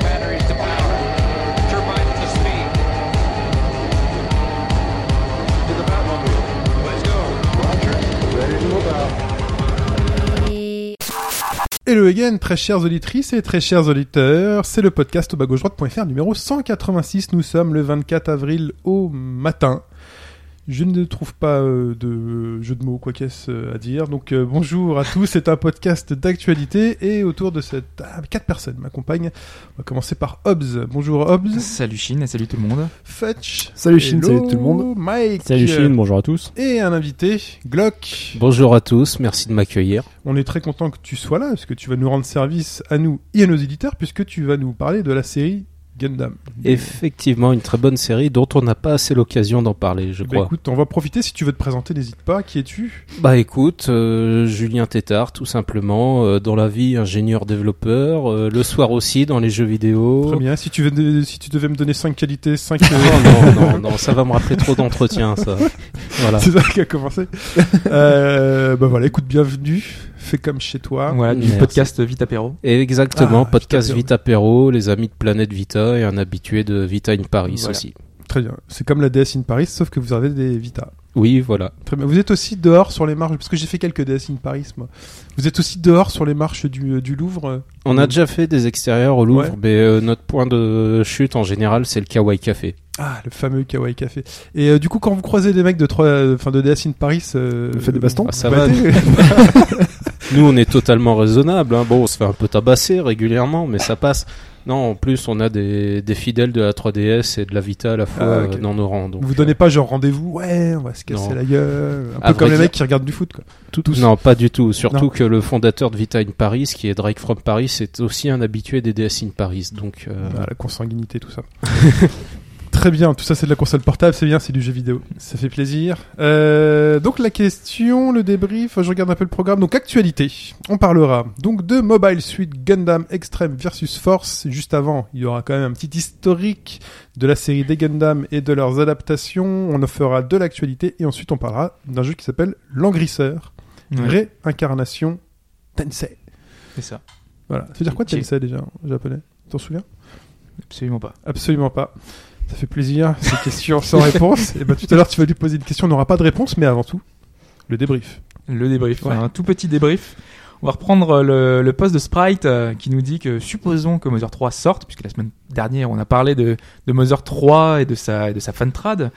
batteries to power. Turbines to speed. To the Batmobile. Let's go. Hello again, très chères auditrices et très chers auditeurs, c'est le podcast au bas-gauche-droite.fr numéro 186, nous sommes le 24 avril au matin. Je ne trouve pas euh, de jeu de mots, quoi qu'est-ce euh, à dire, donc euh, bonjour à tous, c'est un podcast d'actualité et autour de cette... Ah, quatre personnes m'accompagnent, on va commencer par Hobbs, bonjour Hobbs, Salut Chine et salut tout le monde. Fetch, Salut Chine, hello, salut tout le monde. Mike, Salut Chine, bonjour à tous. et un invité, Glock. Bonjour à tous, merci de m'accueillir. On est très content que tu sois là, parce que tu vas nous rendre service à nous et à nos éditeurs, puisque tu vas nous parler de la série Gundam. Effectivement, une très bonne série dont on n'a pas assez l'occasion d'en parler, je Bah crois. écoute, on va profiter, si tu veux te présenter, n'hésite pas, qui es-tu Bah écoute, euh, Julien Tétard, tout simplement, euh, dans la vie, ingénieur développeur, euh, le soir aussi dans les jeux vidéo. Très bien, si tu, veux- si tu devais me donner 5 qualités, euh, 5... Oh, non, non, non, ça va me rappeler trop d'entretiens, ça. Voilà. C'est ça qui a commencé. euh, bah voilà, écoute, bienvenue, fais comme chez toi. Voilà, du Merci. podcast Vite Apéro. Et exactement, Ah, podcast Vita Vita Perro, les amis de Planète Vita et un habitué de Vita in Paris Voilà. aussi. Très bien, c'est comme la DS in Paris, sauf que vous avez des Vita. Oui, voilà. Très bien. Vous êtes aussi dehors sur les marches, parce que j'ai fait quelques DS in Paris, moi. Vous êtes aussi dehors sur les marches du, du Louvre euh, On a déjà fait des extérieurs au Louvre, Ouais. mais euh, notre point de chute en général, c'est le Kawaii Café. Ah, le fameux Kawaii Café. Et euh, du coup, quand vous croisez des mecs de trois, euh, enfin de DS in Paris, euh, bah, Vous faites des bastons vous Ah, ça battez Nous, on est totalement raisonnable. Hein. Bon, on se fait un peu tabasser régulièrement, mais ça passe. Non, en plus, on a des, des fidèles de la 3DS et de la Vita à la fois Ah, ok. euh, dans nos rangs. Donc, Vous donnez pas genre rendez-vous, ouais, on va se casser Non. la gueule. Un À peu comme les vrai dire- mecs qui regardent du foot, quoi. tous. euh, Non, pas du tout. Surtout Non. que le fondateur de Vita in Paris, qui est Drake from Paris, est aussi un habitué des DS in Paris. Donc, euh, Ah, la consanguinité, tout ça. Très bien, tout ça c'est de la console portable, c'est bien, c'est du jeu vidéo. Ça fait plaisir. Euh, donc la question, le débrief, je regarde un peu le programme. Donc actualité, on parlera donc de Mobile Suit Gundam Extreme versus Force. Juste avant, il y aura quand même un petit historique de la série des Gundam et de leurs adaptations. On en fera de l'actualité et ensuite on parlera d'un jeu qui s'appelle L'Engrisseur, réincarnation Tensei. C'est ça. Voilà, ça veut dire quoi Qui- Tensei déjà en japonais T'en souviens Absolument pas. Absolument pas. Ça fait plaisir, ces questions sans réponse. Et ben tout à l'heure, tu vas lui poser une question, on n'aura pas de réponse, mais avant tout, le débrief. Le débrief. Ouais. Un tout petit débrief. On va reprendre euh, le, le poste de Sprite euh, qui nous dit que supposons que Mother 3 sorte, puisque la semaine dernière on a parlé de, de Mother 3 et de sa, et de sa fantrad.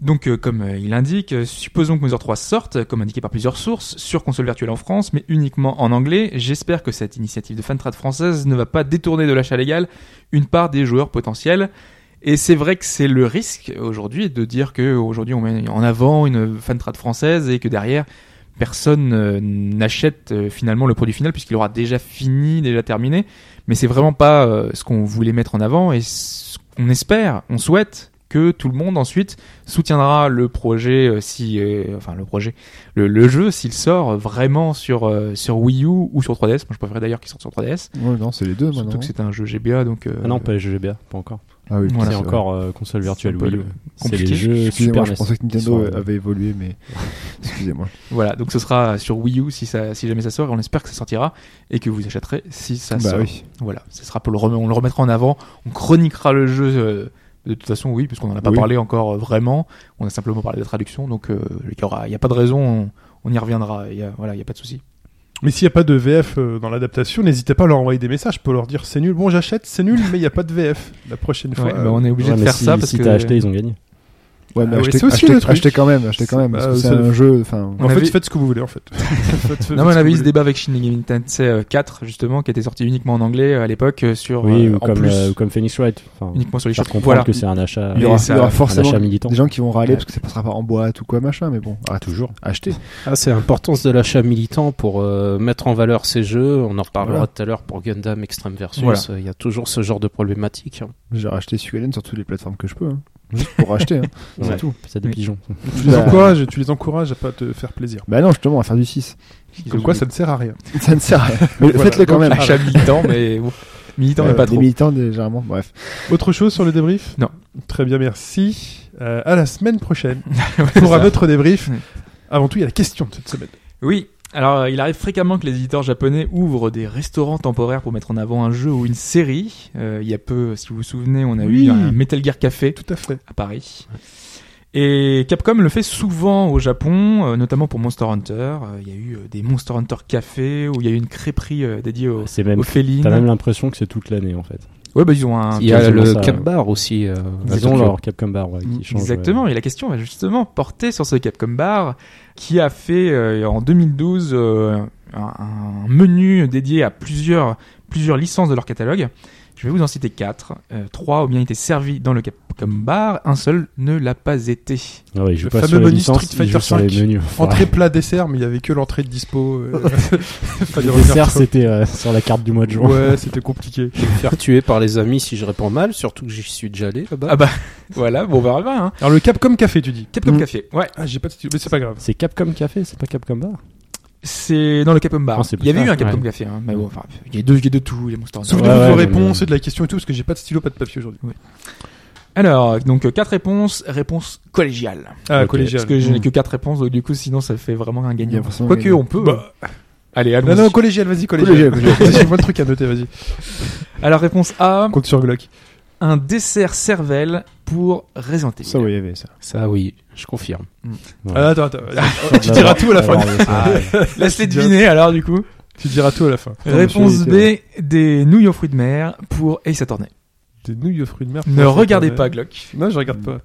Donc, euh, comme euh, il indique, euh, supposons que Mother 3 sorte, euh, comme indiqué par plusieurs sources, sur console virtuelle en France, mais uniquement en anglais. J'espère que cette initiative de fantrad française ne va pas détourner de l'achat légal une part des joueurs potentiels. Et c'est vrai que c'est le risque aujourd'hui de dire que aujourd'hui on met en avant une fantrad française et que derrière personne euh, n'achète euh, finalement le produit final puisqu'il aura déjà fini, déjà terminé. Mais c'est vraiment pas euh, ce qu'on voulait mettre en avant et ce qu'on espère, on souhaite que tout le monde ensuite soutiendra le projet euh, si, euh, enfin le projet, le, le jeu s'il sort vraiment sur euh, sur Wii U ou sur 3DS. Moi je préférerais d'ailleurs qu'il sorte sur 3DS. Ouais, bah non, c'est les deux Surtout maintenant. que c'est un jeu GBA donc. euh, Ah non, pas GBA, pas encore. Ah oui, Voilà. c'est vrai. encore euh, console virtuelle C'est un peu Wii le- U. C'est compliqué. les jeux Excusez-moi, Super je NES. pensais que Ils Nintendo euh, sont- euh, avait évolué, mais. Excusez-moi. Voilà, donc ce sera sur Wii U si, ça, si jamais ça sort, et on espère que ça sortira et que vous achèterez si ça bah sort. oui. Voilà, ce sera pour le rem- on le remettra en avant, on chroniquera le jeu euh, de toute façon, oui, puisqu'on n'en a pas Oui. parlé encore euh, vraiment, on a simplement parlé de traduction, donc euh, il y aura, il n'y a pas de raison, on, on y reviendra, il y a, voilà, il n'y a pas de souci. Mais s'il n'y a pas de VF euh, dans l'adaptation, n'hésitez pas à leur envoyer des messages pour leur dire c'est nul, bon j'achète, c'est nul, mais il n'y a pas de VF. La prochaine fois. Ouais, euh, bah, on est obligé Ouais, de mais faire si, ça parce si que t'as acheté, ils ont gagné. Ouais, mais Ah oui, achetez, c'est aussi achetez- le truc. achetez quand même, achetez quand même, parce Bah, que c'est ça- un jeu. Enfin, on en fait, avait- faites ce que vous voulez en fait. Faites- faites- Non, faites mais on ce avait que eu vous ce débat avec Shin Megami Tensei euh, 4 justement, qui était sorti uniquement en anglais euh, à l'époque euh, sur Oui, euh, ou en comme, plus euh, comme Phoenix Wright. Enfin, uniquement sur les faire shops. comprendre Voilà. que c'est un achat, il y Mais aura, ça- il y aura un un forcément achat militant. des gens qui vont râler Ouais. parce que ça passera pas en boîte ou quoi, machin, mais bon, arrêtez. Toujours. Achetez. Ah, c'est l'importance de l'achat militant pour euh, mettre en valeur ces jeux. On en reparlera Voilà. tout à l'heure pour Gundam Extreme Versus. Voilà. Euh, Il y a toujours ce genre de problématique. hein. J'ai racheté Suelen sur toutes les plateformes que je peux, hein. Juste pour acheter, hein. C'est Ouais. tout. C'est des Oui. pigeons. voulez. Tu les encourages, tu les encourages à pas te faire plaisir. Bah non, justement, on va faire du 6. Ils ont Comme quoi, oublié. ça ne sert à rien. Ça ne sert à rien. Mais Voilà, faites-le quand donc, même. achat militant, mais bon. Militant, Euh, mais pas Les trop. militants, des- généralement. Bref. Autre chose sur le débrief Non. Très bien, merci. Euh, à la semaine prochaine Ouais, c'est pour ça. un autre débrief. Oui. Avant tout, il y a la question de cette semaine. Oui, alors euh, il arrive fréquemment que les éditeurs japonais ouvrent des restaurants temporaires pour mettre en avant un jeu ou une série. Euh, il y a peu, si vous vous souvenez, on a Oui. eu un Metal Gear Café Tout à fait. à Paris. Et Capcom le fait souvent au Japon, euh, notamment pour Monster Hunter. Euh, Il y a eu euh, des Monster Hunter Café, où il y a eu une crêperie euh, dédiée aux, C'est même. aux félines. T'as même l'impression que c'est toute l'année en fait. Ouais, bah, ils ont un. Il y a quasiment le ça, Cap ouais. Bar aussi. euh, à Ils ont Tokyo. leur Capcom Bar ouais, Mm, qui change. Exactement, ouais. et la question va justement porter sur ce Capcom Bar qui a fait euh, en 2012 euh, un, un menu dédié à plusieurs, plusieurs licences de leur catalogue. Je vais vous en citer quatre. Euh, trois ont bien été servis dans le Capcom Bar, un seul ne l'a pas été. Ah ouais, ils jouent Le pas fameux sur les menu licences, Street ils Fighter jouent sur les 5. menus. Entrée, plat, dessert, mais il n'y avait que l'entrée de dispo. euh, Ouais. fallait Le refaire dessert, ça. c'était euh, sur la carte du mois de juin. Ouais, c'était compliqué. Je vais me faire tuer par les amis si je réponds mal, surtout que j'y suis déjà allé là-bas. Ah bah voilà, bon on verra bien. Hein. Alors, le Capcom Café, tu dis Capcom Mm. Café, ouais, Ah, j'ai pas de stylo, mais c'est pas grave. C'est Capcom Café, c'est pas Capcom Bar c'est dans le Capcom Bar. Ah, c'est il y avait pas- eu un Capcom ouais. Café, hein, mais bon, enfin, il y a deux, il y a de tout, les Monster Hunter. Souvenez-vous Ouais, de vos ouais, réponses mais- et de la question et tout, parce que j'ai pas de stylo, pas de papier aujourd'hui. Alors, donc euh, quatre réponses, réponse collégiale. Ah, Ok, collégial. Parce que je n'ai que quatre réponses, donc du coup, sinon ça fait vraiment un Il y a gagnant. forcément- Quoique, on peut. hein. Bah, Allez, allons non, non, collégial, vas-y, collégial. J'ai pas le truc à noter, vas-y. Alors, réponse A, Compte sur Glock. un dessert cervelle pour Resident Evil. Ça, oui, il y avait ça. Ça oui, je confirme. Ah, attends, attends. tu diras tout à la fin. Ah, Laisse-les deviner, alors, du coup. Tu diras tout à la fin. réponse B, des nouilles aux fruits de mer pour Ace Attorney. Des nouilles aux fruits de mer. Ne regardez pas, Glock. Non, je regarde pas.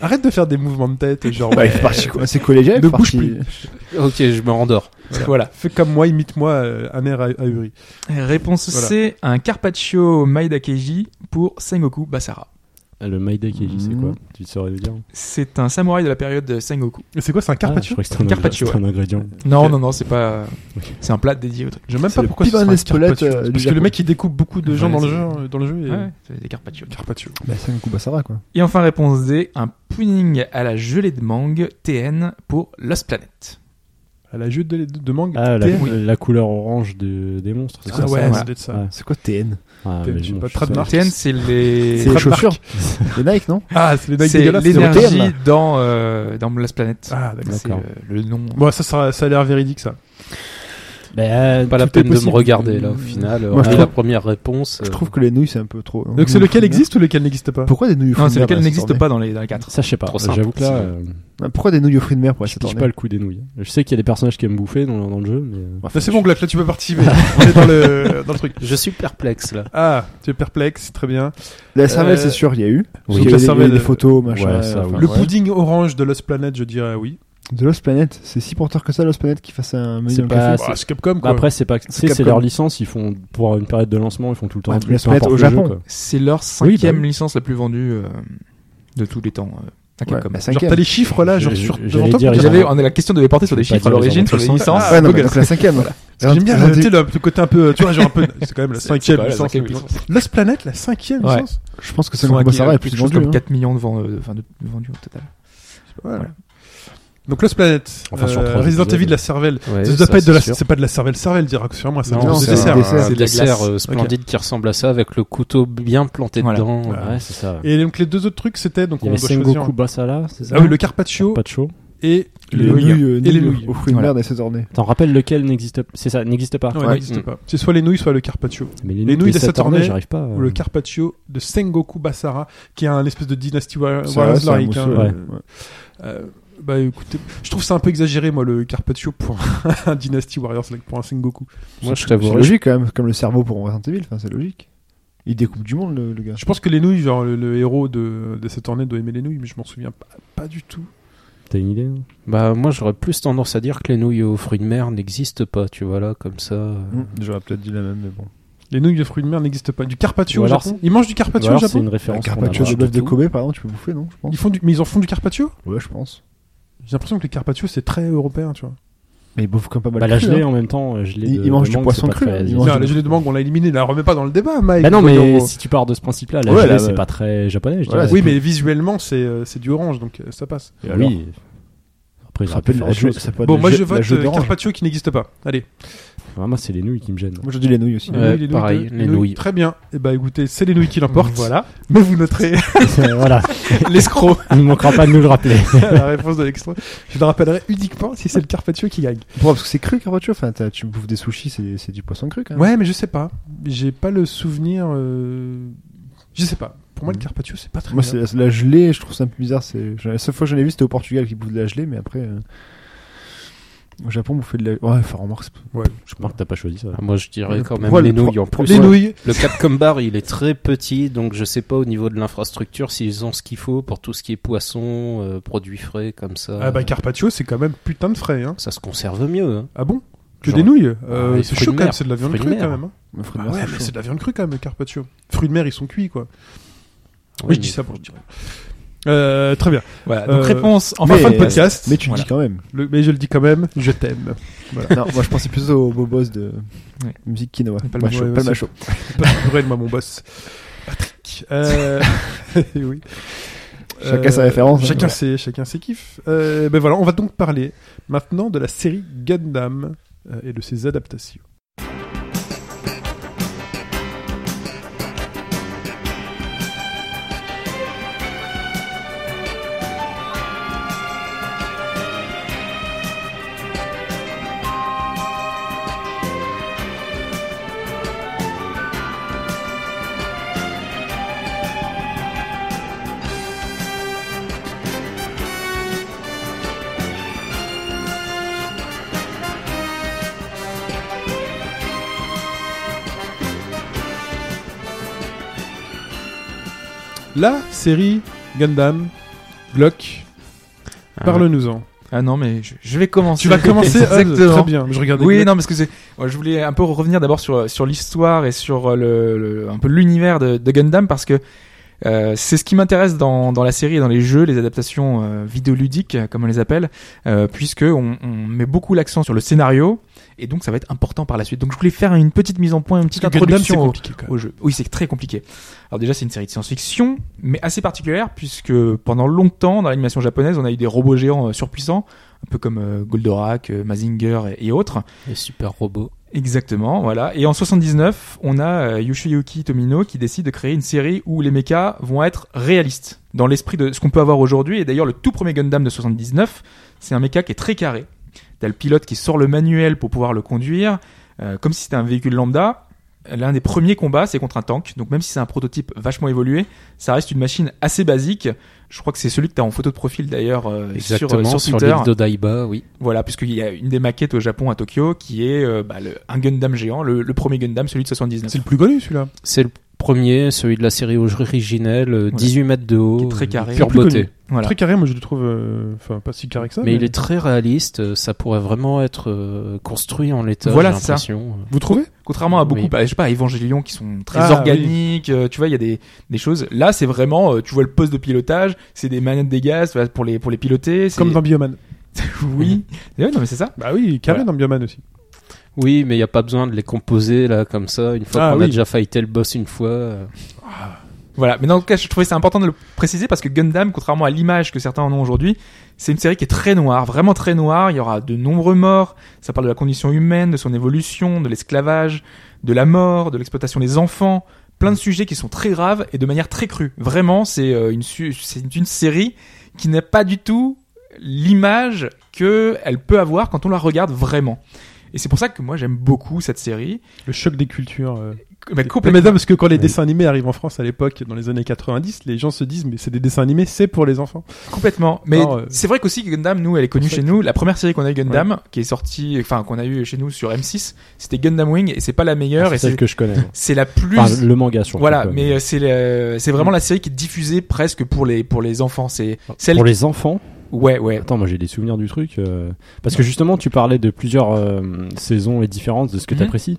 Arrête de faire des mouvements de tête, genre. Bah, il fait partie quoi C'est Ne collégial il fait bouge partie- plus. Ok, je me rendors. Voilà. Fais comme moi, imite-moi euh, un air ah- ahuri. Réponse C, un carpaccio maidakeji pour Sengoku Basara. Ah, Le Maidakeji, c'est quoi Mm. Tu saurais le dire C'est un samouraï de la période de Sengoku. Mais C'est quoi, c'est un Ah, Je carpaccio Mm. crois que c'était un, Carpaccio, c'était un ingrédient. Non, Ok. non, non, c'est pas. C'est un plat dédié au truc. Je sais même C'est pas le pourquoi c'est Piban un Espelette, carpaccio. euh, du Parce que le Japon. mec il découpe beaucoup de gens Ouais, dans le c'est- jeu, euh, dans le jeu. Et... Ouais, c'est des carpaccio. Carpaccio. Bah, c'est un coup, bah, ça va quoi. Et enfin, réponse D, un pudding à la gelée de mangue TN pour Lost Planet. À la jute de, de, de mangue. Ah, la, Thé. la couleur orange de- des monstres. c'est Ah ça, ouais, ça ça doit être ça. Ouais. C'est quoi TN Ah, Thé, mais je sais bon, pas, je suis trademark. TN, c'est les. C'est les Trademark. chaussures. les Nike, non Ah, c'est les mecs C'est dégueulasses. au l'énergie TN, là. dans, euh, dans Lost Planet. Ah, d'accord. C'est d'accord. euh, le nom. Bon, ça, ça, ça a l'air véridique ça. Bah, Pas la tout peine est de me possible. regarder là au final. Moi, On je a trouve- la première réponse. Je euh, trouve que les nouilles, c'est un peu trop. Donc c'est lequel existe ou lequel n'existe pas Pourquoi des nouilles aux Non, fruits de c'est mer lequel pour n'existe Astornet pas dans les, dans les quatre. Ça, je sais pas. Trop simple. J'avoue que là, C'est- euh, Ah, Pourquoi des nouilles aux fruits de mer pour je Astornet piche pas le coup des nouilles. Je sais qu'il y a des personnages qui aiment bouffer dans, dans le jeu, mais. Là, c'est bon, Glock, là tu peux participer. On est dans le, dans le truc. Je suis perplexe là. Ah, tu es perplexe, très bien. La cervelle, Euh, c'est sûr, il y a eu. Oui. Il y La a eu des- cervelle, des photos, machin. ouais, ça, enfin, oui. Le Bah ouais. pudding orange de Lost Planet, je dirais oui. De Lost Planet, c'est si porteur que ça, Lost Planet, qui fasse un menu C'est en pas- café. Ah, Bah, c'est- c'est Capcom Bah quoi. après, c'est pas. tu sais, Capcom. C'est leur licence, ils font. Pour une période de lancement, ils font tout le temps Ouais, un truc. Lost peu Planet importe au le jeu, Japon. quoi. C'est leur Oui, bah cinquième oui. licence la plus vendue euh, de tous les temps. euh, à Ouais, Capcom. bah, Genre cinquième. t'as les chiffres là, genre Je- sur j'allais devant toi, dire, pour ils dire- J'avais- on a- la question devait porter sur Je les vais pas chiffres à dire, ils l'origine, ont sur les tous le licences. Ouais, non, mais donc la cinquième. voilà. Parce que J'aime bien Resident tu sais, Evil. le le côté un peu, tu vois, genre un peu, c'est quand même la C'est cinquième pas la licence. cinquième licence. Lost Planet, la cinquième Ouais. licence. Je pense que Ils ça sont va acquis- est euh, plus quelque chose vendu. comme hein. 4 millions de, vend- euh, de- enfin, de- de vendus au total. Voilà. Donc Lost Planet, Enfin, sur euh, trois Resident épisodes. Evil, la cervelle. Ouais, ça doit ça, pas être de c'est la, sûr. c'est pas de la cervelle, cervelle, dira sur moi, c'est Non, un Non, genre de c'est un dessert. un dessert. Un C'est hein, de la dessert glace. euh, splendide qui ressemble à ça avec le couteau bien planté Voilà. dedans. Euh, Ouais, c'est ça. Et donc les deux autres trucs, c'était donc Il y on avait doit choisir. Sengoku Basala, c'est ça Ah oui, le carpaccio Pas de show. et Les le nouilles, euh, et les nouilles. nouilles aux fruits de Voilà. mer d'Astornet. T'en rappelles lequel n'existe pas C'est ça, n'existe pas. Non, il Ouais. n'existe Mm. pas. C'est soit les nouilles, soit le carpaccio. Mais Les nouilles de de Saturnet, j'arrive pas. Ou euh, le carpaccio de Sengoku Basara, qui est un espèce de dynastie wa- C'est vrai, Warriors c'est un like, hein. moussu, ouais. ouais. Euh, bah écoutez, je trouve ça un peu exagéré, moi, le carpaccio pour un Dynasty Warriors like, pour un Sengoku. Moi, je C'est t'avoue. logique quand même, comme le cerveau pour Resident Evil, enfin, c'est logique. Il découpe du monde, le, le gars. Je pense que les nouilles, genre le, le héros de, de cette ornée doit aimer les nouilles, mais je m'en souviens pas, pas du tout. T'as une idée non Bah, moi, j'aurais plus tendance à dire que les nouilles aux fruits de mer n'existent pas, tu vois là, comme ça. euh. Hmm, J'aurais peut-être dit la même, mais bon. Les nouilles de fruits de mer n'existent pas. Du carpaccio Ou au alors Japon Ils mangent du Ou carpaccio au alors c'est Japon une Un référence. qu'on a carpaccio pas. de bœuf de tout. Kobe, par exemple, tu peux bouffer, non Je pense. ils font du... Mais ils en font du carpaccio Ouais, je pense. J'ai l'impression que le carpaccio c'est très européen, tu vois. Mais ils bouffent quand même pas mal Bah, la cru, gelée hein. en même temps, euh, gelée. Il- de- il mange de du mangue, poisson c'est pas cru, très hein, il asiatique. mange Non, la gelée de mangue on l'a éliminée, la remet pas dans le débat, Mike. Bah non, mais Voyons. si tu pars de ce principe-là, la Ouais, gelée, là, c'est ouais. pas très japonais, je Voilà, dirais. hein. Oui, mais visuellement c'est euh, c'est du orange, donc euh, ça passe. Et alors Oui. Après, il Ça aurait peut être pu faire la autre jeu- chose, ça quoi. peut être Bon, la moi jeu- je la vote jeu euh, d'orange. Carpaccio qui n'existe pas. Allez. Vraiment, c'est les nouilles qui me gênent. Moi je dis les nouilles aussi. Les Ouais, nouilles, les nouilles, pareil, deux, les nouilles. Très bien. Et bah écoutez, c'est les nouilles qui l'emportent. Voilà. Mais vous noterez voilà, L'escroc. il ne manquera pas de nous le rappeler. la réponse de l'extrait. Je le rappellerai uniquement si c'est le Carpaccio qui gagne. Pourquoi Parce que c'est cru, Carpaccio. Enfin, t'as- tu bouffes des sushis, c'est c'est du poisson cru Ah. quand même. Ouais, mais je sais pas. J'ai pas le souvenir. euh, Je sais pas. Pour moi, le Mm. Carpaccio, c'est pas très. Moi, bien. c'est c'est la gelée, je trouve ça un peu bizarre. c'est- je- La seule fois que j'en ai vu, c'était au Portugal qui bouffe de la gelée, mais après. euh, Au Japon, bouffer de la. Ouais, enfin, remarque, c'est pas- Je crois que t'as pas choisi ça. Ah, Moi, je dirais quand même Pourquoi les le- nouilles en plus. Les nouilles. Le Capcom Bar, il est très petit, donc je sais pas au niveau de l'infrastructure s'ils ont ce qu'il faut pour tout ce qui est poisson, euh, produits frais, comme ça. Ah bah Carpaccio, c'est quand même putain de frais. Hein. Ça se conserve mieux. hein. Ah bon Que Genre- des nouilles Euh, Ah, les C'est fruits chaud de quand même, mer. c'est de la viande Fruits de crue mer. quand même. hein. Mais fruits de Ah mer, ouais, c'est mais chaud. c'est de la viande crue quand même, Carpaccio. Fruits de mer, ils sont cuits quoi. Oui, Ouais, je dis mais- ça pour je dirais. Euh, très bien. Voilà. Donc Euh, réponse en Enfin, mais- fin de euh, podcast. Mais tu le Voilà. dis quand même. Le- mais je le dis quand même, je t'aime. non, moi je pensais plus aux bobos de Ouais. musique quinoa. Et pas Pas le le macho, macho. Pas le ouais, macho. Pas vrai, moi, mon boss. Patrick. Euh, oui. Euh, Chacun sa référence, hein. Chacun Ouais. ses, chacun ses kiffs. Euh, ben voilà, on va donc parler maintenant de la série Gundam euh, et de ses adaptations. La série Gundam Glock, Ah, parle-nous-en. Ah non, mais je, je vais commencer. Tu vas commencer Oz, Exactement. Très bien, je regardais. Oui, Glock. non, parce que c'est. moi, je voulais un peu revenir d'abord sur sur l'histoire et sur euh, le, le- un peu l'univers de, de Gundam parce que euh, c'est ce qui m'intéresse dans dans la série et dans les jeux, les adaptations euh, vidéoludiques euh, comme on les appelle, euh, puisque on, on met beaucoup l'accent sur le scénario et donc ça va être important par la suite. Donc je voulais faire une petite mise en point, une petite Parce que Gundam, c'est introduction au- compliqué quand même. au jeu. Oui, c'est très compliqué. Alors déjà, c'est une série de science-fiction, mais assez particulière puisque pendant longtemps, dans l'animation japonaise, on a eu des robots géants euh, surpuissants, un peu comme euh, Goldorak, euh, Mazinger et, et autres. Les super robots. Exactement, voilà. Et en 79, on a euh, Yoshiyuki Tomino qui décide de créer une série où les mechas vont être réalistes, dans l'esprit de ce qu'on peut avoir aujourd'hui. Et d'ailleurs, le tout premier Gundam de 79, c'est un mecha qui est très carré. T'as le pilote qui sort le manuel pour pouvoir le conduire, euh, comme si c'était un véhicule lambda. L'un des premiers combats, c'est contre un tank. Donc même si c'est un prototype vachement évolué, ça reste une machine assez basique. Je crois que c'est celui que t'as en photo de profil d'ailleurs euh, sur, Exactement, sur sur, Twitter. l'île d'Odaiba, oui. Voilà, puisqu'il y a une des maquettes au Japon, à Tokyo, qui est euh, bah, le- un Gundam géant, le, le premier Gundam, celui de 79, C'est le plus connu celui-là. C'est le premier, celui de la série originelle, euh, Voilà. 18 mètres de haut, qui est très carré. pure Plus connu. beauté. Voilà. Très carré, moi je le trouve. euh, Enfin, pas si carré que ça. Mais il est très réaliste, euh, ça pourrait vraiment être euh, construit en l'état, Voilà, j'ai c'est ça. l'impression. Vous trouvez Contrairement à beaucoup, Oui. bah, je sais pas, à Evangelion, qui sont très Ah, organiques, euh, tu vois, il y a des, des choses. Là, c'est vraiment, euh, tu vois le poste de pilotage, c'est des manettes des gaz voilà, pour les pour les piloter. c'est- Comme dans Bioman. oui, Ouais, non mais c'est ça. Bah oui, carré dans Bioman aussi. Oui, mais il n'y a pas besoin de les composer là comme ça, une fois Ah, qu'on oui. a déjà fighté le boss une fois. euh, Voilà, mais dans le cas, je trouvais c'est important de le préciser parce que Gundam, contrairement à l'image que certains en ont aujourd'hui, c'est une série qui est très noire, vraiment très noire. Il y aura de nombreux morts. Ça parle de la condition humaine, de son évolution, de l'esclavage, de la mort, de l'exploitation des enfants, plein de sujets qui sont très graves et de manière très crue. Vraiment, c'est euh, une su- c'est une série qui n'a pas du tout l'image que elle peut avoir quand on la regarde vraiment. Et c'est pour ça que moi j'aime beaucoup cette série. Le choc des cultures. euh. Mais Mais non, complètement. parce que quand les Oui. dessins animés arrivent en France à l'époque, dans les années 90, les gens se disent mais c'est des dessins animés, c'est pour les enfants. Complètement. Mais Non, euh, c'est vrai qu'aussi Gundam, nous, elle est connue Parfait. chez nous. La première série qu'on a eu Gundam, qui est sortie, enfin qu'on a eu chez nous sur M6, c'était Gundam Wing et c'est pas la meilleure Ah, C'est et c'est celle que je connais. c'est la plus. Enfin, le manga, surtout. voilà, quoi. mais euh, c'est le- c'est vraiment la série qui est diffusée presque pour les pour les enfants. C'est celle. Pour les enfants, Ouais, ouais. Attends, moi j'ai des souvenirs du truc. euh, parce que justement, tu parlais de plusieurs euh, saisons et différences de ce que Mhm. t'apprécies.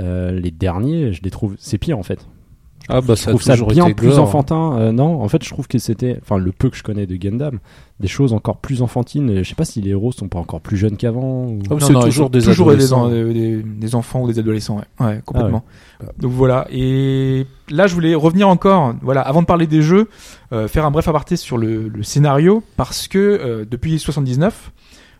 Euh, les derniers, je les trouve. C'est pire en fait. Je Ah bah ça je a trouve ça toujours bien été plus gore. enfantin. Euh, non, en fait, je trouve que c'était, enfin, le peu que je connais de Gundam, des choses encore plus enfantines. Et Je sais pas si les héros sont pas encore plus jeunes qu'avant. ou- Ah, Non, c'est non, toujours ils des sont Oh, toujours adolescents. Des, des- des enfants ou des adolescents, ouais, Ouais, Bah. complètement. Donc voilà. Et là, je voulais revenir encore, voilà, avant de parler des jeux, euh, faire un bref aparté sur le, le scénario parce que euh, depuis 79,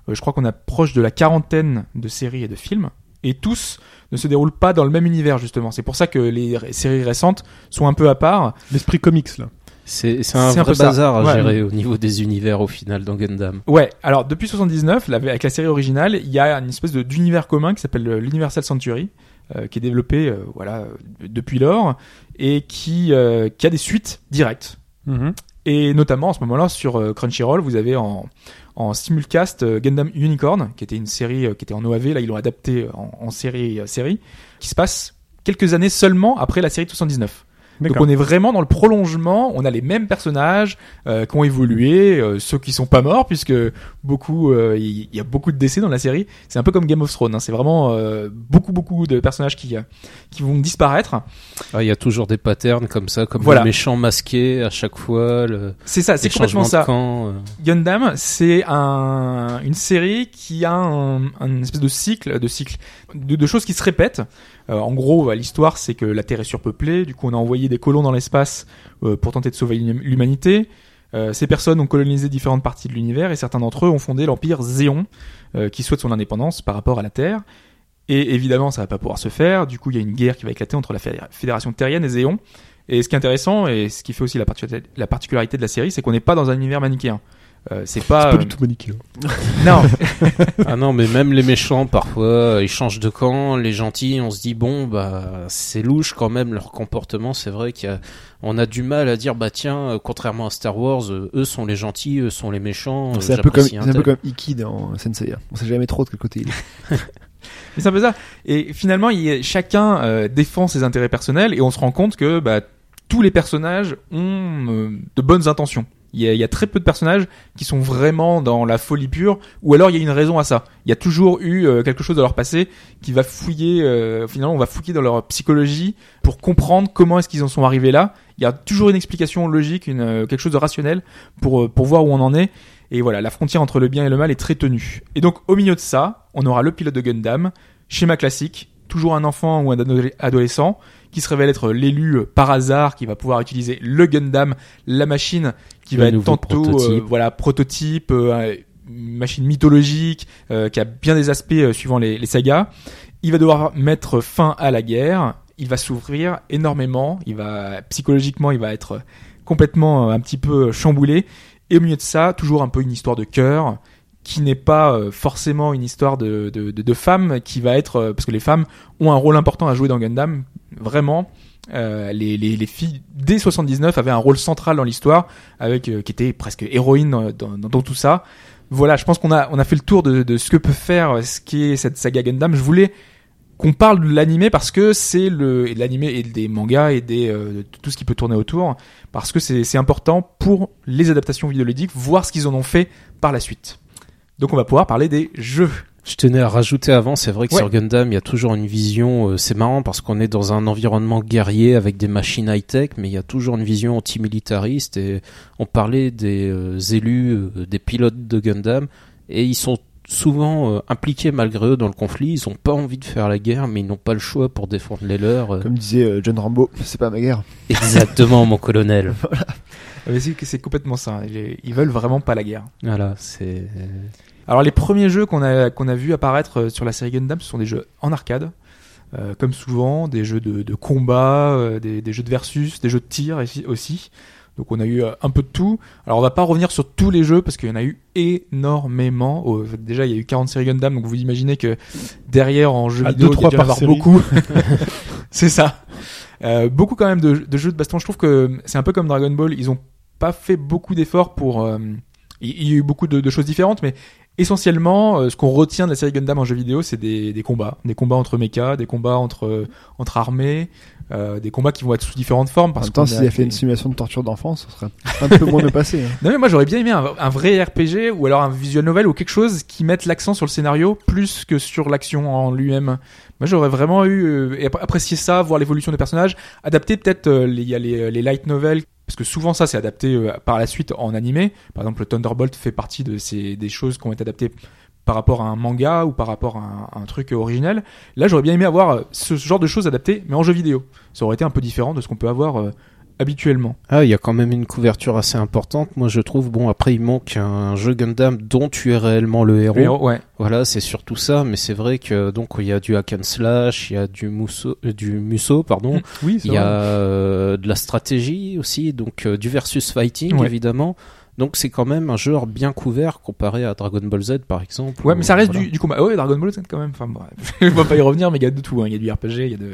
euh, je crois qu'on approche de la quarantaine de séries et de films, et tous ne se déroulent pas dans le même univers justement. C'est pour ça que les ré- séries récentes sont un peu à part. L'esprit comics, là. C'est c'est un C'est un vrai peu ça. bazar à Ouais. gérer au niveau des univers au final dans Gundam. Ouais, alors depuis 79, la- avec la série originale, il y a une espèce de- d'univers commun qui s'appelle euh, l'Universal Century, euh, qui est développé euh, voilà, euh, depuis lors, et qui, euh, qui a des suites directes. Et notamment, en ce moment-là, sur euh, Crunchyroll, vous avez en, en simulcast euh, Gundam Unicorn, qui était une série euh, qui était en OAV, là ils l'ont adapté en, en série, euh, série, qui se passe quelques années seulement après la série de 79. Donc D'accord. on est vraiment dans le prolongement, on a les mêmes personnages euh, qui ont évolué, euh, ceux qui sont pas morts puisque beaucoup euh, il y, a beaucoup de décès dans la série. C'est un peu comme Game of Thrones, hein, c'est vraiment euh, beaucoup beaucoup de personnages qui euh, qui vont disparaître. Ah, il y a toujours des patterns comme ça, comme Voilà. le méchant masqué à chaque fois, le, C'est ça, c'est les complètement changements ça. de camp. euh. Gundam, c'est un, une série qui a un, un espèce de cycle, de cycle, de, de choses qui se répètent. Euh, en gros, euh, l'histoire, c'est que la Terre est surpeuplée. Du coup, on a envoyé des colons dans l'espace euh, pour tenter de sauver l'hum- l'humanité. Euh, ces personnes ont colonisé différentes parties de l'univers et certains d'entre eux ont fondé l'empire Zéon, euh, qui souhaite son indépendance par rapport à la Terre. Et évidemment, ça va pas pouvoir se faire. Du coup, il y a une guerre qui va éclater entre la fédé- Fédération Terrienne et Zéon. Et ce qui est intéressant et ce qui fait aussi la, parti- la particularité de la série, c'est qu'on n'est pas dans un univers manichéen. Euh, c'est pas, C'est pas euh, du tout manichéen. non, Ah non, mais même les méchants, parfois, euh, ils changent de camp. Les gentils, on se dit, bon, bah, c'est louche quand même leur comportement. C'est vrai qu'on a, on a du mal à dire, bah, tiens, euh, contrairement à Star Wars, euh, eux sont les gentils, eux sont les méchants. euh, C'est un peu comme, j'apprécie hein, c'est un peu tel. comme Iki dans Senseiya. On sait jamais trop de quel côté il est. Mais c'est un peu ça. Et finalement, il y a- chacun euh, défend ses intérêts personnels et on se rend compte que bah, tous les personnages ont euh, de bonnes intentions. Il y, a, il y a très peu de personnages qui sont vraiment dans la folie pure, ou alors il y a une raison à ça. Il y a toujours eu euh, quelque chose dans leur passé qui va fouiller. euh, finalement, on va fouiller dans leur psychologie pour comprendre comment est-ce qu'ils en sont arrivés là. Il y a toujours une explication logique, une, euh, quelque chose de rationnel pour euh, pour voir où on en est. Et voilà, la frontière entre le bien et le mal est très tenue. Et donc, au milieu de ça, on aura le pilote de Gundam, schéma classique, toujours un enfant ou un ado- adolescent qui se révèle être l'élu euh, par hasard, qui va pouvoir utiliser le Gundam, la machine qui Le va être nouveau tantôt prototype. euh, voilà prototype, euh, euh, une machine mythologique euh, qui a bien des aspects euh, suivant les, les sagas. Il va devoir mettre fin à la guerre. Il va s'ouvrir énormément. Il va psychologiquement, il va être complètement euh, un petit peu chamboulé. Et au milieu de ça, toujours un peu une histoire de cœur, qui n'est pas euh, forcément une histoire de, de, de, de femmes qui va être euh, parce que les femmes ont un rôle important à jouer dans Gundam vraiment euh, les, les, les filles dès 79 avaient un rôle central dans l'histoire avec euh, qui était presque héroïne dans, dans, dans tout ça voilà je pense qu'on a on a fait le tour de, de ce que peut faire euh, ce qu'est cette saga Gundam je voulais qu'on parle de l'animé parce que c'est le et de l'animé et des mangas et des euh, de tout ce qui peut tourner autour parce que c'est c'est important pour les adaptations vidéoludiques voir ce qu'ils en ont fait par la suite donc on va pouvoir parler des jeux. Je tenais à rajouter avant, c'est vrai que Ouais. sur Gundam, il y a toujours une vision. euh, c'est marrant parce qu'on est dans un environnement guerrier avec des machines high-tech, mais il y a toujours une vision antimilitariste. Et on parlait des euh, élus, euh, des pilotes de Gundam, et ils sont souvent euh, impliqués malgré eux dans le conflit. Ils n'ont pas envie de faire la guerre, mais ils n'ont pas le choix pour défendre les leurs. euh. Comme disait euh, John Rambo, c'est pas ma guerre. Exactement, mon colonel. Ah, Mais c'est c'est complètement ça. Ils ils veulent vraiment pas la guerre. Voilà, c'est. euh. Alors les premiers jeux qu'on a qu'on a vu apparaître euh, sur la série Gundam, ce sont des jeux en arcade, euh, comme souvent des jeux de, de combat, euh, des, des jeux de versus, des jeux de tir ici- aussi. Donc on a eu euh, un peu de tout. Alors on va pas revenir sur tous les jeux parce qu'il y en a eu énormément. Oh, déjà il y a eu 40 séries Gundam, donc vous imaginez que derrière en jeux À vidéo, deux, il y trois a dû en par avoir série. beaucoup. c'est ça. Euh, beaucoup quand même de, de jeux de baston. Je trouve que c'est un peu comme Dragon Ball. Ils ont pas fait beaucoup d'efforts pour. euh, il il y a eu beaucoup de, de choses différentes, mais essentiellement, euh, ce qu'on retient de la série Gundam en jeu vidéo, c'est des, des combats, des combats entre mechas, des combats entre euh, entre armées, euh, des combats qui vont être sous différentes formes. En Parce même temps, qu'on s'il a fait des- une simulation de torture d'enfance, ce serait un peu moins de passé. hein. non mais moi j'aurais bien aimé un, un vrai RPG ou alors un visual novel ou quelque chose qui mette l'accent sur le scénario plus que sur l'action en lui-même. Moi j'aurais vraiment eu euh, et appré- apprécié ça, voir l'évolution des personnages, adapter peut-être euh, les- il y a les, les light novels parce que souvent ça c'est adapté euh, par la suite en animé. Par exemple le Thunderbolt fait partie de ces des choses qui ont été adaptées par rapport à un manga ou par rapport à un, à un truc original. Là j'aurais bien aimé avoir euh, ce genre de choses adaptées mais en jeu vidéo. Ça aurait été un peu différent de ce qu'on peut avoir euh, habituellement. Ah, il y a quand même une couverture assez importante. Moi, je trouve, bon, après, il manque un jeu Gundam dont tu es réellement le héros. Mais, ouais. Voilà, c'est surtout ça, mais c'est vrai que, donc, il y a du hack and slash, il y a du musso, euh, du musso, pardon, Oui, c'est il y a vrai. euh, de la stratégie aussi, donc, euh, du versus fighting, Ouais. évidemment. Donc, c'est quand même un genre bien couvert comparé à Dragon Ball Z, par exemple. Ouais, mais où, ça reste voilà. du, du combat. Ah Ouais, Dragon Ball Z quand même. Enfin, bref. on va pas y revenir, mais il y a de tout. hein. Il y a du RPG, il y a de,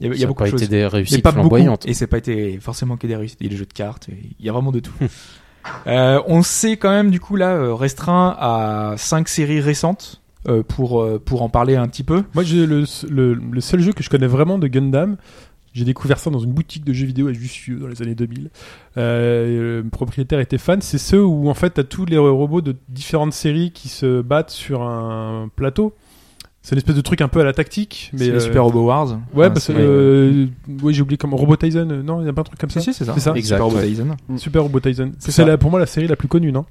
il y a, il y a Ça a beaucoup de pas été choses. des Mais réussites pas beaucoup. flamboyantes. Et c'est pas été forcément que des réussites. Il y a des jeux de cartes. et Il y a vraiment de tout. Euh, on s'est quand même du coup là euh, restreint à cinq séries récentes euh, pour euh, pour en parler un petit peu. Moi, j'ai le, le, le seul jeu que je connais vraiment de Gundam, j'ai découvert ça dans une boutique de jeux vidéo à Jussieu dans les années 2000. Euh, le propriétaire était fan. C'est ceux où, en fait, t'as tous les robots de différentes séries qui se battent sur un plateau. C'est une espèce de truc un peu à la tactique. Mais C'est les euh, Super Robo Wars. Ouais, Enfin, parce que. Ah, c'est- euh, ouais, j'ai oublié comment. Robot Tyson, euh, non, il y a pas un truc comme ça Si, si, c'est ça. C'est ça Les Exact, Super Robo ouais. Tyson. Super Robot Tyson. C'est C'est ça. la- pour moi la série la plus connue, non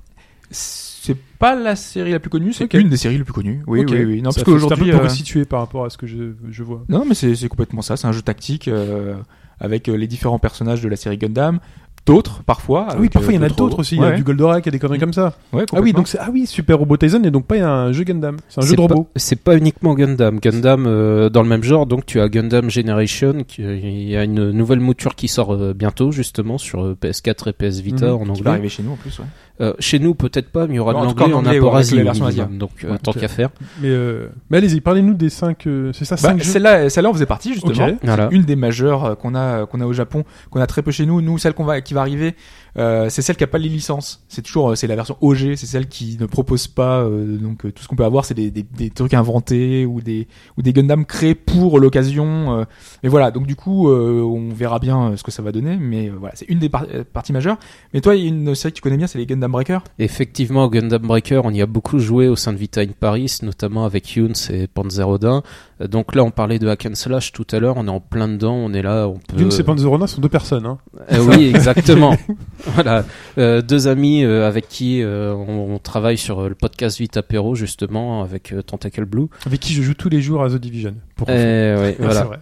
C'est pas la série la plus connue. C'est Ok. une des séries les plus connues. Oui, Ok. oui, oui. Non, Ça parce fait- C'est un qu'aujourd'hui. peu pour euh, situer par rapport à ce que je, je vois. Non, mais c'est c'est complètement ça. C'est un jeu tactique euh, avec euh, les différents personnages de la série Gundam. D'autres, parfois. Ah oui, avec, parfois il euh, y en a d'autres d'autres aussi. Il y robots. a du Goldorak, il y a des conneries Mm. comme ça. Ah Ouais, ouais, oui, complètement. donc c'est ah oui, Super Robot Tyson et donc pas un jeu Gundam, c'est un C'est jeu de pas- robot. C'est pas uniquement Gundam. Gundam euh, dans le même genre, donc tu as Gundam Generation, qui- euh, il y a une nouvelle mouture qui sort euh, bientôt justement sur euh, PS4 et PS Vita en Mhm. Qui va anglais. arriver chez nous en plus, ouais. Euh, chez nous peut-être pas, mais il y aura Non, de en tout cas, l'anglais en en anglais, ouais, apport avec Asie la au version minimum. asiatique. donc euh, Ouais, tant ok. qu'à faire. Mais, euh, mais allez-y, parlez-nous des 5 c'est ça Bah, 5 jeux. celle-là, celle-là, on faisait partie justement. Ok. Voilà. Une des majeures euh, qu'on a, qu'on a au Japon, qu'on a très peu chez nous. Nous, celle qu'on va, qui va arriver, euh, c'est celle qui a pas les licences. C'est toujours, euh, c'est la version OG. C'est celle qui ne propose pas. euh, donc euh, tout ce qu'on peut avoir, c'est des, des, des trucs inventés ou des ou des Gundam créés pour l'occasion. euh. Mais voilà. Donc du coup, euh, on verra bien euh, ce que ça va donner. Mais euh, voilà, c'est une des par- euh, parties majeures. Mais toi, il y a une série que tu connais bien, c'est les Gundam Breaker. Effectivement, Gundam Breaker, on y a beaucoup joué au sein de Vita in Paris, notamment avec Younes et Panzer Odin. Euh, Donc là, on parlait de hack and slash tout à l'heure, on est en plein dedans, on est là, on peut. Euh. Dune et Panzerona sont deux personnes. Hein. Euh, oui, exactement. voilà, Euh, deux amis euh, avec qui euh, on, on travaille sur euh, le podcast Vite Apéro justement avec euh, Tentacle Blue. Avec qui je joue tous les jours à The Division. Pour Et confirmer. ouais, Ah, Euh, voilà. C'est vrai.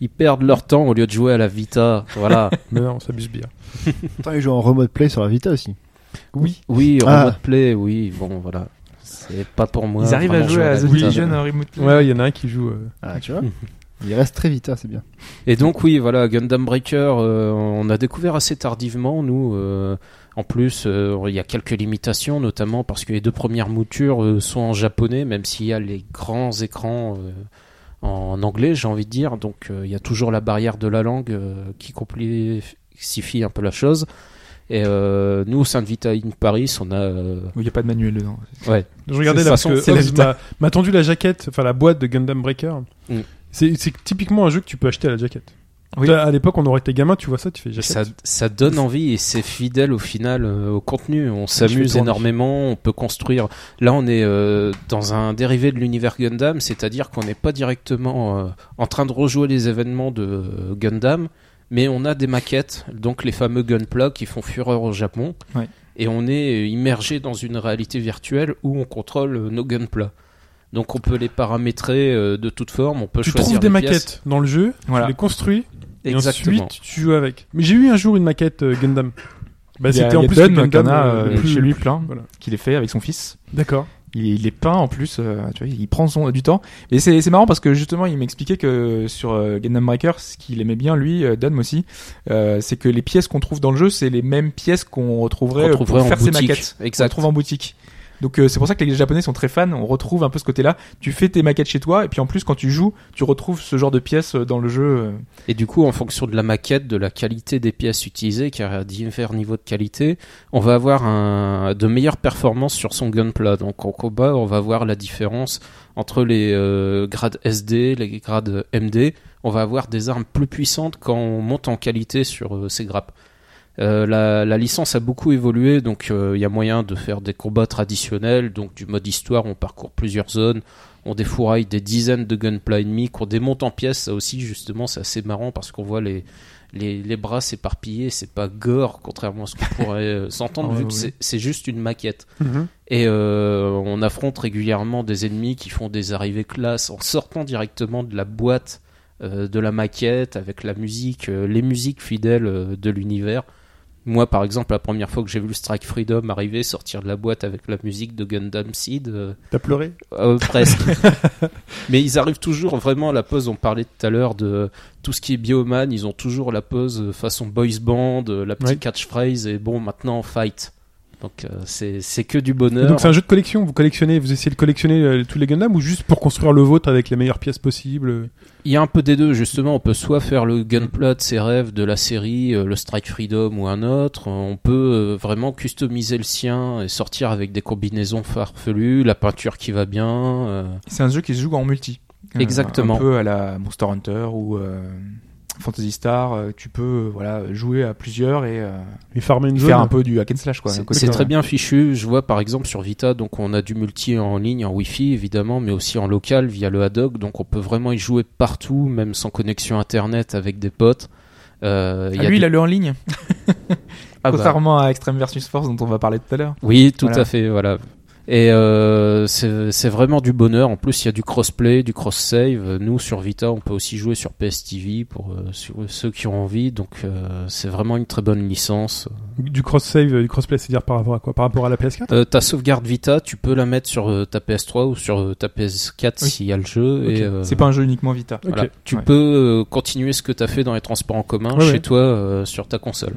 Ils perdent leur temps au lieu de jouer à la Vita. Voilà. Mais non, on s'abuse bien. Attends, il joue en remote play sur la Vita aussi. Oui. Oui, Ah. remote play. Oui, bon, voilà. C'est pas pour moi. Ils arrivent à vraiment, jouer à The la Vita. Division euh, Remote. Ouais, il y en a un qui joue euh, Ah, tu vois Il reste très Vita, c'est bien. Et donc oui, voilà, Gundam Breaker, euh, on a découvert assez tardivement, nous. euh, en plus, euh, il y a quelques limitations, notamment parce que les deux premières moutures euh, sont en japonais, même s'il y a les grands écrans euh, en anglais, j'ai envie de dire. Donc euh, il y a toujours la barrière de la langue euh, qui complexifie un peu la chose. Et euh, nous, au sein de Vita in Paris, on a... euh, Il n'y a pas de manuel dedans. Je regardais C'est là parce ça, que c'est la Hobbs Vita. m'a- m'a tendu la jaquette, enfin la boîte de Gundam Breaker. Mm. C'est c'est typiquement un jeu que tu peux acheter à la jaquette. Oui. Toi, À l'époque, on aurait été gamin, tu vois ça, tu fais jaquette. ça, ça donne envie et c'est fidèle au final euh, au contenu. On s'amuse tourner. énormément, on peut construire. Là, on est euh, dans un dérivé de l'univers Gundam, c'est-à-dire qu'on n'est pas directement euh, en train de rejouer les événements de euh, Gundam, mais on a des maquettes, donc les fameux Gunpla qui font fureur au Japon. Ouais. Et on est euh, immergé dans une réalité virtuelle où on contrôle euh, nos Gunpla. Donc on peut les paramétrer euh, de toute forme, on peut Tu choisir trouves des les maquettes pièces. dans le jeu, Voilà. tu les construis, Et Exactement. ensuite, tu joues avec. Mais j'ai eu un jour une maquette euh, Gundam. Bah, Il y a- c'était en il y a plus Dunn, le Gundam qu'il y en a, euh, euh, plus- chez lui plein, voilà. qu'il est fait avec son fils. D'accord. Il, il est peint en plus, euh, tu vois, il prend son, du temps. Et c'est c'est marrant parce que justement, il m'expliquait que sur euh, Gundam Breaker, ce qu'il aimait bien, lui, euh, Dunm aussi, euh, c'est que les pièces qu'on trouve dans le jeu, c'est les mêmes pièces qu'on retrouverait, Qu'on euh, trouverait pour en faire ses boutique. maquettes. Exact. On trouve en boutique. Donc euh, c'est pour ça que les Japonais sont très fans. On retrouve un peu ce côté-là. Tu fais tes maquettes chez toi et puis en plus quand tu joues, tu retrouves ce genre de pièces euh, dans le jeu. euh. Et du coup, en fonction de la maquette, de la qualité des pièces utilisées, car à divers niveaux de qualité, on va avoir un, de meilleures performances sur son gunpla. Donc en combat, on va voir la différence entre les euh, grades SD, les grades MD. On va avoir des armes plus puissantes quand on monte en qualité sur euh, ces grappes. Euh, la, la licence a beaucoup évolué, donc euh, il y a moyen de faire des combats traditionnels, donc du mode histoire, on parcourt plusieurs zones, on défouraille des dizaines de gunpla ennemis qu'on démonte en pièces. Ça aussi, justement, c'est assez marrant parce qu'on voit les, les, les bras s'éparpiller. C'est pas gore, contrairement à ce qu'on pourrait euh, s'entendre, Ah ouais, vu que ouais. c'est- c'est juste une maquette. Mhm. Et euh, on affronte régulièrement des ennemis qui font des arrivées classes en sortant directement de la boîte euh, de la maquette avec la musique, euh, les musiques fidèles euh, de l'univers. Moi, par exemple, la première fois que j'ai vu le Strike Freedom arriver, sortir de la boîte avec la musique de Gundam Seed, euh, T'as pleuré euh, presque. Mais ils arrivent toujours vraiment à la pose. On parlait tout à l'heure de tout ce qui est bioman. Ils ont toujours la pose euh, façon boys band, euh, la petite Ouais. catchphrase et bon, maintenant fight. Donc euh, c'est c'est que du bonheur. Donc c'est un jeu de collection. Vous collectionnez, vous essayez de collectionner euh, tous les Gundam ou juste pour construire le vôtre avec les meilleures pièces possibles. euh, Il y a un peu des deux, justement. On peut soit faire le gunpla de ses rêves de la série, euh, le Strike Freedom ou un autre. On peut euh, vraiment customiser le sien et sortir avec des combinaisons farfelues, la peinture qui va bien. euh, C'est un jeu qui se joue en multi. Euh, Exactement. un peu à la Monster Hunter ou euh, Fantasy Star. euh, tu peux euh, voilà jouer à plusieurs et euh, Et farmer une zone. euh, faire un peu du hack and slash quoi. C'est- Un côté C'est comme- très bien fichu. Je vois par exemple sur Vita, donc on a du multi en ligne, en Wi-Fi évidemment, mais aussi en local via le Haddock. Donc on peut vraiment y jouer partout, même sans connexion internet avec des potes. Euh, Ah, il y a lui, du- il a le en ligne. Ah bah, Contrairement à Extreme versus Force dont on va parler tout à l'heure. Oui, tout Voilà. à fait, voilà. Et euh, c'est c'est vraiment du bonheur. En plus, il y a du crossplay, du cross-save. Nous, sur Vita, on peut aussi jouer sur PS TV pour euh, sur- ceux qui ont envie. Donc, euh, c'est vraiment une très bonne licence. Du cross-save, euh, du cross-play, c'est-à-dire par rapport à quoi Par rapport à la PS4 Euh, ta sauvegarde Vita, tu peux la mettre sur euh, ta PS3 ou sur euh, ta PS4 Oui. s'il y a le jeu. Ok. et, euh, C'est pas un jeu uniquement Vita. voilà. Ok. Tu Ouais. peux euh, continuer ce que tu as fait dans les transports en commun Ouais, chez ouais. toi euh, sur ta console.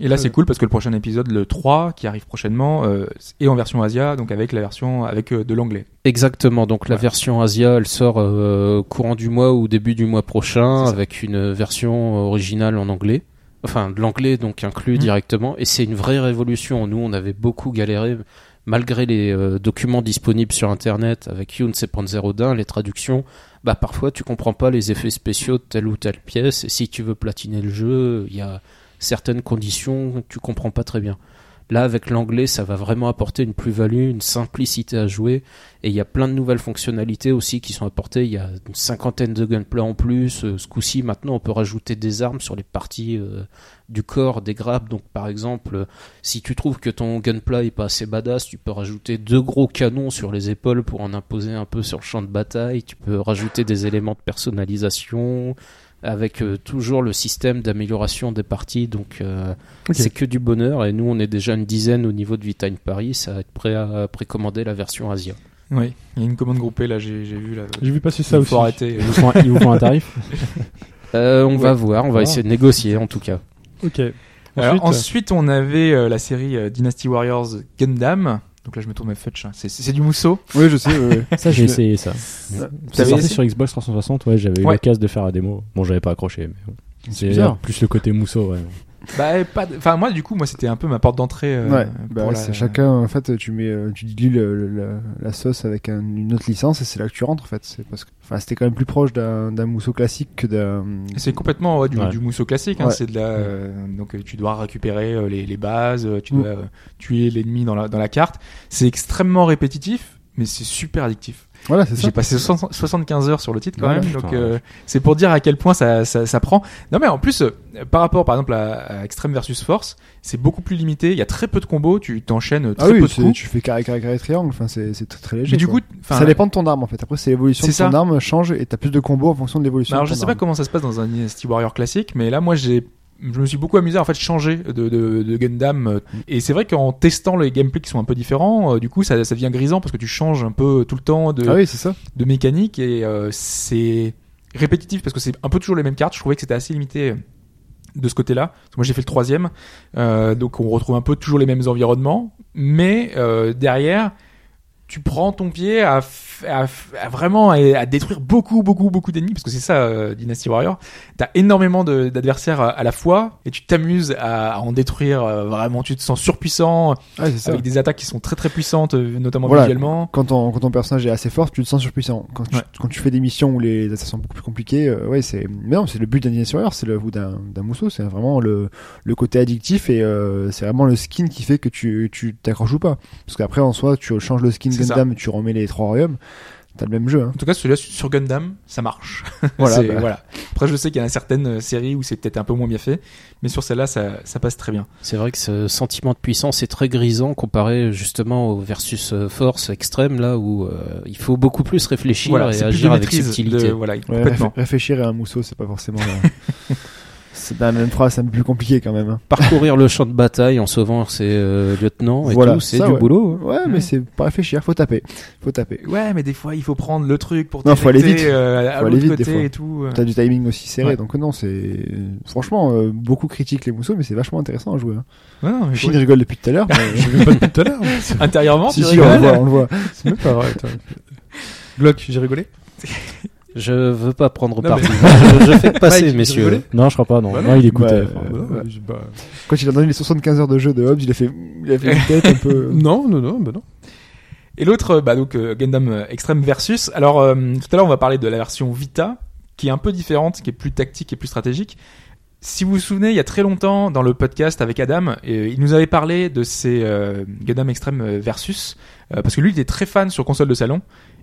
Et là, Très c'est bien. cool parce que le prochain épisode, le 3, qui arrive prochainement, euh, est en version Asia, donc avec la version avec euh, de l'anglais. Exactement, donc la Voilà. version Asia, elle sort euh, courant du mois ou début du mois prochain C'est ça. avec une version euh, originale en anglais. Enfin, de l'anglais donc inclus Mhm. directement. Et c'est une vraie révolution. Nous, on avait beaucoup galéré malgré les euh, documents disponibles sur Internet avec Yoon Sepanzerodin, les traductions. Bah parfois, tu comprends pas les effets spéciaux de telle ou telle pièce. Et si tu veux platiner le jeu, il y a certaines conditions que tu comprends pas très bien. Là, avec l'anglais, ça va vraiment apporter une plus-value, une simplicité à jouer. Et il y a plein de nouvelles fonctionnalités aussi qui sont apportées. Il y a une cinquantaine de gunplay en plus. Euh, Ce coup-ci, maintenant, on peut rajouter des armes sur les parties euh, du corps, des grappes. Donc, par exemple, euh, si tu trouves que ton gunplay est pas assez badass, tu peux rajouter deux gros canons sur les épaules pour en imposer un peu sur le champ de bataille. Tu peux rajouter des éléments de personnalisation avec euh, toujours le système d'amélioration des parties. Donc, euh, c'est que du bonheur. Et nous, on est déjà une dizaine au niveau de Vitine Paris. Ça va être prêt à précommander la version Asia. Oui, il y a une commande groupée, là, j'ai j'ai vu. Là, J'ai vu passer ça il aussi. faut arrêter. Ils vous font un, ils vous font un tarif Euh, Ouais. on va voir, on va Ah. essayer de négocier en tout cas. Ok. Alors, Ensuite, Euh, Ensuite, on avait euh, la série euh, Dynasty Warriors Gundam. Donc là, je me tourne mes fetch. hein. C'est- C'est c'est du mousseau. Oui, je sais. ouais, ouais. Ça, j'ai essayé ça. C'est T'avais sorti essayé sur Xbox 360, ouais, j'avais eu Ouais. l'occasion de faire la démo. Bon, j'avais pas accroché, mais bon. C'est bizarre. plus le côté mousseau, ouais. Bah, pas de- Enfin, moi, du coup, moi, c'était un peu ma porte d'entrée. euh, ouais. pour Bah, la- c'est chacun. En fait, tu mets, euh, tu dilues le- le- la, la sauce avec un- une autre licence et c'est là que tu rentres. En fait, c'est parce que, enfin, c'était quand même plus proche d'un d'un mousseau classique que d'un. C'est complètement ouais, du, Ouais. du mousseau classique. hein, Ouais. C'est de la, euh, donc euh, tu dois récupérer euh, les, les bases, euh, Mm. tu dois euh, tuer l'ennemi dans la, dans la carte. C'est extrêmement répétitif, mais c'est super addictif. Voilà, c'est ça. J'ai passé 60 75 heures sur le titre quand Ouais, même, putain, donc euh, c'est pour dire à quel point ça, ça, ça prend. Non mais en plus, euh, par rapport par exemple à, à Extreme versus Force, c'est beaucoup plus limité. Il y a très peu de combos, tu t'enchaînes Ah très oui, peu de c'est- coups. tu fais carré, carré, carré, triangle. Enfin, c'est c'est très, très léger. Mais du quoi. coup, enfin, ça dépend de ton arme en fait. Après, c'est l'évolution de C'est ton ça. arme change et t'as plus de combos en fonction de l'évolution. Alors de je ton sais pas arme. comment ça se passe dans un Dynasty Warrior classique, mais là moi j'ai je me suis beaucoup amusé à en fait changer de, de, de Gundam euh, et c'est vrai qu'en testant les gameplays qui sont un peu différents, euh, du coup ça, ça devient grisant parce que tu changes un peu tout le temps de, Ah oui, c'est ça. de mécanique et euh, c'est répétitif parce que c'est un peu toujours les mêmes cartes. Je trouvais que c'était assez limité de ce côté-là. Parce que Moi j'ai fait le troisième, Euh, donc on retrouve un peu toujours les mêmes environnements, mais euh, derrière tu prends ton pied à, f- à f- à vraiment à, à détruire beaucoup beaucoup beaucoup d'ennemis parce que c'est ça euh, Dynasty Warrior t'as énormément de- d'adversaires à- à la fois et tu t'amuses à, à en détruire euh, vraiment tu te sens surpuissant Ouais, Ah c'est ça. avec des attaques qui sont très très puissantes euh, notamment Voilà. visuellement Quand ton, quand ton personnage est assez fort, tu te sens surpuissant. Quand tu, Ouais. quand tu fais des missions où les assassins sont beaucoup plus compliqués, euh, ouais, c'est. Mais non, c'est le but d'un Dynasty Warrior, c'est le ou d'un d'un mousseau, c'est vraiment le, le côté addictif et euh, c'est vraiment le skin qui fait que tu tu t'accroches ou pas. Parce qu'après, en soi, tu changes le skin C'est ça. Gundam, tu remets les trois royaumes, t'as le même jeu. Hein. en tout cas celui-là su- sur Gundam ça marche Voilà, C'est- bah. voilà après je sais qu'il y a certaines euh, séries où c'est peut-être un peu moins bien fait mais sur celle-là ça, ça passe très bien C'est vrai que ce sentiment de puissance est très grisant comparé justement au versus euh, force extrême là où euh, il faut beaucoup plus réfléchir voilà et c'est plus de agir avec maîtrise subtilité. de- voilà Ouais, complètement réf- réfléchir à un mousseau, c'est pas forcément. euh, c'est dans la même phrase, c'est un peu plus compliqué quand même. hein. Parcourir le champ de bataille en sauvant ses euh, lieutenants et Voilà, tout, c'est ça, du ouais. boulot. hein. Ouais, mais c'est pas réfléchir, faut taper, faut taper. Ouais, mais des fois, il faut prendre le truc pour Non, faut t'éjecter, aller vite. euh, à Faut aller l'autre vite, des côté fois. et tout. euh. T'as du timing aussi serré, Ouais. donc non, c'est franchement euh, beaucoup critique les mousseaux, mais c'est vachement intéressant à jouer. Hein. Ouais, non, mais Chine rigole depuis tout à l'heure. mais- Je l'ai pas depuis tout à l'heure. mais c'est- Intérieurement, si tu si, on le rigoles. voit, on le voit. C'est même pas vrai. attends. Glock, j'ai rigolé. Je veux pas prendre Non, parti. mais- je, je fais passer, Mike, tu messieurs. rigolais Non, je crois pas, non. Bah non, il écoutait. Bah, enfin. Bah, ouais. je- bah, Quand il a donné les 75 heures de jeu de Hobbs, il a fait, il a fait une tête un peu. Non, non, non, bah non. Et l'autre, euh, bah, donc, euh, Gundam euh, Extreme Versus. Alors, euh, tout à l'heure, on va parler de la version Vita, qui est un peu différente, qui est plus tactique et plus stratégique. Si vous vous souvenez, il y a très longtemps, dans le podcast avec Adam, euh, il nous avait parlé de ces euh, Gundam Extreme euh, Versus, euh, parce que lui, il était très fan sur console de salon.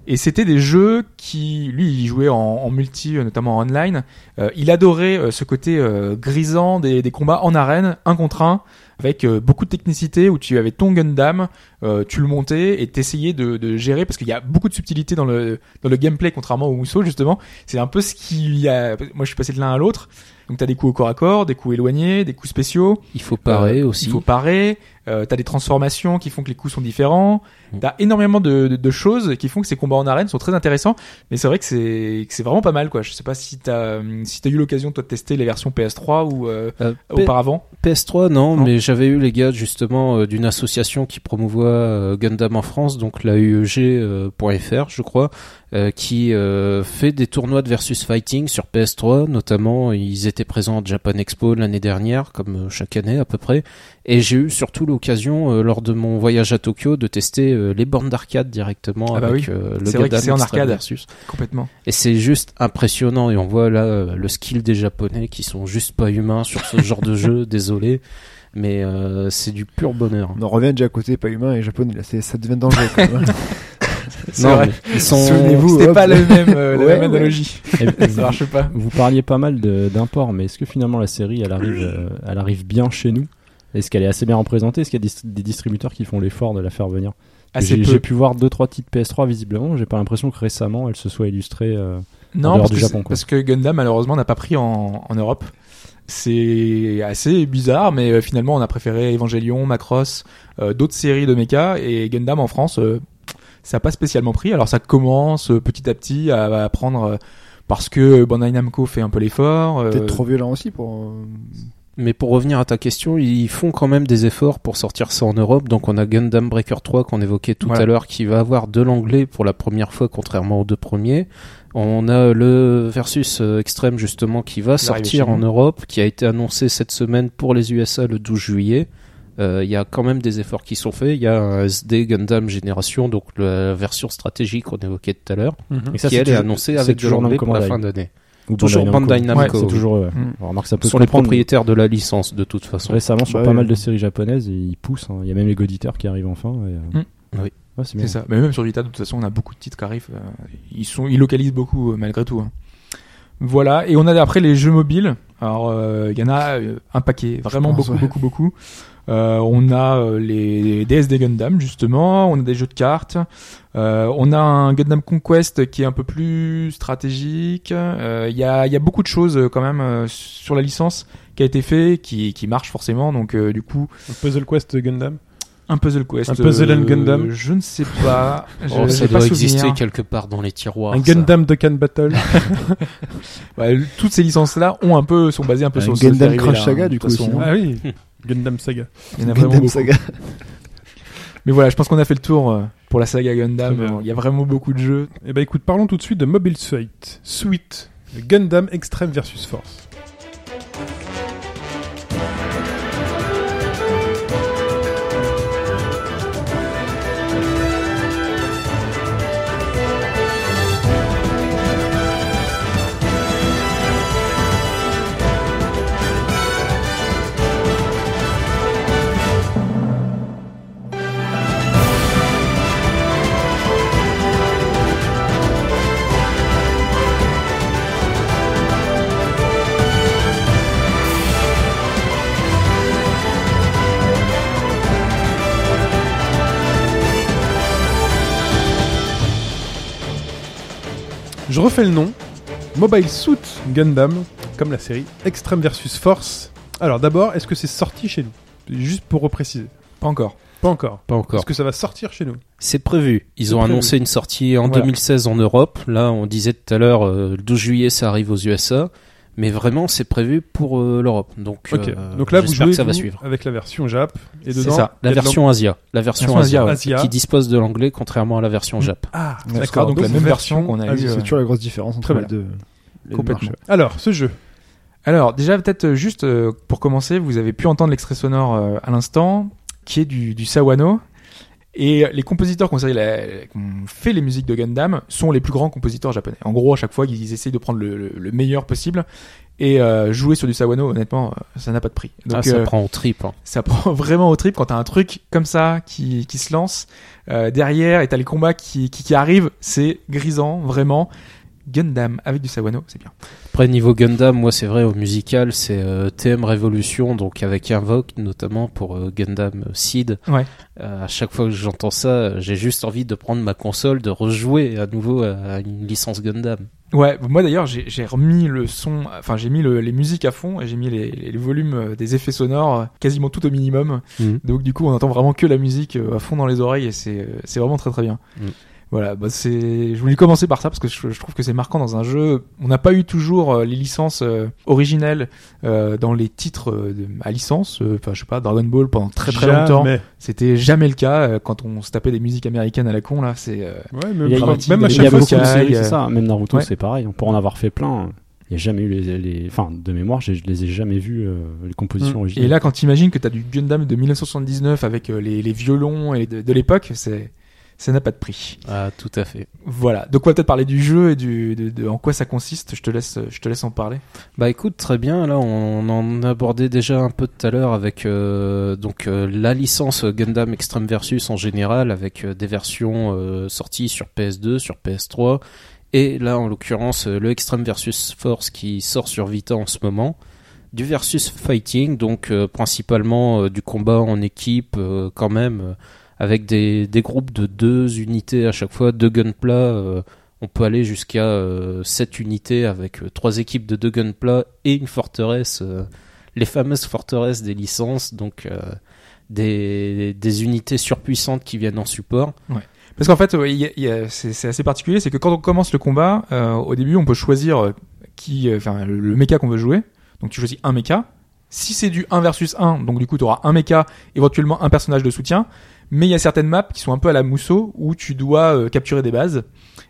Et c'était des jeux qui, lui, il jouait en, en multi, euh, notamment en online. Euh, il adorait euh, ce côté euh, grisant des, des combats en arène, un contre un, avec euh, beaucoup de technicité, où tu avais ton Gundam, euh, tu le montais et t'essayais de, de gérer, parce qu'il y a beaucoup de subtilité dans le, dans le gameplay, contrairement au Musso, justement. C'est un peu ce qu'il y a... Moi, je suis passé de l'un à l'autre. Donc t'as des coups au corps à corps, des coups éloignés, des coups spéciaux. Il faut parer Euh, aussi. Il faut parer. Euh, t'as des transformations qui font que les coups sont différents. Mm. T'as énormément de, de- de choses qui font que ces combats en arène sont très intéressants. Mais c'est vrai que c'est que c'est vraiment pas mal quoi. Je sais pas si t'as hum, si t'as eu l'occasion toi de tester les versions PS3 ou euh, Euh, P- auparavant. PS3 non, Non. mais j'avais eu les gars justement euh, d'une association qui promouvoit euh, Gundam en France, donc la E euh, UEG.fr je crois, euh, qui euh, fait des tournois de versus fighting sur PS3 notamment. Ils étaient présents à Japan Expo l'année dernière, comme euh, chaque année à peu près. Et j'ai eu surtout l'occasion euh, lors de mon voyage à Tokyo de tester euh, les bornes d'arcade directement Ah bah avec oui. euh, le C'est vrai que Gundam c'est en Extreme arcade. versus. Complètement. Et c'est juste impressionnant et on voit là euh, le skill des japonais qui sont juste pas humains sur ce genre de jeu, désolé, mais euh, c'est du pur bonheur. On en revient déjà à côté pas humain et japonais, là, c'est- ça devient dangereux quand même. hein. C'est vrai. mais ils sont Souvenez-vous. C'était hop. pas le même, euh, la Ouais, même ouais. analogie. Et- et Ça vous- marche pas. Eh, vous parliez pas mal de- d'import, mais est-ce que finalement la série, elle arrive, euh, elle arrive bien chez nous Est-ce qu'elle est assez bien représentée Est-ce qu'il y a des, des distributeurs qui font l'effort de la faire venir Assez J'ai peu. j'ai pu voir deux trois titres PS3 visiblement. J'ai pas l'impression que récemment elle se soit illustrée. euh, Non, dehors parce du que, Japon, c'est- quoi. parce que Gundam malheureusement n'a pas pris en, en Europe. C'est assez bizarre, mais euh, finalement on a préféré Evangelion, Macross, euh, d'autres séries de mecha et Gundam en France, euh, ça n'a pas spécialement pris. Alors ça commence euh, petit à petit à, à prendre euh, parce que Bandai Namco fait un peu l'effort. euh, Peut-être trop violent aussi pour. euh, Mais pour revenir à ta question, ils font quand même des efforts pour sortir ça en Europe. Donc on a Gundam Breaker 3 qu'on évoquait tout Voilà. à l'heure qui va avoir de l'anglais pour la première fois contrairement aux deux premiers. On a le Versus euh, Extreme justement qui va Qui va arriver sortir chez en nous. Europe, qui a été annoncé cette semaine pour les USA le 12 juillet. Euh, Il y a quand même des efforts qui sont faits. Il y a un SD Gundam Génération, donc la version stratégique qu'on évoquait tout à l'heure, Et ça, qui c'est elle est toujours- annoncée c'est avec de toujours l'anglais pour la Namco fin Bandai. d'année. ou toujours Bandai Ouais, Namco, c'est oui. toujours. euh, Mm. on remarque ça peut Ce se sont les comprendre. propriétaires de la licence de toute façon. Récemment, sur Bah pas oui. mal de séries japonaises, ils poussent. hein. Il y a même les goditeurs qui arrivent enfin. et, euh, Ah Mm. Oui. Ouais, c'est bien. hein. C'est ça. Mais même sur Vita, de toute façon, on a beaucoup de titres qui arrivent. euh, Ils, sont, ils localisent beaucoup euh, malgré tout. hein. Voilà. Et on a après les jeux mobiles. Alors, euh, il y en a euh, un paquet. Vraiment pense, beaucoup, ouais. beaucoup, beaucoup, Euh, on a euh, les DSD Gundam, justement. On a des jeux de cartes. Euh, on a un Gundam Conquest qui est un peu plus stratégique. Euh, Il y, a, il y a beaucoup de choses euh, quand même euh, sur la licence qui a été fait, qui, qui marche forcément. Donc, euh, du coup, Puzzle Quest Gundam. un Puzzle Quest. euh, Un Puzzle and Gundam. Je ne sais pas. Je- Oh, ça j'ai pas doit souvenir. exister quelque part dans les tiroirs. un Bah, ça. Gundam Dokkan Battle. Bah, le- toutes ces licences-là ont un peu, sont basées un peu Un sur Gundam ce dérivé-là, Crush hein, Saga, de du toute coup, façon. sinon. ah oui. Gundam Saga. Il y en a vraiment Gundam beaucoup. Saga. Mais voilà, je pense qu'on a fait le tour euh, pour la saga Gundam. Très bien. euh, Il y a vraiment beaucoup de jeux. Eh ben écoute, parlons tout de suite de Mobile Suit. Suite. le Gundam Extreme versus Force. Je refais le nom. Mobile Suit Gundam, comme la série Extreme versus Force. Alors d'abord, est-ce que c'est sorti chez nous Juste pour repréciser. Pas encore. Pas encore. Pas encore. Est-ce que ça va sortir chez nous C'est prévu. Ils ont prévu. annoncé une sortie en Voilà. 2016 en Europe. Là, on disait tout à l'heure, euh, le 12 juillet, ça arrive aux USA. Mais vraiment, c'est prévu pour euh, l'europe. Donc, Ok. euh, Donc là, vous j'espère jouez que ça va vous, suivre. avec la version Jap. Et C'est dedans, ça. il y La a de version Asia. La version Version Asia, Asia, ouais. Asia. qui dispose de l'anglais, contrairement à la version Jap. Ah, Ouais, d'accord. sera donc la même version qu'on a eue, Asia. Ah C'est euh, toujours la grosse différence entre Très les deux. les deux Complètement. marches. Alors, ce jeu. Alors, déjà, peut-être euh, juste euh, pour commencer, vous avez pu entendre l'extrait sonore euh, à l'instant, qui est du, du Sawano. Et euh, les compositeurs qui ont la- qui ont fait les musiques de Gundam sont les plus grands compositeurs japonais. En gros, à chaque fois, ils essayent de prendre le, le- le meilleur possible. Et euh, jouer sur du Sawano, honnêtement, euh, ça n'a pas de prix. Donc, Ah, ça euh, prend au trip. hein. ça prend vraiment au trip quand t'as un truc comme ça qui, qui se lance euh, derrière et t'as les combats qui, qui, qui arrivent, c'est grisant, vraiment. Gundam avec du Sawano, c'est bien. Après, niveau Gundam, moi, c'est vrai, au musical, c'est euh, TM Révolution, donc avec Invoke, notamment pour euh, Gundam Seed. Ouais. Euh, à chaque fois que j'entends ça, euh, j'ai juste envie de prendre ma console, de rejouer à nouveau à une licence Gundam. Ouais, moi d'ailleurs, j'ai j'ai remis le son, enfin j'ai mis le- les musiques à fond et j'ai mis les, les volumes euh, des effets sonores euh, quasiment tout au minimum. Mhm. Donc du coup, on entend vraiment que la musique euh, à fond dans les oreilles et c'est euh, c'est vraiment très très bien. Mhm. Voilà, bah c'est je voulais commencer par ça parce que je, je trouve que c'est marquant dans un jeu. On n'a pas eu toujours euh, les licences euh, originelles euh, dans les titres euh, de- à licence. Euh, Enfin, je sais pas, Dragon Ball pendant très très longtemps, Jamais. c'était jamais le cas euh, quand on se tapait des musiques américaines à la con là. C'est euh, Ouais, Il y mais a- même, Dramatique, même à Il y a chaque fois, beaucoup qu'il y de a- séries, il y a- c'est ça. Même Naruto, Ouais. c'est pareil. On peut en avoir fait plein. Il n'y a jamais eu les, les- enfin, de mémoire, j'ai- je les ai jamais vus euh, les compositions Mm. originales. Et là, quand t'imagines que t'as du Gundam de 1979 avec euh, les, les violons et de, de l'époque, c'est ça n'a pas de prix. Ah, tout à fait. Voilà. De quoi peut-être parler du jeu et du de, de- en quoi ça consiste. Je te laisse je te laisse en parler. Bah écoute, très bien. Là, on en abordait déjà un peu tout à l'heure avec euh, donc euh, la licence Gundam Extreme Versus en général, avec euh, des versions euh, sorties sur PS2, sur PS3, et là en l'occurrence euh, le Extreme Versus Force qui sort sur Vita en ce moment. Du versus fighting, donc euh, principalement euh, du combat en équipe euh, quand même, euh, avec des, des groupes de deux unités à chaque fois, deux gunpla. euh, on peut aller jusqu'à 7 unités avec euh, trois équipes de deux gunpla et une forteresse, euh, les fameuses forteresses des licences, donc euh, des, des unités surpuissantes qui viennent en support. Parce qu'en fait, ouais, il y a- il y a- c'est c'est assez particulier, c'est que quand on commence le combat, euh, au début, on peut choisir euh, qui, euh, enfin, le, le méca qu'on veut jouer. Donc tu choisis un méca. Si c'est du 1 versus 1, donc du coup, tu auras un méca, éventuellement un personnage de soutien. Mais il y a certaines maps qui sont un peu à la mousseau où tu dois euh, capturer des bases.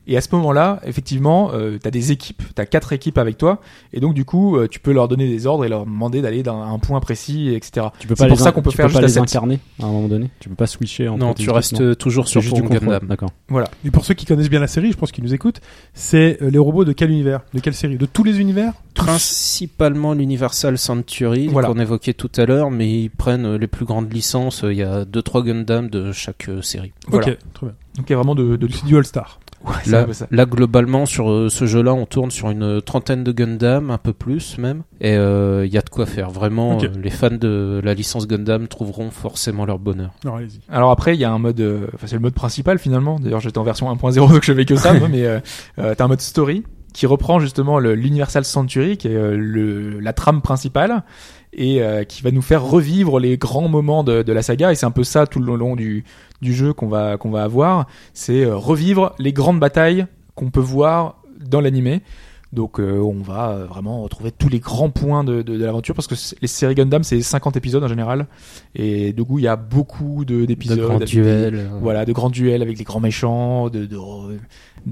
Et à ce moment-là, effectivement, euh, t'as des équipes, t'as quatre équipes avec toi, et donc du coup, euh, tu peux leur donner des ordres et leur demander d'aller d'un à un point précis, etc. tu peux c'est pas pour les ça in- qu'on peut tu faire pas juste à les sept. incarner à un moment donné. Tu peux pas switcher. En non, fait, tu restes euh, toujours C'est sur juste ton du contrôle. Gundam. D'accord. Voilà. Et pour ceux qui connaissent bien la série, je pense qu'ils nous écoutent, c'est euh, les robots de quel univers De quelle série De tous les univers Principalement l'Universal Century Voilà. qu'on évoquait tout à l'heure, mais ils prennent euh, les plus grandes licences. Il y a 2-3 Gundam de chaque euh, série. Voilà. Ok, très bien. Donc il y a vraiment de, de, Donc c'est du All-Star. Ouais, c'est un Là, peu ça. là, globalement, sur euh, ce jeu-là, on tourne sur une euh, trentaine de Gundam, un peu plus même. Et il y a de quoi faire. Vraiment, Ok. euh, les fans de la licence Gundam trouveront forcément leur bonheur. Non, allez-y. Alors après, il y a un mode, euh, enfin c'est le mode principal finalement. D'ailleurs, j'étais en version 1.0 donc je fais que ça, moi, mais euh, euh, t'as un mode story qui reprend justement le- l'Universal Century, qui est euh, le, la trame principale et euh, qui va nous faire revivre les grands moments de, de la saga. Et c'est un peu ça tout le long du, du jeu qu'on va qu'on va avoir, c'est euh, revivre les grandes batailles qu'on peut voir dans l'animé. Donc euh, on va euh, vraiment retrouver tous les grands points de, de- de l'aventure parce que c- les séries Gundam c'est 50 épisodes en général et du coup il y a beaucoup de- de d'épisodes, grands avec des- duels. euh, voilà, de grands duels avec les grands méchants, de, de- euh,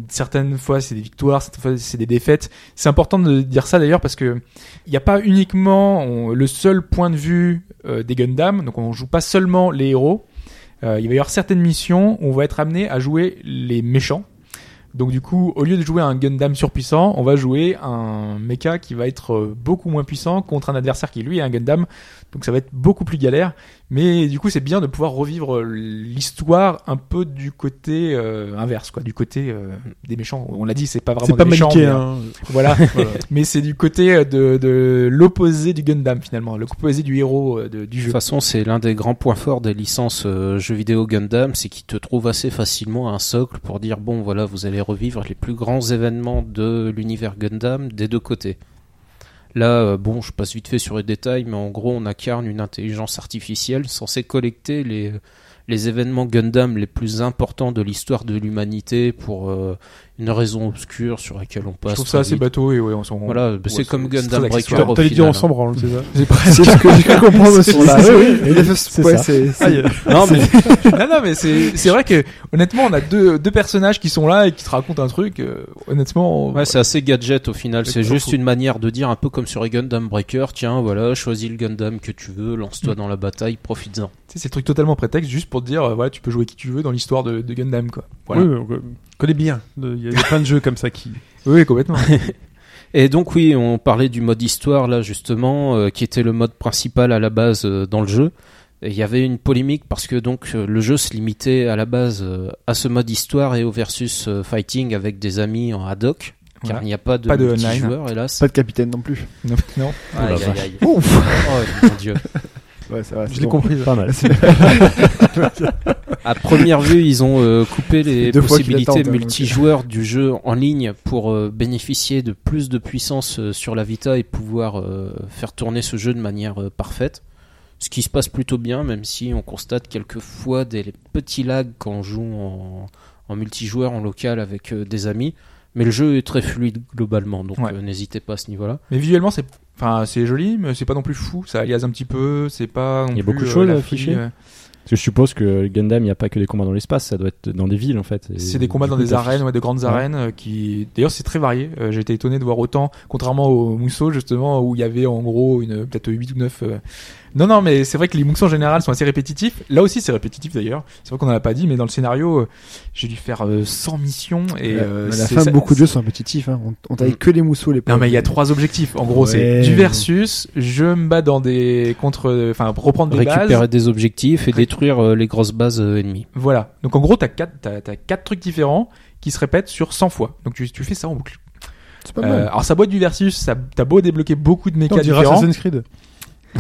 certaines fois c'est des victoires, certaines fois c'est des défaites. C'est important de dire ça d'ailleurs parce que il n'y a pas uniquement on- le seul point de vue euh, des Gundam, donc on joue pas seulement les héros. Euh, il va y avoir certaines missions où on va être amené à jouer les méchants. Donc du coup, au lieu de jouer un Gundam surpuissant, on va jouer un mecha qui va être euh, beaucoup moins puissant contre un adversaire qui lui est un Gundam. Donc ça va être beaucoup plus galère. Mais du coup, c'est bien de pouvoir revivre l'histoire un peu du côté euh, inverse, quoi, du côté euh, des méchants. On l'a dit, c'est pas vraiment C'est pas hein. des méchants. mais, euh, manichéen. Voilà. Voilà. mais c'est du côté euh, de, de l'opposé du Gundam finalement, l'opposé du héros euh, de- du De jeu. toute façon, c'est l'un des grands points forts des licences euh, jeux vidéo Gundam, c'est qu'ils te trouvent assez facilement un socle pour dire bon, voilà, vous allez revivre les plus grands événements de l'univers Gundam des deux côtés. Là, euh, bon, je passe vite fait sur les détails, mais en gros, on incarne une intelligence artificielle censée collecter les, les événements Gundam les plus importants de l'histoire de l'humanité pour euh, une raison obscure sur laquelle on passe. Je trouve ça très assez vite. bateau et ouais, on s'en Voilà, bah, c'est ouais, comme c'est Gundam très Breaker. accessoire. au T'allais dire final. hein. on s'en branle, c'est ça J'ai pas- C'est ce que j'ai cru comprendre aussi. C'est ça. Oui, oui. Et les- Ah C'est ouais, ça. c'est- c'est- Aïe. Non, mais non, non, mais c'est c'est vrai que honnêtement, on a deux, deux personnages qui sont là et qui te racontent un truc. euh, honnêtement, Ouais, c'est assez gadget au final. Ouais, c'est C'est juste fou. une manière de dire un peu comme sur les Gundam Breaker. Tiens, voilà, choisis le Gundam que tu veux, lance-toi dans la bataille, profites-en. tu sais, c'est le truc totalement prétexte juste pour te dire, euh, voilà, tu peux jouer qui tu veux dans l'histoire de, de Gundam, quoi. Voilà. Oui, on connaît bien. Il y a- il y a plein de jeux comme ça qui. oui complètement. Et donc oui, on parlait du mode histoire là justement, euh, qui était le mode principal à la base euh, dans le jeu. Et Il y avait une polémique parce que donc euh, le jeu se limitait à la base euh, à ce mode histoire et au versus euh, fighting avec des amis en ad hoc, car Voilà. il n'y a pas de, Pas de online. multijoueur hélas. Pas de capitaine non plus. non, non. Aïe, vache. aïe, aïe. Oh, mon dieu. Ouais, ça va, Je c'est l'ai bon. compris. Pas mal. À première vue, ils ont euh, coupé les Deux fois qu'ils possibilités l'attendent, hein, multijoueurs du jeu en ligne pour euh, bénéficier de plus de puissance euh, sur la Vita et pouvoir euh, faire tourner ce jeu de manière euh, parfaite. Ce qui se passe plutôt bien, même si on constate quelquefois des petits lags quand on joue en, en multijoueur, en local avec euh, des amis. Mais le jeu est très fluide globalement, donc Ouais. euh, n'hésitez pas à ce niveau-là. Mais visuellement, c'est enfin c'est joli, mais c'est pas non plus fou. Ça aliase un petit peu. C'est pas. euh, Il y a beaucoup de choses affichées. Parce que je suppose que Gundam, il n'y a pas que des combats dans l'espace, ça doit être dans des villes en fait. Et C'est des combats du dans coup, des t'as- arènes, ouais, de grandes Ouais. arènes euh, qui. D'ailleurs, c'est très varié. Euh, J'ai été étonné de voir autant, contrairement aux mousseaux justement où il y avait en gros une peut-être 8 ou 9 euh, Non, non, mais c'est vrai que les mousseaux en général sont assez répétitifs. Là aussi, c'est répétitif d'ailleurs. C'est vrai qu'on en a pas dit, mais dans le scénario, euh, j'ai dû faire euh, 100 missions et. Ouais, euh, mais à la c'est- fin, ça- beaucoup de jeux sont répétitifs. Hein. On, on taille que les mousseaux, les Non pauvres. mais il y a trois objectifs. En gros, c'est Ouais. du versus. Je me bats dans des contre, enfin reprendre des bases. Récupérer des objectifs et Ré- détruire euh, les grosses bases euh, ennemies. Voilà. Donc en gros, t'as quatre, t'as, t'as quatre trucs différents qui se répètent sur 100 fois. Donc tu, tu fais ça en boucle. C'est pas Euh, mal. alors ça boîte du versus, ça, t'as beau débloquer beaucoup de On mécaniques dira différents. Assassin's Creed.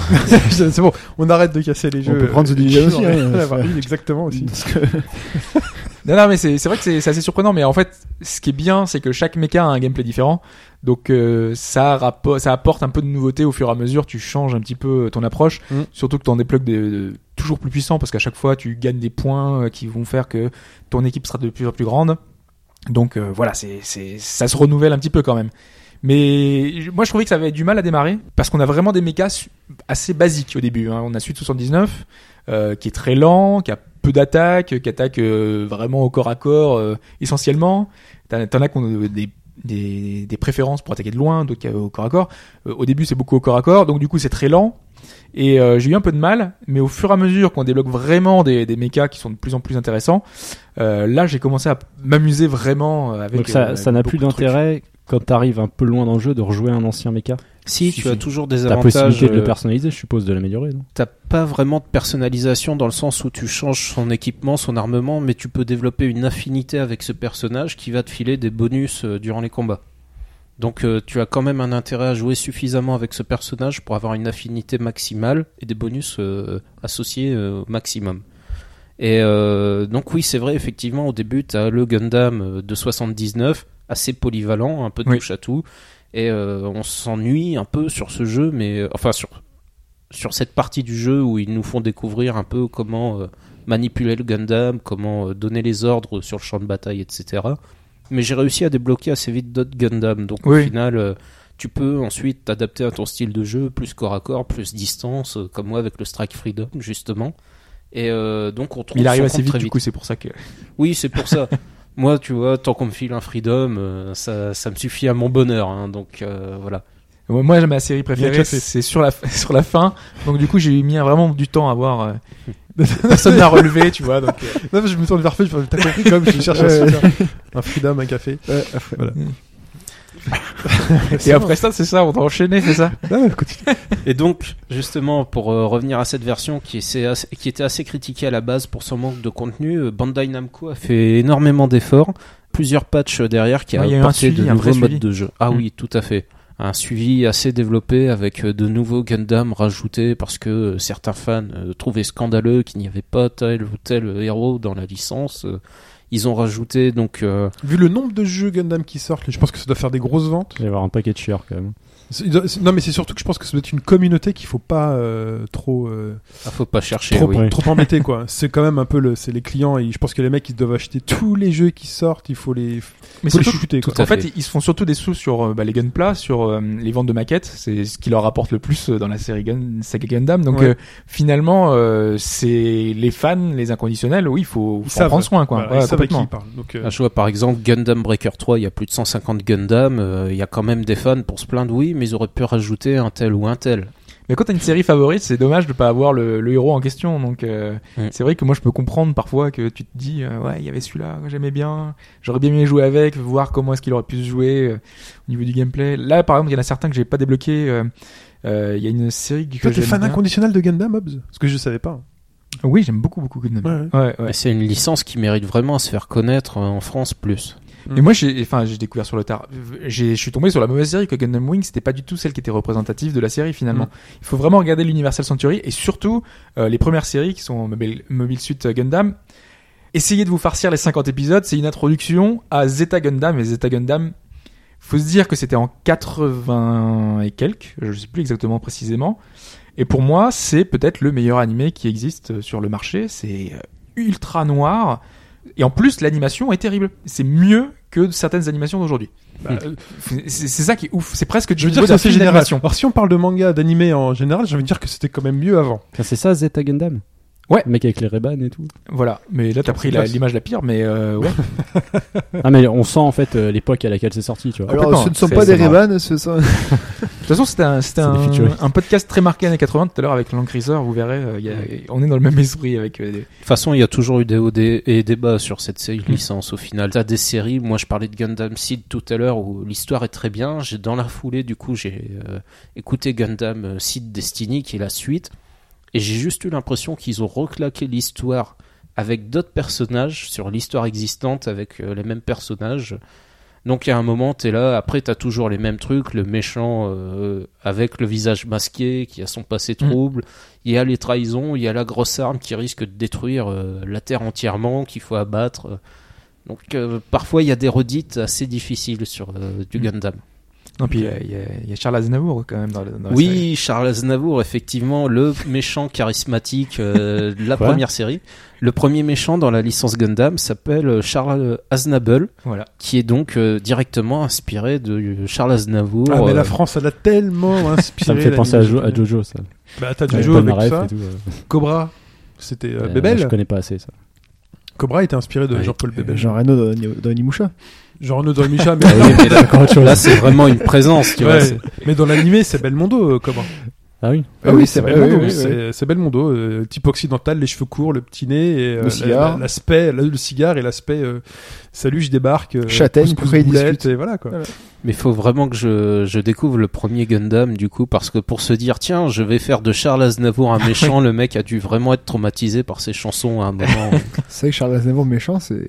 c'est bon, on arrête de casser les On jeux. peut prendre The Les Division jeux, aussi, on hein, a rien à ça- voir. Oui, exactement aussi. Parce que- Non, non, mais c'est, c'est vrai que c'est, c'est assez surprenant. Mais en fait, ce qui est bien, c'est que chaque méca a un gameplay différent. Donc euh, ça, rappo- ça apporte un peu de nouveauté au fur et à mesure. Tu changes un petit peu euh, ton approche. Mm. Surtout que t'en débloques des, de- toujours plus puissants parce qu'à chaque fois, tu gagnes des points euh, qui vont faire que ton équipe sera de plus en plus grande. Donc euh, voilà, c'est, c'est, ça se renouvelle un petit peu quand même. Mais je- moi, je trouvais que ça avait du mal à démarrer parce qu'on a vraiment des mécas su- assez basiques au début. hein. On a Suite 79 euh, qui est très lent, qui a peu d'attaques, qui attaque euh, vraiment au corps à corps euh, essentiellement. T'en t'en as qui ont euh, des, des, des préférences pour attaquer de loin, d'autres qui, euh, au corps à corps. Euh, au début, c'est beaucoup au corps à corps, donc du coup, c'est très lent. Et euh, j'ai eu un peu de mal, mais au fur et à mesure qu'on débloque vraiment des, des mechas qui sont de plus en plus intéressants, euh, là j'ai commencé à m'amuser vraiment euh, avec. Donc ça euh, ça n'a beaucoup plus de trucs. d'intérêt quand t'arrives un peu loin dans le jeu de rejouer un ancien méca. Si, Si, tu as si. toujours des T'as avantages. possibilité de le euh, personnaliser, je suppose, de l'améliorer. non t'as pas vraiment de personnalisation dans le sens où tu changes son équipement, son armement, mais tu peux développer une affinité avec ce personnage qui va te filer des bonus euh, durant les combats. Donc euh, tu as quand même un intérêt à jouer suffisamment avec ce personnage pour avoir une affinité maximale et des bonus euh, associés euh, au maximum. Et euh, donc oui, c'est vrai, effectivement, au début, tu as le Gundam euh, de 79, assez polyvalent, un peu de Oui. touche à tout. Et euh, on s'ennuie un peu sur ce jeu, mais euh, enfin sur, sur cette partie du jeu où ils nous font découvrir un peu comment euh, manipuler le Gundam, comment euh, donner les ordres sur le champ de bataille, etc. Mais j'ai réussi à débloquer assez vite d'autres Gundam. Donc au Oui. final, euh, tu peux ensuite t'adapter à ton style de jeu, plus corps à corps, plus distance, euh, comme moi avec le Strike Freedom, justement. Et euh, donc on trouve Mais il arrive son assez compte vite, très du coup, c'est pour ça que. Oui, c'est pour ça. Moi, tu vois, tant qu'on me file un freedom, euh, ça, ça me suffit à mon bonheur. hein, donc euh, voilà. Ouais, Moi, ma série Bien préférée, classé. c'est sur la, sur la fin. Donc, du coup, j'ai mis vraiment du temps à voir. euh, personne n'a relevé, tu vois. Donc, euh, Non, mais je me tourne vers Feu, je fais, t'as compris comme je cherche un Ouais. soutien. Un freedom, un café. et après ça, c'est ça, on doit enchaîner, c'est ça. Non, mais continue. Et donc, justement, pour euh, revenir à cette version qui, s'est assez- qui était assez critiquée à la base pour son manque de contenu, euh, Bandai Namco a fait énormément d'efforts, plusieurs patchs euh, derrière qui Ouais, il y a eu un a apporté suivi, de un vrai nouveaux modes suivi. de jeu. Ah Mm. oui, tout à fait. Un suivi assez développé avec euh, de nouveaux Gundam rajoutés parce que euh, certains fans euh, trouvaient scandaleux qu'il n'y avait pas tel ou tel euh, héros dans la licence. Euh, Ils ont rajouté donc euh, Vu le nombre de jeux Gundam qui sortent, je pense que ça doit faire des grosses ventes. Il va y avoir un paquet de chieurs quand même. C'est- c'est- Non, mais c'est surtout que je pense que ça doit être une communauté qu'il faut pas euh, trop, euh, Ah, faut pas chercher. trop, oui. ouais. trop embêter, quoi. C'est quand même un peu le, c'est les clients et je pense que les mecs ils doivent acheter tous les jeux qui sortent, il faut les, Mais faut les surtout- chouchouter, quoi. Tout à en fait, fait. ils se font surtout des sous sur euh, bah, les Gunpla, sur euh, les ventes de maquettes. C'est ce qui leur rapporte le plus euh, dans la série Gun, saga Gundam. Donc Ouais. euh, finalement, euh, c'est les fans, les inconditionnels. Oui, il faut, Ils faut en savent. prendre soin, quoi. Voilà, Ouais, ils savent à qui complètement. ils parlent. Donc, euh, Ah, je vois par exemple Gundam Breaker 3, il y a plus de 150 Gundam, euh, il y a quand même des fans pour se plaindre, oui, mais ils auraient pu rajouter un tel ou un tel. Mais quand t'as une série favorite, c'est dommage de pas avoir le, le héros en question. Donc euh, Mm. c'est vrai que moi, je peux comprendre parfois que tu te dis, euh, ouais, il y avait celui-là, que j'aimais bien. J'aurais bien aimé jouer avec, voir comment est-ce qu'il aurait pu se jouer euh, au niveau du gameplay. Là, par exemple, il y en a certains que j'ai pas débloqué. euh, euh, Il y a une série que Toi, t'es j'aime fan bien. inconditionnel de Gundam, Hobbs Parce que je savais pas. Oui, j'aime beaucoup beaucoup Gundam. Ouais, ouais. Ouais, ouais. Mais C'est une licence qui mérite vraiment à se faire connaître euh, en France plus. Et moi, j'ai, enfin, j'ai découvert sur le tard. J'ai, je suis tombé sur la mauvaise série que Gundam Wing, c'était pas du tout celle qui était représentative de la série finalement. Il faut vraiment regarder l'Universal Century et surtout euh, les premières séries qui sont Mobile, Mobile Suit euh, Gundam. Essayez de vous farcir les 50 épisodes. C'est une introduction à Zeta Gundam et Zeta Gundam. Faut se dire que c'était en 80 et quelques, je sais plus exactement précisément. Et pour moi, c'est peut-être le meilleur animé qui existe euh, sur le marché. C'est euh, ultra noir. Et en plus, l'animation est terrible. C'est mieux que certaines animations d'aujourd'hui. Bah, euh, C'est c'est ça qui est ouf. C'est presque du je veux dire niveau que c'est d'un assez film général. d'animation. Alors, si on parle de manga, d'animé en général, j'ai envie de dire que c'était quand même mieux avant. Putain, C'est ça Zeta Gundam Ouais. Le mec avec les Reban et tout. Voilà. Mais là, t'as pris la- classe. l'image la, pire, mais euh, ouais. Ah mais on sent en fait euh, l'époque à laquelle c'est sorti, tu vois. Alors, complètement. ce ne sont C'est- pas des c'est Reban, ce sont. De toute façon, c'était un, c'était C'est des un, featuristes. un podcast très marqué années 80 tout à l'heure avec Lancrisor. Vous verrez, euh, il y a- on est dans le même esprit avec. euh, des- De toute façon, il y a toujours eu des hauts dé- et débats sur cette série licence au final. T'as des séries, moi je parlais de Gundam Seed tout à l'heure où l'histoire est très bien. J'ai dans la foulée du coup j'ai euh, écouté Gundam euh, Seed Destiny qui est la suite et j'ai juste eu l'impression qu'ils ont reclaqué l'histoire avec d'autres personnages sur l'histoire existante avec euh, les mêmes personnages. Donc il y a un moment t'es là, après t'as toujours les mêmes trucs, le méchant euh, avec le visage masqué qui a son passé trouble. Il y a les trahisons, il y a la grosse arme qui risque de détruire euh, la Terre entièrement, qu'il faut abattre. Donc euh, parfois il y a des redites assez difficiles sur euh, du Mm. Gundam. Non, puis il y a- il y, a- il y a Charles Aznavour quand même dans, le- dans la série. oui, Charles Aznavour, effectivement, le méchant charismatique euh, de la Quoi première série. Le premier méchant dans la licence Gundam s'appelle euh, Charles Aznable, Voilà. qui est donc euh, directement inspiré de euh, Charles Aznavour. Ah, mais euh, la France, elle a tellement inspiré. Ça me fait penser à, Jo- l'animation à Jojo ça. japonaise. Bah, t'as Ouais, Jojo Bonne avec Ref ça. et tout, euh. Cobra, c'était euh, Euh, Je Bebel. connais pas assez ça. Cobra était inspiré de Ouais, Jean-Paul Bebel. euh, Jean Reno dans- dans Onimusha. Genre Renaud dans Micha, mais, Ah oui, mais c'est encore autre chose. Là, c'est vraiment une présence, tu vois. Ouais, c'est- mais dans l'animé, c'est Belmondo, euh, Cobra. Ah oui. Ah oui, c'est vrai, Belmondo. oui, oui, c'est- C'est Belmondo, euh, type occidental, les cheveux courts, le petit nez, et, euh, la- cigare. la- l'aspect, la- le cigare et l'aspect. euh, salut, je débarque. euh, Châtaigne, pousse-pousse prêt, boulette, discute. et voilà quoi. Mais faut vraiment que je, je découvre le premier Gundam du coup parce que pour se dire tiens je vais faire de Charles Aznavour un méchant le mec a dû vraiment être traumatisé par ses chansons à un moment C'est vrai que Charles Aznavour méchant, c'est.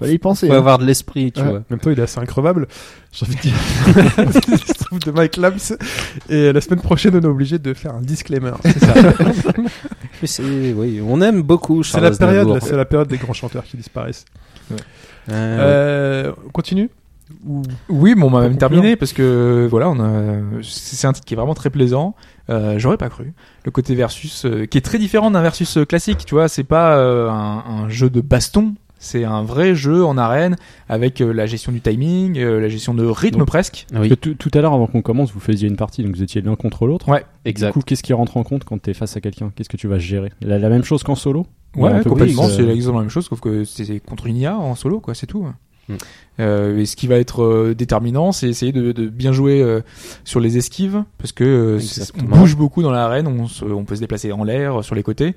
Fallait y penser. faut hein. avoir de l'esprit tu Ouais. vois En même temps, il est assez increvable. J'ai envie de dire. Il se trouve demain avec Labs. Et la semaine prochaine, on est obligé de faire un disclaimer. C'est ça. mais c'est oui on aime beaucoup C'est Charles la période, Aznavour. là, c'est la période des grands chanteurs qui disparaissent. Ah Euh, Euh, on continue Ou- Oui, bon, on m'a Pour même conclure. terminé parce que voilà, on a. C'est c'est un titre qui est vraiment très plaisant. Euh, J'aurais pas cru. Le côté versus euh, qui est très différent d'un versus euh, classique, tu vois. C'est pas euh, un, un jeu de baston. C'est un vrai jeu en arène avec euh, la gestion du timing, euh, la gestion de rythme Donc, presque. Ah Oui, Parce que tout, tout à l'heure, avant qu'on commence, vous faisiez une partie, donc vous étiez l'un contre l'autre. Ouais, Du exact. coup, qu'est-ce qui rentre en compte quand t'es face à quelqu'un Qu'est-ce que tu vas gérer la, la même chose qu'en solo Ouais, Un peu complètement. plus, C'est euh, exactement la même chose, sauf que c'est contre une IA en solo, quoi. C'est tout. hein. Hmm. Euh, et ce qui va être euh, déterminant, c'est essayer de, de bien jouer euh, sur les esquives, parce que euh, c'est- on Exactement. bouge beaucoup dans l'arène, on, se- on peut se déplacer en l'air, sur les côtés.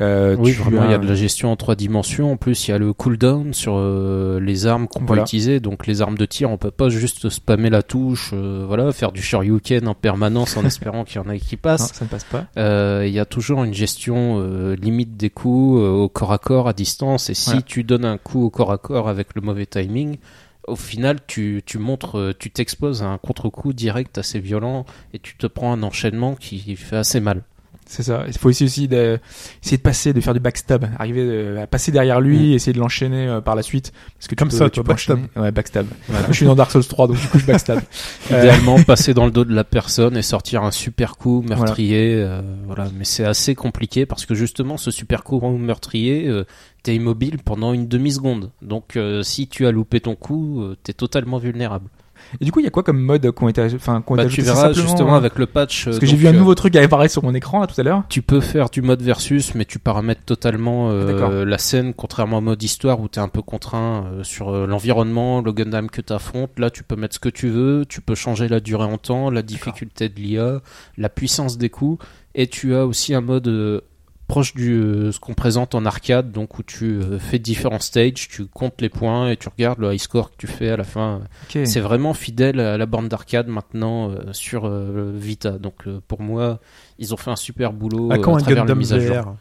Euh, Oui, tu vraiment, as- il y a de la gestion en trois dimensions. En plus, il y a le cooldown sur euh, les armes qu'on Voilà. peut utiliser. Donc, les armes de tir, on peut pas juste spammer la touche, euh, voilà, faire du shoryuken en permanence en espérant qu'il y en a qui Non, passent. ça ne passe pas. Euh, Il y a toujours une gestion euh, limite des coups euh, au corps à corps, à distance. Et si Voilà. tu donnes un coup au corps à corps avec le mauvais timing, au final, tu, tu montres, euh, tu t'exposes à un contre-coup direct assez violent et tu te prends un enchaînement qui fait assez mal. C'est ça. Il faut essayer aussi de, essayer de passer, de faire du backstab, arriver euh, à passer derrière lui, essayer de l'enchaîner euh, par la suite. Parce que tu Comme peux- ça, tu toi, peux backstab. enchaîner. Ouais, backstab. Je suis dans Dark Souls 3, donc du coup, je backstab. Euh, Idéalement, passer dans le dos de la personne et sortir un super coup meurtrier. euh, Voilà. Mais c'est assez compliqué parce que justement, ce super coup meurtrier, euh, t'es immobile pendant une demi-seconde. Donc, euh, si tu as loupé ton coup, euh, t'es totalement vulnérable. Et du coup, il y a quoi comme mode qu'on été, enfin, qu'on Bah, tu verras justement avec le patch. hein. euh, Parce que j'ai vu un nouveau truc apparaître sur mon écran là tout à l'heure. Tu peux faire du mode versus, mais tu paramètres totalement euh, Ah, d'accord. la scène, contrairement au mode histoire où tu es un peu contraint euh, sur euh, l'environnement, le Gundam que tu affrontes. Là, tu peux mettre ce que tu veux, tu peux changer la durée en temps, la difficulté de l'IA, la puissance des coups, et tu as aussi un mode euh, proche du euh, ce qu'on présente en arcade, donc où tu euh, fais différents stages, tu comptes les points et tu regardes le high score que tu fais à la fin. C'est vraiment fidèle à la borne d'arcade maintenant euh, sur euh, Vita. Donc euh, pour moi, ils ont fait un super boulot Ah, À euh, quand Ah, un travers les Gundam mises à jour. VR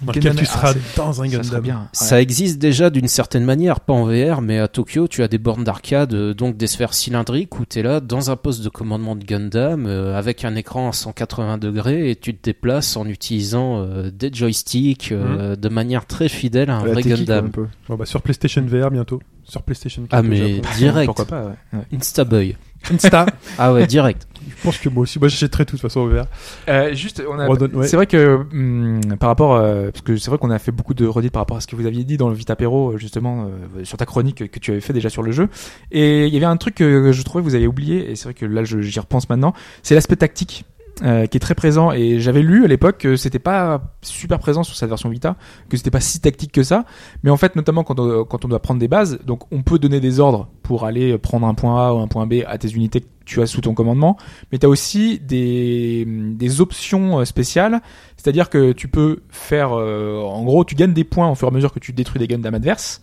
Dans lequel tu seras dans un Ça serait Gundam. bien. Ça existe déjà d'une certaine manière, pas en VR, mais à Tokyo, tu as des bornes d'arcade, euh, donc des sphères cylindriques, où tu es là dans un poste de commandement de Gundam, euh, avec un écran à 180 degrés, et tu te déplaces en utilisant euh, des joysticks euh, de manière très fidèle à un La vrai technique, Gundam. un peu. Bon, bah, sur PlayStation VR bientôt. Sur PlayStation 4. Ah, mais au Japon. direct. Pourquoi pas, ouais. Ouais. Instaboy. Insta. Ah ouais, direct. Je pense que moi aussi, moi j'achèterai tout de toute façon au VR. Euh, juste, on a- Redonne- ouais. c'est vrai que hum, par rapport, euh, parce que c'est vrai qu'on a fait beaucoup de redites par rapport à ce que vous aviez dit dans le Vitapéro, euh, justement, euh, sur ta chronique que tu avais fait déjà sur le jeu. Et il y avait un truc que je trouvais que vous avez oublié, et c'est vrai que là je- j'y repense maintenant, c'est l'aspect tactique. euh, qui est très présent et j'avais lu à l'époque que c'était pas super présent sur cette version Vita que c'était pas si tactique que ça mais en fait notamment quand on, quand on doit prendre des bases donc on peut donner des ordres pour aller prendre un point A ou un point B à tes unités que tu as sous ton commandement mais tu as aussi des, des options euh, spéciales, c'est-à-dire que tu peux faire, euh, en gros, tu gagnes des points au fur et à mesure que tu détruis des Gundam adverses,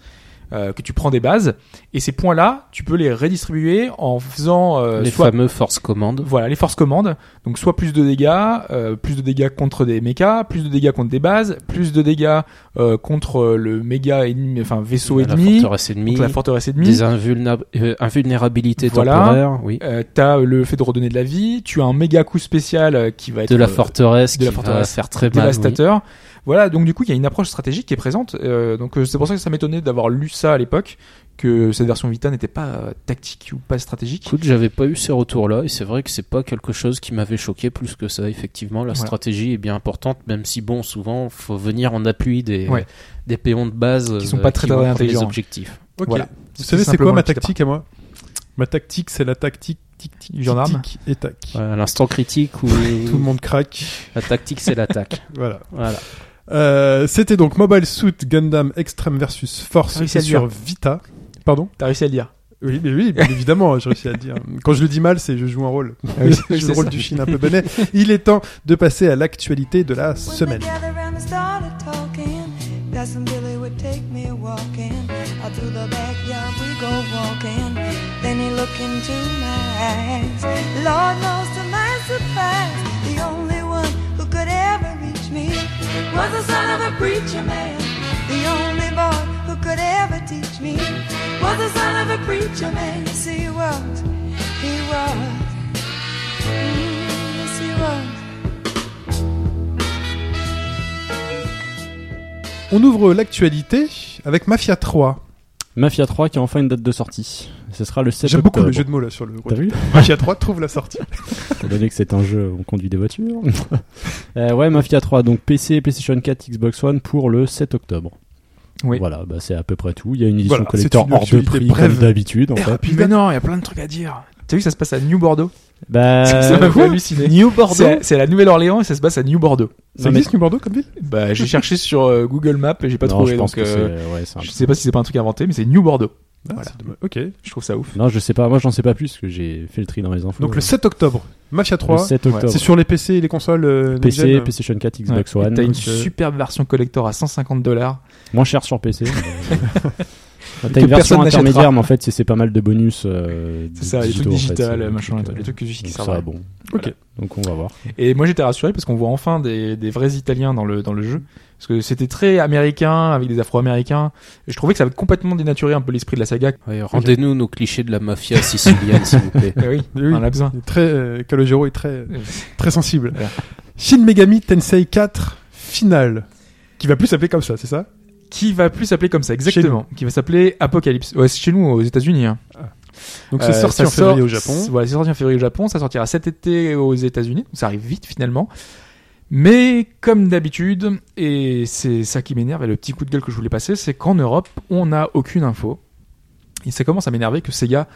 euh, que tu prends des bases, et ces points-là, tu peux les redistribuer en faisant euh, les soit fameux force commandes. voilà, les forces commandes. Donc soit plus de dégâts, euh, plus de dégâts contre des mechas, plus de dégâts contre des bases, plus de dégâts euh, contre le méga ennemi, enfin vaisseau la ennemi, forteresse ennemie. contre la forteresse ennemie. Des invulna- euh, invulnérabilités Hmm Voilà. temporaires, oui. Euh, t'as le fait de redonner de la vie, tu as un méga coup spécial euh, qui va être De la euh, forteresse de la qui va forteresse faire très mal. oui. dévastateur. Voilà, donc du coup, il y a une approche stratégique qui est présente. euh, donc euh, c'est pour ça que ça m'étonnait d'avoir lu ça à l'époque, que cette version Vita n'était pas euh, tactique ou pas stratégique. Écoute, j'avais pas eu ces retours-là, et c'est vrai que c'est pas quelque chose qui m'avait choqué plus que ça. Effectivement, la Voilà. stratégie est bien importante, même si bon, souvent, faut venir en appui des, Ouais. des péons de base Qui sont euh, pas très, très vont prendre les intelligents. hein. objectifs. Ok. Voilà. Vous savez, c'est simplement quoi ma le petit tactique à moi Ma tactique, c'est la tactique, tic, tic, Du gendarme. tic, et tac. Voilà, L'instant critique où Tout le monde craque. la tactique c'est l'attaque. Voilà. Voilà. Euh, C'était donc Mobile Suit Gundam Extreme versus Force Ah oui, c'est sur Vita. Pardon T'as réussi à le dire. Oui, mais oui, bien évidemment, j'ai réussi à le dire. Quand je le dis mal, c'est je joue un rôle. Ah oui, je joue c'est le rôle ça. du Chine un peu bonnet. Il est temps de passer à l'actualité de la semaine. Preacher man, yes he was, he was, Mm, yes he was. On ouvre l'actualité avec Mafia 3. Mafia 3 qui a enfin une date de sortie. Ce sera le 7 J'aime beaucoup le jeu octobre. de mots là sur le. T'as vu Mafia 3 trouve la sortie. Étant donné que c'est un jeu où on conduit des voitures. Euh, ouais, Mafia 3, donc PC, PlayStation 4, Xbox One pour le 7 octobre. Oui. Voilà, bah, c'est à peu près tout. Il y a une édition Voilà, collector c'est une hors de actualité prix brève. comme d'habitude. En Et fait. rapide. mais non, il y a plein de trucs à dire. Ah, T'as vu, ça se passe à New Bordeaux. Bah, ça m'a fait quoi halluciner. New Bordeaux. C'est c'est la Nouvelle-Orléans et ça se passe à New Bordeaux. Ça existe, New Bordeaux, comme ville Bah, j'ai cherché sur euh, Google Maps et j'ai pas non, trouvé. je pense donc, que euh, c'est- ouais, c'est un je sais pas si c'est pas un truc inventé, mais c'est New Bordeaux. Ah, Voilà. c'est dommage. Ok. Je trouve ça ouf. Non, je sais pas. Moi, j'en sais pas plus parce que j'ai fait le tri dans les infos. Donc le Euh, 7 octobre, Mafia le 3. 7 ouais, octobre. C'est sur les PC et les consoles euh, PC, next-gen. PlayStation 4, Ouais. Xbox Et One. T'as une donc, euh, superbe version collector à 150 dollars. Moins cher sur PC. mais, euh, T'as Que une version personne n'achètera. intermédiaire, mais en fait, c'est- c'est pas mal de bonus. euh, C'est ça, les trucs digitaux, en fait, digital, euh, machin, donc, les euh, trucs que j'ai qui donc servent. ça, bon. Ok. Voilà. Donc on va voir. Et moi j'étais rassuré parce qu'on voit enfin des, des vrais Italiens dans le, dans le jeu. Parce que c'était très américain, avec des Afro-Américains. Et je trouvais que ça avait complètement dénaturé un peu l'esprit de la saga. Ouais, Rendez-nous nos clichés de la mafia sicilienne, s'il vous plaît. Eh oui, Oui, oui. on en a besoin. Il est Très, euh, Calogero est très, Euh, très sensible. Voilà. Shin Megami Tensei 4 Final. Qui va plus s'appeler comme ça, c'est ça Qui va plus s'appeler comme ça, exactement. Qui va s'appeler Apocalypse. Ouais, c'est chez nous, aux États-Unis. hein. Ah. Donc Euh, c'est sorti ça en février sort- au Japon. Voilà, c'est sorti en février au Japon. Ça sortira cet été aux États-Unis. Ça arrive vite finalement. Mais comme d'habitude, et c'est ça qui m'énerve, et le petit coup de gueule que je voulais passer, c'est qu'en Europe, on n'a aucune info. Et ça commence à m'énerver que Sega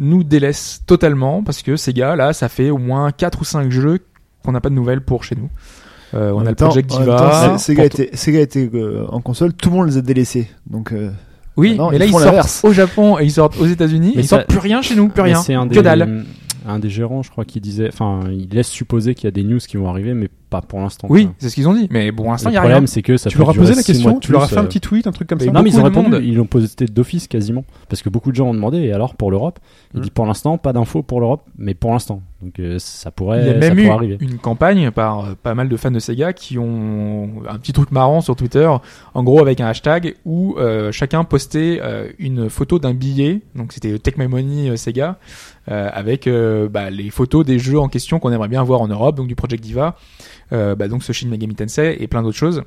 nous délaisse totalement, parce que Sega, là, ça fait au moins 4 ou 5 jeux qu'on n'a pas de nouvelles pour chez nous. Euh, on a En même le temps- Project en même Diva. temps, pour- c'est- Sega était, Sega était euh, en console, tout le monde les a délaissés. Donc, euh, Oui, Maintenant, mais là, ils ils, font sortent l'inverse. au Japon et ils sortent aux États-Unis, et Mais ils ça- sortent plus rien chez nous, plus Mais rien. C'est un des, Que dalle. Un des gérants, je crois, qui disait. Enfin, il laisse supposer qu'il y a des news qui vont arriver, mais pas pour l'instant. Oui, quoi. c'est ce qu'ils ont dit. Mais bon, pour l'instant, il euh, Le n'y a rien. problème, c'est que ça Tu peut leur as durer posé la six mois question de Tu leur as plus, fait un euh, petit tweet, un truc comme Mais ça Non, mais ils ont beaucoup de répondu, monde. ils l'ont posé d'office quasiment. Parce que beaucoup de gens ont demandé, et alors pour l'Europe Il Mm. dit pour l'instant, pas d'infos pour l'Europe, mais pour l'instant. Donc euh, ça pourrait, Il y a ça même pourrait eu arriver. une campagne par euh, pas mal de fans de Sega qui ont un petit truc marrant sur Twitter, en gros avec un hashtag où euh, chacun postait euh, une photo d'un billet, donc c'était Tech My Money euh, Sega, euh, avec euh, bah, les photos des jeux en question qu'on aimerait bien voir en Europe, donc du Project Diva, euh, bah, donc ce Shin Megami Tensei et plein d'autres choses,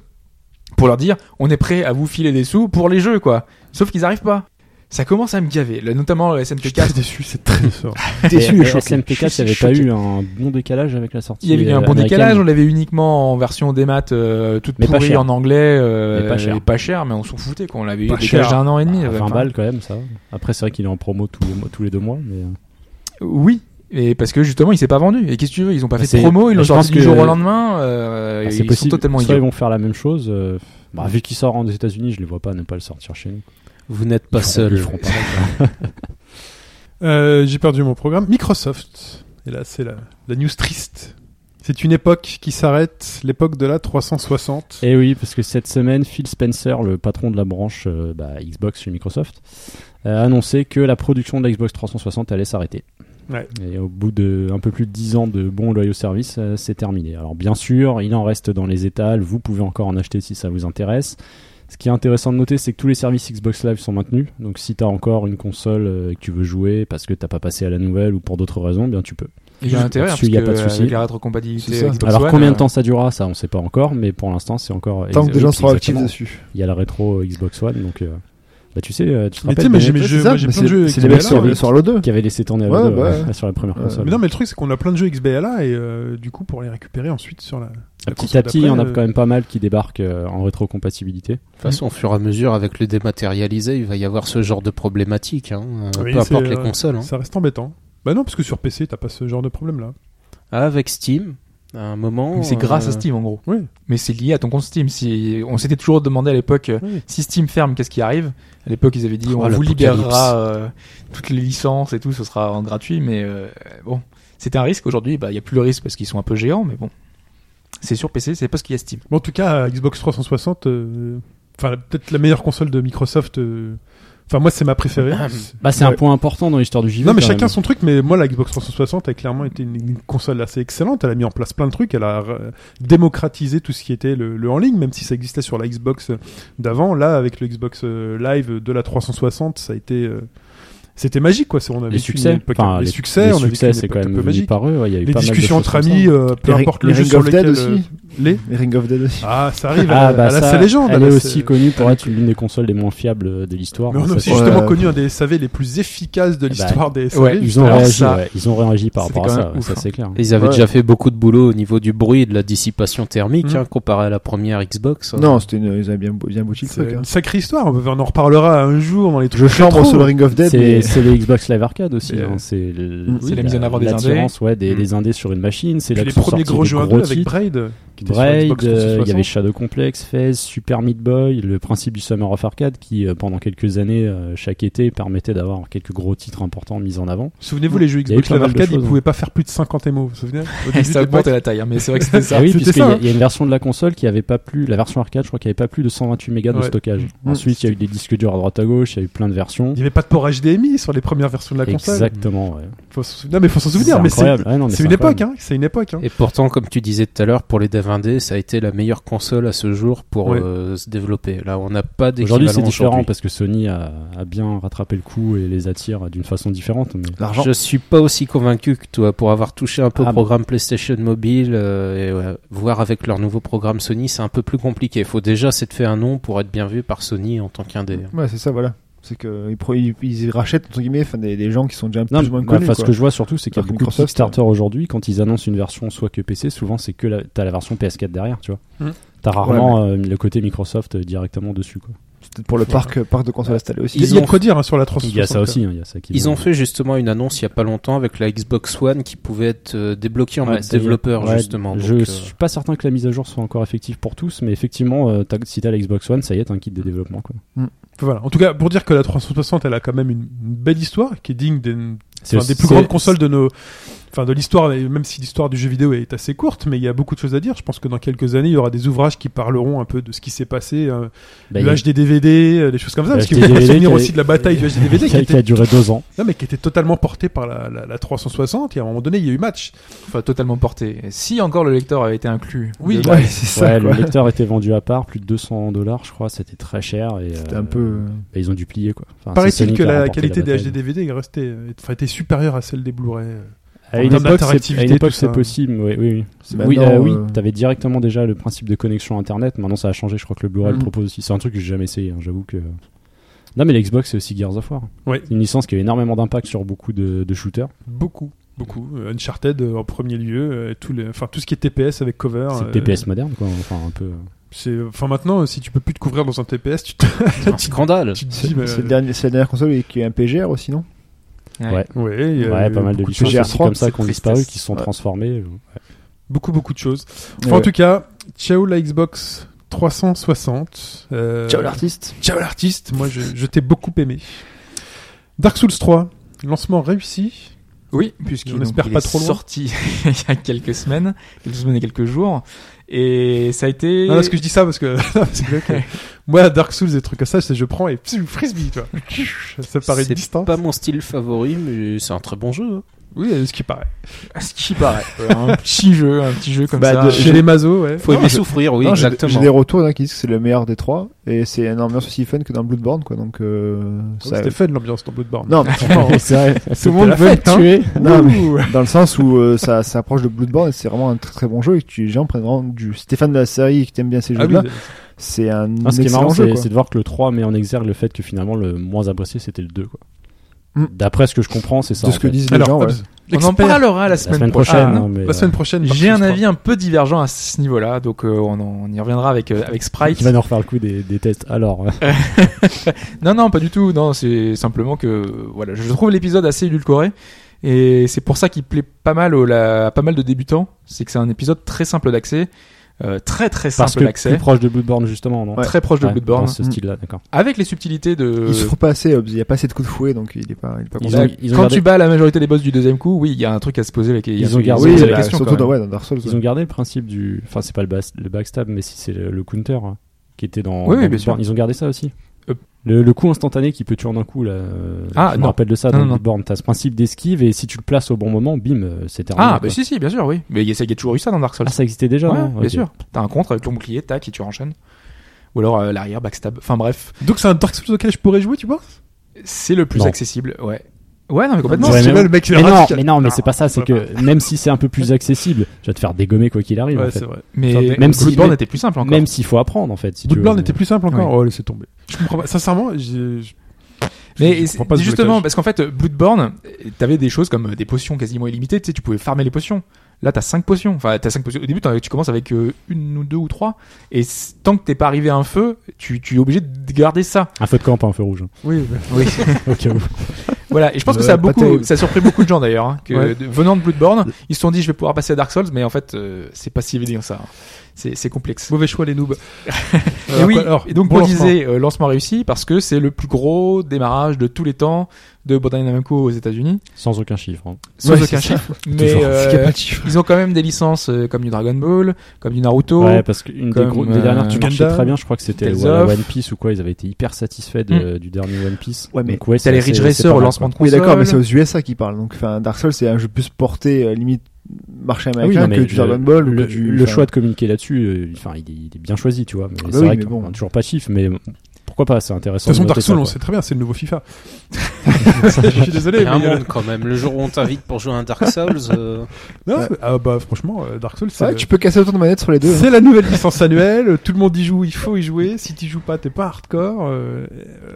pour leur dire on est prêt à vous filer des sous pour les jeux quoi, sauf qu'ils arrivent pas. Ça commence à me gaver, là, notamment le Je suis SNK4 très déçu, c'est très décevant. déçu et Mais choqué. SMPK, il n'y avait pas eu un bon décalage avec la sortie. Il y avait eu un euh, bon américaine. décalage, on l'avait uniquement en version des maths euh, toute Mais pas pourrie cher. en anglais, euh, Mais pas cher. et pas cher, mais on s'en foutait quoi. On l'avait eu Pas un décalage cher. d'un an et demi. Bah, avec- 20 balles quand même, ça. va. Après, c'est vrai qu'il est en promo tous les, mois- tous les deux mois. Mais... euh, Oui, et parce que justement il s'est pas vendu. Et qu'est-ce que tu veux Ils ont pas Bah, fait de c'est- promo, ils mais l'ont je pense sorti du que- jour au lendemain. euh, Ah, ils c'est possible. sont totalement Soit ils idiots. vont faire la même chose. euh, bah, vu qu'il sort en des États-Unis, je les vois pas ne pas le sortir chez nous. Vous n'êtes pas Ils feront- seul. ils feront pareil, quoi. Euh, J'ai perdu mon programme. Microsoft. Et là, c'est la, la news triste. C'est une époque qui s'arrête, l'époque de la 360. Et oui, parce que cette semaine, Phil Spencer, le patron de la branche euh, bah, Xbox chez Microsoft, a annoncé que la production de la Xbox 360 allait s'arrêter. Ouais. Et au bout de un peu plus de 10 ans de bons loyaux services, euh, c'est terminé. Alors bien sûr, il en reste dans les étals, vous pouvez encore en acheter si ça vous intéresse. Ce qui est intéressant de noter, c'est que tous les services Xbox Live sont maintenus. Donc si tu as encore une console euh, et que tu veux jouer parce que t'as pas passé à la nouvelle ou pour d'autres raisons, eh bien tu peux. Il y a intérêt, hein, Là-dessus, il y a parce pas de que, souci. avec la rétrocompatibilité C'est ça. Xbox Alors One, combien de euh, temps ça durera, ça on sait pas encore, mais pour l'instant c'est encore. Tant que des oui, gens puis seront actifs exactement. dessus. Il y a la rétro euh, Xbox One, donc euh, bah, tu sais, euh, tu te Mais tu rappelles sais, moi, des- j'ai mes Ouais, jeux- c'est ça, moi, j'ai mais plein de c'est- jeux C'est les mecs XBLA, sur ouais. le- sur le 2. qui avait laissé tourner à Ouais, la deux, bah ouais, ouais. sur la première Ouais. console. Euh, Mais non, mais le truc, c'est qu'on a plein de jeux XBLA et euh, du coup, pour les récupérer ensuite sur la. Ah, la petit console à petit, il y en a d'après, euh, quand même pas mal qui débarquent euh, en rétrocompatibilité. De toute façon, au fur et à mesure, avec le dématérialisé, il va y avoir ce genre de problématique. hein, euh, Oui, peu importe c'est, les euh, consoles. hein. Ça reste embêtant. Bah non, parce que sur PC, t'as pas ce genre de problème-là. Ah, avec Steam, à un moment. mais c'est grâce euh, à Steam en gros. Oh, Oui. Mais c'est lié à ton compte Steam. Si on s'était toujours demandé à l'époque euh, Oui. si Steam ferme, qu'est-ce qui arrive À l'époque, ils avaient dit Oh, on vous l'apocalypse. libérera euh, toutes les licences et tout, ce sera en gratuit. Mais euh, bon, c'était un risque. Aujourd'hui, bah, il y a plus le risque parce qu'ils sont un peu géants. Mais bon, c'est sur PC, c'est parce qu'il y a Steam. Bon, en tout cas, euh, Xbox 360, euh, enfin, la- peut-être la meilleure console de Microsoft. euh, Enfin, moi, c'est ma préférée. Bah, c'est un Ouais. point important dans l'histoire du JV. Non mais quand chacun même. son truc, mais moi la Xbox 360 a clairement été une, une console assez excellente, elle a mis en place plein de trucs, elle a euh, démocratisé tout ce qui était le, le en ligne, même si ça existait sur la Xbox euh, d'avant, là avec le Xbox euh, Live de la 360, ça a été... euh, c'était magique quoi, C'est- on a Les vécu une succès, époque- enfin, les, succès, on a vécu succès, une c'est époque quand même un peu venu magique. par eux. ouais, Il y a eu Les pas mal de discussions choses entre comme ça. amis, euh, peu Les Ring- importe les le jeu Ring sur of Dead lequel... euh, aussi. Les Mais Ring of Dead aussi. Ah, ça arrive à, Ah, à bah la ça, sa légende. à Elle la est sa- aussi connue pour être l'une des consoles les moins fiables de l'histoire. Mais hein, on a Ça, aussi c'est- justement Ouais. connu un des SAV les plus efficaces de l'histoire des SAV. ouais, Ils ont Alors réagi, ça- ouais, ils ont réagi par c'était rapport à quand ça, même ouais, ouf, ça hein. c'est clair. Et Ils avaient Ouais. déjà fait beaucoup de boulot au niveau du bruit et de la dissipation thermique, Mhm. hein, comparé à la première Xbox. hein. Non, c'était une, ils avaient bien, bien bouti le C'est truc. hein. une sacrée histoire. On en reparlera un jour dans les trucs Je rétro. chambre sur le Ring of Dead, mais C'est c'est les Xbox Live Arcade aussi. Et, hein, euh, C'est le- c'est la mise en avant des l'attirance, ouais, des, Mm. des indés sur une machine. C'est Puis la les premiers gros jeux indés avec titres. Braid. qui était sur Braid, Xbox euh, il y 360. avait Shadow Complex, FaZe, Super Meat Boy, le principe du Summer of Arcade qui, euh, pendant quelques années, euh, chaque été, permettait d'avoir quelques gros titres importants mis en avant. Souvenez-vous, les jeux Il y a eu Xbox pas Live mal de Arcade, ils choses, pouvaient pas faire plus de 50 MO. Vous vous souvenez Au début de ça augmente l'époque. la taille, hein, mais c'est vrai que c'était ça. Ah oui, C'était puisqu'il y, ça, a- hein. il y a une version de la console qui avait pas plus, la version arcade, je crois, qui avait pas plus de 128 mégas de Ouais. Mm. stockage. Ensuite, il y a eu des disques durs à droite à gauche, il y a eu plein de versions. Il n'y avait pas de port HDMI sur les premières versions de la console. Exactement, ouais. Faut s'en souvenir- Non, mais faut s'en souvenir. C'est Mais c'est incroyable. Ouais, non, mais c'est une incroyable. époque, hein. C'est une époque, hein. Et pourtant, comme tu disais tout à l'heure, pour les devs indés, ça a été la meilleure console à ce jour pour Ouais. euh, se développer. Là, on n'a pas d'équivalent Aujourd'hui, c'est différent aujourd'hui. parce que Sony a, a bien rattrapé le coup et les attire d'une façon différente. Mais l'argent. Je suis pas aussi convaincu que toi pour avoir touché un peu Ah, au programme PlayStation Mobile euh, et ouais, voir avec leur nouveau programme Sony, c'est un peu plus compliqué. Il faut déjà s'être fait un nom pour être bien vu par Sony en tant qu'indé. Ouais, c'est ça, voilà. C'est que ils, pro- ils, ils rachètent entre guillemets, enfin, des, des gens qui sont déjà Non, plus ou moins mais connus. enfin, ce quoi. que je vois surtout, c'est qu'il y a Alors que beaucoup de Microsoft, Kickstarter aujourd'hui, quand ils annoncent une version soit que PC, souvent c'est que la, t'as la version PS4 derrière, tu vois. Mmh. Mhm. T'as rarement euh, le côté Microsoft euh, directement dessus, quoi. C'est peut-être pour le parc, euh, parc de consoles installées aussi. Il y a- Ils il y a ont- de quoi dire hein, sur la Il 360. y a ça aussi, hein, il y a ça qui Ils vont- ont fait justement une annonce il y a pas longtemps avec la Xbox One qui pouvait être euh, débloquée en Ouais, mode ça y est. développeur Ouais, justement. Je Donc, euh, suis pas certain que la mise à jour soit encore effective pour tous, mais effectivement, euh, t'as- si t'as la Xbox One, ça y est, t'as un kit de développement, quoi. Voilà. En tout cas, pour dire que la 360, elle a quand même une une belle histoire qui est digne d'une C'est Enfin, des aussi- plus grandes c'est- consoles de nos, enfin de l'histoire, et même si l'histoire du jeu vidéo est assez courte, mais il y a beaucoup de choses à dire. Je pense que dans quelques années, il y aura des ouvrages qui parleront un peu de ce qui s'est passé, euh, bah, il y le a- HDDVD, euh, des choses comme ça, Le parce qu'il faut HDDVD souvenir qui aussi a- de la bataille du HDDVD euh, qui qui a, qui a était, duré deux ans. non, mais qui était totalement portée par la, la, la 360. Et à un moment donné, il y a eu match. Enfin, totalement porté. Si encore le lecteur avait été inclus. Oui, dedans. Ouais, c'est ça. Ouais, le quoi. lecteur était vendu à part, plus de 200 dollars, je crois, c'était très cher et C'était euh, un peu. bah, ils ont dû plier quoi. Enfin, c'est Paraît-il Sony que qui a la remporté qualité des bataille. HDDVD est restée, euh, est- enfin, était supérieure à celle des Blu-ray. euh. À En une termes époque, c'est- à d'interactivité, une époque, tout c'est ça. hein. possible. Oui, oui, oui. C'est Oui, maintenant, euh, oui. euh, T'avais directement déjà le principe de connexion Internet. Maintenant, ça a changé. Je crois que le Blu-ray le Mhm. propose aussi. C'est un truc que j'ai jamais essayé. hein, J'avoue que. Non, mais l'Xbox, c'est aussi Gears of War. Ouais. C'est Une licence qui a énormément d'impact sur beaucoup de, de shooters. Beaucoup, beaucoup. Euh, Uncharted euh, en premier lieu, euh, tous les, enfin tout ce qui est TPS avec cover. C'est euh, le TPS moderne, quoi. Enfin, un peu. euh, c'est- enfin maintenant, euh, si tu peux plus te couvrir dans un TPS, tu te, c'est un scandale. tu te C'est dis, mais, c'est le dernier- c'est la dernière console qui a un PGR aussi, non Ouais, il y a ouais, eu pas mal de euh, beaucoup licences choses. aussi comme ça c'est qui ont tristesse. disparu, qui se sont Ouais. transformées. euh. Beaucoup, beaucoup de choses. Enfin, En tout cas, ciao la Xbox 360. Euh, Ciao l'artiste. ciao l'artiste. Moi, je, je t'ai beaucoup aimé. Dark Souls 3, lancement réussi. Oui, puisqu'il On donc, espère il pas est trop loin. sorti il y a quelques semaines, quelques semaines et quelques jours, et ça a été. Non, Ah, parce que je dis ça parce que, non, parce que, ok. moi, Dark Souls, des trucs comme ça, c'est je prends et pfiou, frisbee, tu vois. ça paraît C'est distant. pas mon style favori, mais c'est un très bon jeu. hein. Oui, euh, ce qui paraît. ce qui paraît, ouais, un petit jeu, un petit jeu comme Bah, ça. de- Chez les Mazos, ouais. Faut Non, aimer je- souffrir, oui, Non, j'ai- exactement. J'ai des retours hein, qui disent que c'est le meilleur des trois et c'est un ambiance aussi fun que dans Bloodborne, quoi. Donc euh, ça. C'était fun l'ambiance dans Bloodborne. Non, mais- Tout le monde veut le tuer. hein. non, mais Ouh. Ah dans le sens où euh, ça, ça approche de Bloodborne et c'est vraiment un très très bon jeu et que tu, les gens prennent vraiment du. Si t'es fan de la série et que t'aimes bien ces Ah oui, jeux-là, c'est un Ah, ce qui est excellent marrant, jeu. c'est quoi. c'est de voir que le 3 met en exergue le fait que finalement le moins apprécié c'était le 2. quoi. Mm. D'après ce que je comprends, c'est ça. de en ce que fait. disent les alors, gens. ouais. Hobbs, On en l'expert, parlera la la semaine, semaine prochaine. Ah, hein, mais, la euh, semaine prochaine. Dark J'ai Souls un 3. avis un peu divergent à ce niveau-là, donc euh, on, en- on y reviendra avec euh, avec Sprite. qui va nous refaire le coup des, des tests. Alors, Non, non, pas du tout. Non, c'est simplement que euh, voilà, je trouve l'épisode assez édulcoré. Et c'est pour ça qu'il plaît pas mal au- la- à pas mal de débutants. C'est que c'est un épisode très simple d'accès. euh, très très parce simple que plus d'accès. proche de Bloodborne justement, non Ouais. Très proche de Ouais, Bloodborne. hein. Mm. dans ce style-là, d'accord. Avec les subtilités de. Il se trouve pas assez, Hobbs. Il n'y a pas assez de coups de fouet, donc il est pas, il est pas Ils content. ont- ils ont quand gardé- tu bats la majorité des boss du deuxième coup, oui, il y a un truc à se poser. Avec, il y a- Ils ont il y a- gardé- il Oui, y a bah, la question. surtout quand dans, même. ouais, dans Dark Souls. Ils ouais. ont gardé le principe du, enfin c'est pas le, bas- le backstab, mais si c'est le, le counter hein, qui était dans. Oui, oui, dans bien Bloodborne. sûr. Ils ont gardé ça aussi. Euh. Le, le coup instantané qui peut tuer en un coup là. euh, Ah, je me non. rappelle de ça Non, dans non, non. Bloodborne. T'as ce principe d'esquive et si tu le places au bon moment, bim, euh, c'est terminé. Ah, quoi. bah si, si, bien sûr, oui. Mais il y a ça, il y a toujours eu ça dans Dark Souls. Ah, ça existait déjà. Ouais, non bien Ok. sûr. T'as un contre avec ton bouclier, tac, et tu renchaînes. Ou alors euh, l'arrière, backstab. Enfin bref, Donc c'est un Dark Souls auquel je pourrais jouer, tu vois c'est le plus Non. accessible, ouais. Ouais, non, mais complètement. Ouais, c'est mais là oui. le mec qui est Mais non, radical. mais non, mais c'est pas ça. C'est Ouais. que même si c'est un peu plus accessible, tu vas te faire dégommer quoi qu'il arrive. en Ouais, fait. c'est vrai. Mais Même même si- si Bloodborne mais- était plus simple encore. Même s'il faut apprendre en fait. Si tu veux, Bloodborne mais- était plus simple encore. Oh, laissez tomber. Je comprends pas. Sincèrement, j'ai- je. Mais je c'est- comprends pas ce justement, blocage. parce qu'en fait, euh, Bloodborne, euh, t'avais des choses comme euh, des potions quasiment illimitées, tu sais, tu pouvais farmer les potions. Là, t'as 5 potions. Enfin, t'as 5 potions. Au début, t'en- tu commences avec euh, une ou deux ou trois. Et s- tant que t'es pas arrivé à un feu, tu, tu es obligé de garder ça. Un feu de camp, pas un feu rouge. hein. Oui, bah, mais- Au cas où. Voilà. Et je pense que Ouais, ça a pas beaucoup, terrible. ça a surpris beaucoup de gens d'ailleurs. hein, que Ouais. de- venant de Bloodborne, ils se sont dit, je vais pouvoir passer à Dark Souls, mais en fait, euh, c'est pas si évident que ça. hein. C'est c'est complexe. mauvais choix, les noobs. et Alors, oui, quoi- alors, et donc bon on lancement. disait euh, lancement réussi parce que c'est le plus gros démarrage de tous les temps de Bandai Namco aux États-Unis, Sans aucun chiffre. hein. sans Ouais, aucun c'est ça. chiffre. Mais Toujours. euh, C'est capatif. ils ont quand même des licences euh, comme du Dragon Ball, comme du Naruto. Ouais, parce qu'une des, Oh, comme, gros- des dernières qui euh, marchait Gundam, très bien, je crois que c'était Tales voilà, of. One Piece ou quoi. Ils avaient été hyper satisfaits de- du dernier One Piece. Ouais, mais Donc, ouais, T'as c'est les assez- Ridge c'est Racer pas au mal, lancement de Oui, console. d'accord, mais c'est aux USA qui parlent. Donc, enfin, Dark Souls, c'est un jeu plus porté, euh, limite marché quoi. Ah oui, américain non, mais que du le- Dragon Ball. ou le, que du- le enfin, choix de communiquer là-dessus, euh, enfin, il, est- il est bien choisi, tu vois. Mais bah c'est oui, vrai mais qu'on bon. a toujours pas de chiffre, mais pourquoi pas, c'est intéressant. De toute façon, de noter Dark Souls, ça, on quoi. sait très bien, c'est le nouveau FIFA. je suis Il désolé, y a un mais. euh, monde quand même. Le jour où on t'invite pour jouer à un Dark Souls, euh, non, Ouais. ah bah, franchement, euh, Dark Souls, C'est c'est. vrai, tu peux casser autant de manettes sur les deux. hein. C'est la nouvelle licence annuelle, tout le monde y joue, il faut y jouer, si t'y joues pas, t'es pas hardcore. euh,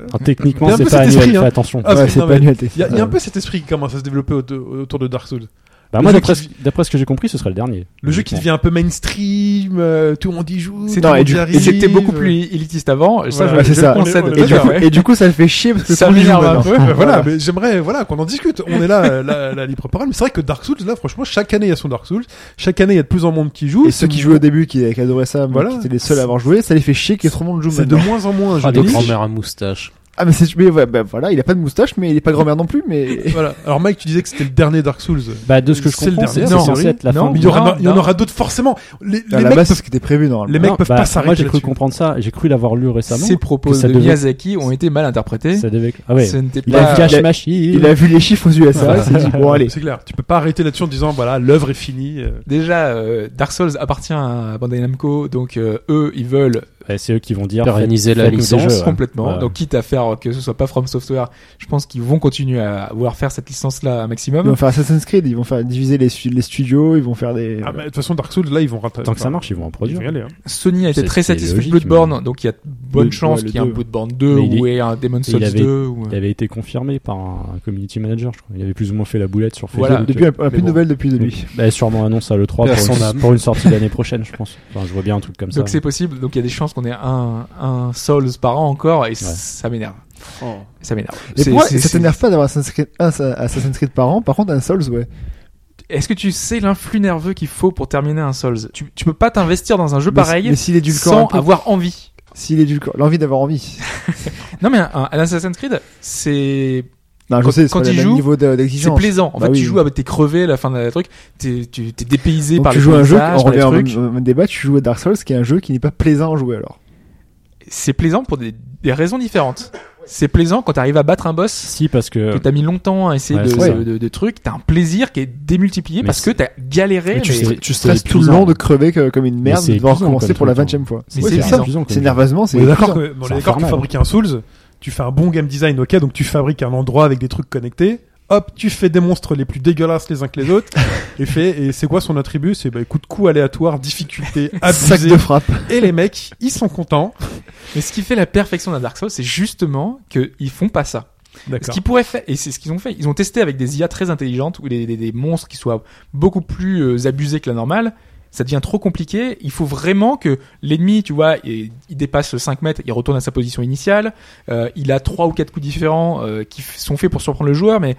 Alors, techniquement, Il y a un c'est peu pas cet annuel, esprit, fais hein. attention. Ah, ouais, parce que- c'est non, pas mais nul. t'es- Il y, a- il y a un Ouais. peu cet esprit qui commence à se développer autour, autour de Dark Souls. Bah, Le moi, jeu d'après qui ce- d'après ce que j'ai compris, ce serait le dernier. Le jeu qui honnêtement. devient un peu mainstream, euh, tout le monde y joue, C'est tout le Non, et monde du- y et arrive. Et c'était beaucoup plus élitiste avant. Ça, Voilà, je, ouais, c'est euh. je ça. le concède. On est- Et on du, est- coup, et du coup, ça fait chier parce que Ça tout le monde joue m'énerve un maintenant. peu. Ouais, bah voilà, mais j'aimerais voilà, qu'on en discute. On est là, euh, la, la libre parole, mais c'est vrai que Dark Souls, là, franchement, chaque année il y a son Dark Souls, chaque année il y a de plus en moins qui jouent. Et ceux qui jouaient au début, qui, qui adoraient ça, mais Voilà. qui étaient les seuls à avoir joué, ça les fait chier que trop le monde joue c'est de maintenant. moins en moins un Ah, jeu pas de des niche. grand-mères à moustache. Ah, mais c'est, mais ouais, bah, voilà, il a pas de moustache, mais il est pas grand-mère non plus, mais. Voilà. Alors Mike, tu disais que c'était le dernier Dark Souls. Bah, de ce que je C'est le comprends, c'est dernier, c'est non, censé oui. être la Non, fin. Mais du- il y, aura- Non, il y en non. aura d'autres forcément. Les, À les mecs la base, c'est peuvent, ce qui était prévu, normalement. les mecs Non, peuvent bah, pas s'arrêter. Moi, j'ai cru là-dessus. comprendre ça. J'ai cru l'avoir lu récemment. Ces propos que ça de devait- Miyazaki ont été mal interprétés. Ça devait. Ah ouais. Ce n'était Il La a- pas- il a- cash machine. Il a vu les chiffres aux USA, Voilà. il s'est dit, bon, allez. C'est clair. Tu peux pas arrêter là-dessus en disant voilà, l'œuvre est finie. euh. Déjà, euh, Dark Souls appartient à Bandai Namco, donc euh, eux, ils veulent Ouais, c'est eux qui vont dire. Pérenniser faites- la faites-nous des licence jeux, ouais. complètement. Ouais. Donc, quitte à faire que ce soit pas From Software, je pense qu'ils vont continuer à vouloir faire cette licence-là un Ils maximum. vont faire Assassin's Creed, ils vont faire diviser les, stu- les studios, ils vont faire des. Ah, mais de toute façon, Dark Souls, là, ils vont rater. euh, Tant que ça enfin, marche, ils vont en ils produire. vont y aller, hein. Sony a été C'est- très c'est satisfait de logique, Bloodborne, mais- donc il y a bonne Le- chance ouais, le qu'il y ait un deux. Bloodborne 2 Mais il ou un Demon's il Souls avait- 2. Ou... Il avait été confirmé par un community manager, je crois. Il avait plus ou moins fait la boulette sur Facebook. Voilà. Depuis, on a plus Mais de bon. nouvelles depuis de lui. Bah, sûrement annonce à l'E3 pour Personne n'a- une, pour une sortie l'année prochaine, je pense. Enfin, je vois bien un truc comme ça. Donc c'est possible, donc il y a des chances qu'on ait un, un Souls par an encore et ça m'énerve. Ça m'énerve. Et C'est- pour moi, c'est- ça c'est- t'énerve pas d'avoir Assassin's Creed, un Sa- Assassin's Creed par an, par contre, un Souls, ouais. Est-ce que tu sais l'influx nerveux qu'il faut pour terminer un Souls tu, tu peux pas t'investir dans un jeu Mais- pareil Mais s'il est du sans avoir envie. S'il est du l'envie d'avoir envie. Non mais un, un Assassin's Creed, c'est Non, je Quand- sais, c'est quand pas le il même joue, niveau de- c'est d'exigence. plaisant. En Bah fait, oui. tu joues avec tes crevés à la fin d'un truc, t'es tu- t'es dépaysé Donc par tu les joues à un jeu, paysages, on par les revient au trucs. même- au même débat, tu joues à Dark Souls, qui est un jeu qui n'est pas plaisant à jouer alors. C'est plaisant pour des, des raisons différentes. C'est plaisant quand t'arrives à battre un boss Si, parce que. que t'as mis longtemps à essayer Ouais, de, c'est ça. de, de- de trucs, t'as un plaisir qui est démultiplié Mais parce que t'as galéré. mais tu mais- sais, tu sais Stress tout le épuisant. long de crever que- comme une merde, c'est de devoir épuisant recommencer comme pour la truc, hein. 20 e fois. Mais Ouais, c'est c'est ça. épuisant comme C'est jeu. nerveusement, c'est. On est d'accord épuisant. que, on est C'est d'accord que tu infernal. fabriques un Souls, tu fais un bon game design, ok, donc tu fabriques un endroit avec des trucs connectés. Hop, tu fais des monstres les plus dégueulasses les uns que les autres. et fait, et c'est quoi son attribut C'est bah écoute, coup aléatoire, difficulté, Sac abusé. de frappe. Et les mecs, ils sont contents. Mais ce qui fait la perfection d'un Dark Souls, c'est justement qu'ils font pas ça. Ce D'accord. qu'ils pourraient faire, et c'est ce qu'ils ont fait, ils ont testé avec des IA très intelligentes ou des, des- des monstres qui soient beaucoup plus euh, abusés que la normale. Ça devient trop compliqué. Il faut vraiment que l'ennemi, tu vois, il, il dépasse 5 mètres, il retourne à sa position initiale. Euh, il a trois ou quatre coups différents euh, qui f- sont faits pour surprendre le joueur, mais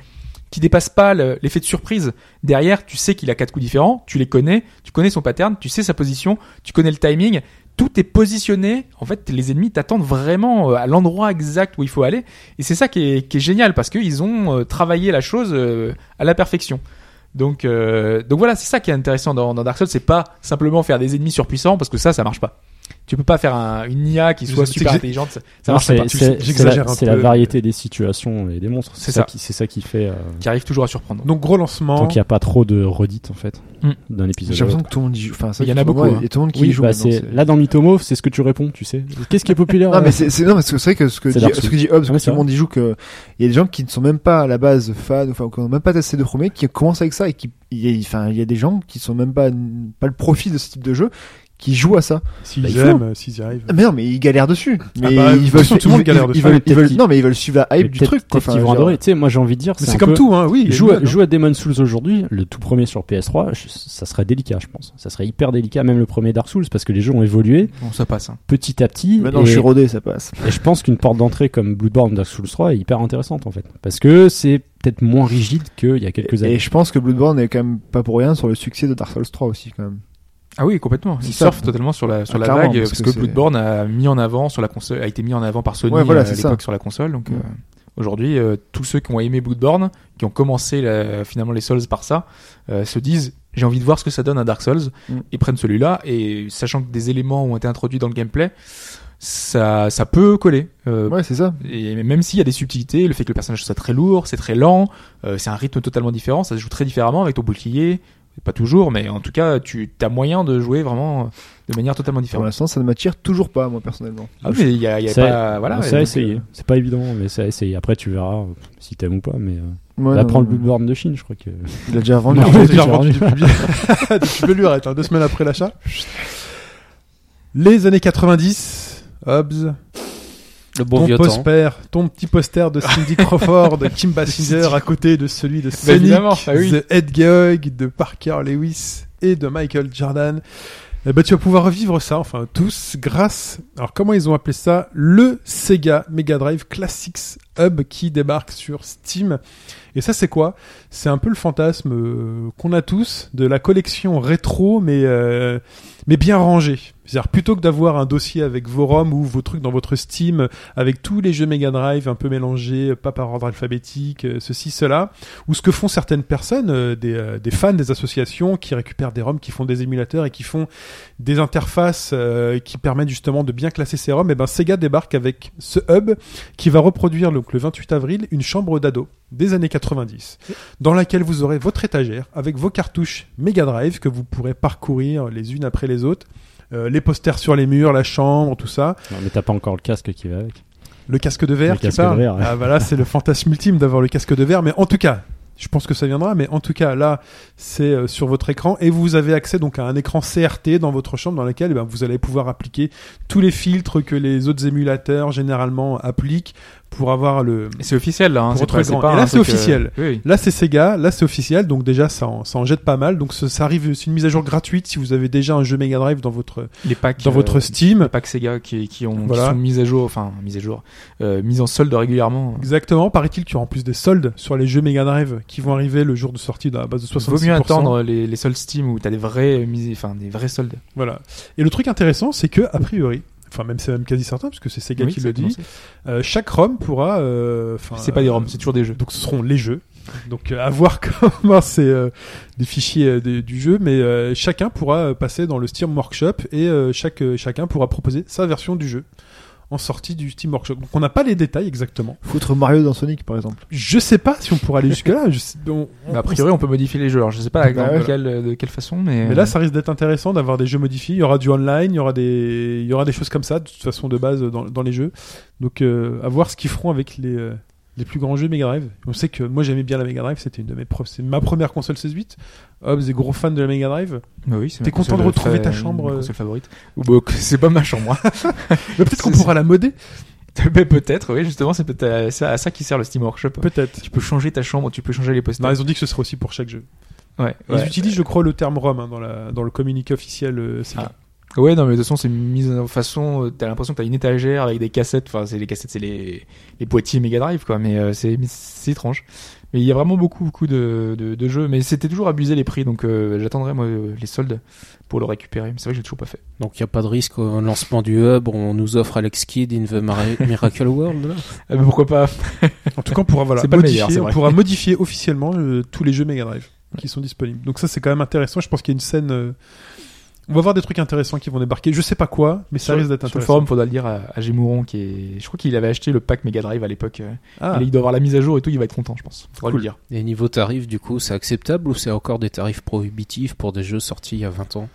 qui dépassent pas le- l'effet de surprise. Derrière, tu sais qu'il a quatre coups différents, tu les connais, tu connais son pattern, tu sais sa position, tu connais le timing. Tout est positionné. En fait, les ennemis t'attendent vraiment euh, à l'endroit exact où il faut aller. Et c'est ça qui est, qui est génial parce qu'ils ont euh, travaillé la chose euh, à la perfection. Donc, euh, donc voilà, c'est ça qui est intéressant dans, dans Dark Souls, c'est pas simplement faire des ennemis surpuissants parce que ça, ça marche pas. Tu peux pas faire un- une IA qui Je soit sais, super c'est- intelligente. ça- Ça Non, marche c'est pas. tu- c'est- c'est j'exagère la, un c'est peu. la variété des situations et des monstres. C'est C'est ça. ça. qui- C'est ça qui fait. euh, Qui arrive toujours à surprendre. Donc gros lancement. Tant qu'il n'y a pas trop de redites en fait Hmm. d'un J'ai épisode. à l'impression que l'autre. tout le monde y joue. Enfin, c'est Il y vrai en que a tout le beaucoup, monde- hein. Et tout le monde qui y Oui, joue. bah, maintenant, c'est- c'est- là dans Mythomo, c'est ce que tu réponds, tu sais. Qu'est-ce qui est populaire euh, Non, là mais c'est c'est- non, parce que c'est vrai que ce que C'est dit, Dark ce que Souls. dit Hobbes, Ah oui, que tout c'est le monde y joue, que il y a des gens qui ne sont même pas à la base fans, enfin, qui n'ont même pas testé de premier, qui commencent avec ça et qui, il y a- enfin, il y a des gens qui sont même pas, pas le profit de ce type de jeu, qui jouent à ça. S'ils Bah, il faut. aiment, s'ils y arrivent. Ah, Mais non, mais ils galèrent dessus. Mais bah, de ils toute veulent, façon, tout le monde ils, galère ils- dessus. ils veulent- Ah, mais ils veulent- peut-être non, mais ils veulent suivre la hype du Peut-être- truc, quoi. peut-être qu'ils Enfin, vont je veux adorer. dire, Tu sais, moi j'ai envie de dire. Mais un c'est comme peu- tout, hein. Oui. les Jouer, jeux, jouer à Demon's Souls aujourd'hui, le tout premier sur PS3, je- ça serait délicat, je pense. Ça serait hyper délicat, même le premier Dark Souls, parce que les jeux ont évolué Bon, ça passe. hein. petit à petit. Maintenant, et, je suis rodé, ça passe. et je pense qu'une porte d'entrée comme Bloodborne Dark Souls 3 est hyper intéressante, en fait. Parce que c'est peut-être moins rigide qu'il y a quelques Et années. je pense que Bloodborne est quand même pas pour rien sur le succès de Dark Souls 3 aussi, quand même. Ah oui, complètement. C'est Ils ça. surfent totalement sur la, sur Ah, la clairement, vague parce parce, que que, c'est- Bloodborne a mis en avant sur la console, a été mis en avant par Sony Ouais, voilà, euh, c'est à ça. l'époque sur la console. Donc Mm. euh, aujourd'hui, euh, tous ceux qui ont aimé Bloodborne, qui ont commencé la- finalement les Souls par ça, euh, se disent j'ai envie de voir ce que ça donne à Dark Souls Mm. et prennent celui-là et sachant que des éléments ont été introduits dans le gameplay, ça ça peut coller. Euh, Ouais, c'est ça. Et même s'il y a des subtilités, le fait que le personnage soit très lourd, c'est très lent, euh, c'est un rythme totalement différent, ça se joue très différemment avec ton bouclier, pas toujours, mais en tout cas, tu as moyen de jouer vraiment euh, de manière totalement Pour différente. l'instant, ça ne m'attire toujours pas, moi, personnellement. Ah, mais il y a, il y a C'est- pas. Voilà, c'est donc, à euh, essayer. C'est pas évident, mais c'est à essayer. Après, tu verras euh, si t'aimes ou pas, mais euh, Ouais, là, non, prends le non, non. Bloodborne de Chine, je crois que. Il a déjà vendu. Non, Il a j'ai déjà déjà vendu. vendu. tu peux lui arrêter, hein, deux semaines après l'achat. Les années 90, Hobbs, Le bon ton vieux temps. poster, ton petit poster de Cindy Crawford, Kim Basinger à côté de celui de Sonic, évidemment, bah oui. de Ed Geog, de Parker Lewis et de Michael Jordan. Eh ben, tu vas pouvoir revivre ça, enfin tous, grâce. Alors comment ils ont appelé ça Le Sega Mega Drive Classics Hub qui débarque sur Steam. Et ça, c'est quoi C'est un peu le fantasme euh, qu'on a tous de la collection rétro, mais euh, mais bien rangée. C'est-à-dire plutôt que d'avoir un dossier avec vos ROM ou vos trucs dans votre Steam avec tous les jeux Mega Drive un peu mélangés, euh, pas par ordre alphabétique, euh, ceci, cela, ou ce que font certaines personnes, euh, des, euh, des fans des associations qui récupèrent des ROM, qui font des émulateurs et qui font des interfaces euh, qui permettent justement de bien classer ces ROM, et ben Sega débarque avec ce hub qui va reproduire donc le 28 avril une chambre d'ado des années 90, dans laquelle vous aurez votre étagère avec vos cartouches Mega Drive que vous pourrez parcourir les unes après les autres. euh, les posters sur les murs, la chambre, tout ça. Non, mais t'as pas encore le casque qui va avec. Le casque de verre Le qui casque de parle. verre, ouais. Ah voilà, c'est le fantasme ultime d'avoir le casque de verre. Mais en tout cas, je pense que ça viendra. Mais en tout cas, là, c'est euh, sur votre écran et vous avez accès donc à un écran CRT dans votre chambre dans lequel eh ben, vous allez pouvoir appliquer tous les filtres que les autres émulateurs généralement appliquent pour avoir le. Et c'est officiel là, hein, Pour c'est retrouver pas, grand. pas Et là, un c'est truc, euh, officiel. oui, oui. Là, c'est Sega, là, c'est officiel, donc déjà, ça en, ça en jette pas mal. Donc, ça, ça arrive, c'est une mise à jour gratuite si vous avez déjà un jeu Mega Drive dans votre, Les packs. dans votre euh, Steam. les packs Sega qui, qui ont, qui Voilà. sont mis à jour, enfin, mis à jour, euh, mis en solde régulièrement. Exactement, paraît-il qu'il y aura en plus des soldes sur les jeux Mega Drive qui vont arriver le jour de sortie de la base de 66%. Vaut mieux attendre les, les soldes Steam où t'as des vrais, mis- enfin, des vrais soldes. Voilà. Et le truc intéressant, c'est que a priori, enfin même c'est même quasi certain parce que c'est Sega Oui, qui ça le a dit, commencé. euh, chaque ROM pourra euh, enfin, C'est pas des ROM, c'est toujours des jeux. donc ce seront les jeux. Donc euh, à voir comment c'est euh, des fichiers euh, des- du jeu, mais euh, chacun pourra euh, passer dans le Steam Workshop et euh, chaque, euh, chacun pourra proposer sa version du jeu en sortie du Steam Workshop. Donc on n'a pas les détails exactement. Foutre Mario dans Sonic, par exemple. Je sais pas si on pourra aller jusque là. Mais a priori, on peut modifier les jeux. Alors, je sais pas Bah dans ouais. quelle- de quelle façon, mais. euh, Mais là, ça risque d'être intéressant d'avoir des jeux modifiés. Il y aura du online, il y aura des, il y aura des choses comme ça, de toute façon, de base, dans, dans les jeux. Donc, euh, à voir ce qu'ils feront avec les, euh, les plus grands jeux Mega Drive. On sait que moi, j'aimais bien la Mega Drive, c'était une de mes pro- c'est ma première console 16-8. Hobbs est gros fan de la Mega Drive. Bah oui, c'est ma T'es content de console retrouver fa- ta chambre, ma euh, console favorite. Ou bah, que- c'est pas ma chambre. hein. Mais peut-être qu'on C'est- pourra la modder. Mais peut-être, oui, justement, c'est peut-être à ça, à ça qui sert le Steam Workshop. Peut-être. Tu peux changer ta chambre, tu peux changer les posters. Non, ils ont dit que ce serait aussi pour chaque jeu. ouais, Ils ouais. utilisent, je crois, le terme ROM hein, dans, la, dans le communiqué officiel. euh, Ah. Sega. Ouais, non, mais de toute façon, c'est mise en façon. euh, T'as l'impression que t'as une étagère avec des cassettes. Enfin, c'est les cassettes, c'est les, les boîtiers Mega Drive, quoi. Mais euh, c'est mais c'est étrange. Mais il y a vraiment beaucoup, beaucoup de, de, de jeux. Mais c'était toujours abusé les prix, donc euh, j'attendrai moi euh, les soldes pour le récupérer. Mais c'est vrai que j'ai toujours pas fait. Donc il n'y a pas de risque au lancement du hub, on nous offre Alex Kidd in the Mara- Miracle World. Là. Ah, mais pourquoi pas En tout cas, on pourra, voilà, C'est pas le modifier- meilleur, c'est vrai. on pourra modifier officiellement euh, tous les jeux Mega Drive qui sont disponibles. Donc ça, c'est quand même intéressant. Je pense qu'il y a une scène euh, On va voir des trucs intéressants qui vont débarquer. Je sais pas quoi, mais ça Sur- risque d'être Sur le intéressant. forum, faudra le dire à, à Gémouron qui est. Je crois qu'il avait acheté le pack Mega Drive à l'époque. euh, Ah, et Il doit avoir la mise à jour et tout. Il va être content, je pense. Faudra Cool. lui dire. Et niveau tarif, du coup, c'est acceptable ou c'est encore des tarifs prohibitifs pour des jeux sortis il y a 20 ans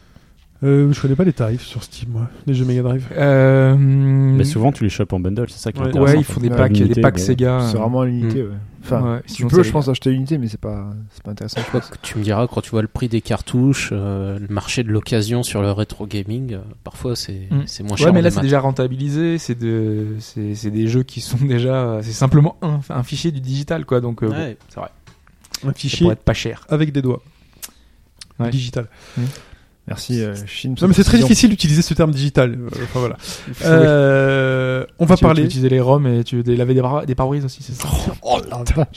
euh, je connais pas les tarifs sur Steam, moi, les jeux Mega Drive. Euh, Mais souvent, tu les chopes en bundle, c'est ça qui est Ouais, intéressant. ouais, ils font des Ouais, packs, des l'unité, packs bon, Sega. euh, C'est vraiment à l'unité, Ah. ouais. Enfin, Ouais, tu sinon, peux, ça je pense, acheter l'unité, mais c'est pas, c'est pas intéressant. Je crois que tu me diras, quand tu vois le prix des cartouches, euh, le marché de l'occasion sur le rétro gaming, euh, parfois c'est Mm. c'est moins Ouais, cher. mais en là c'est démat. déjà rentabilisé, c'est de, c'est c'est des jeux qui sont déjà, c'est simplement un, un fichier du digital quoi, donc euh, bon, Ouais. c'est vrai. Un Ça fichier pourrait être pas cher. avec des doigts. Ouais. Digital. Merci, euh, Chine. Non, mais c'est très difficile d'utiliser ce terme digital. Euh, Enfin voilà. Euh, on va Tu veux- Tu veux parler. utiliser les ROM et tu veux des- laver des, bra- des pare-brise aussi, c'est ça. Alors là, tu vas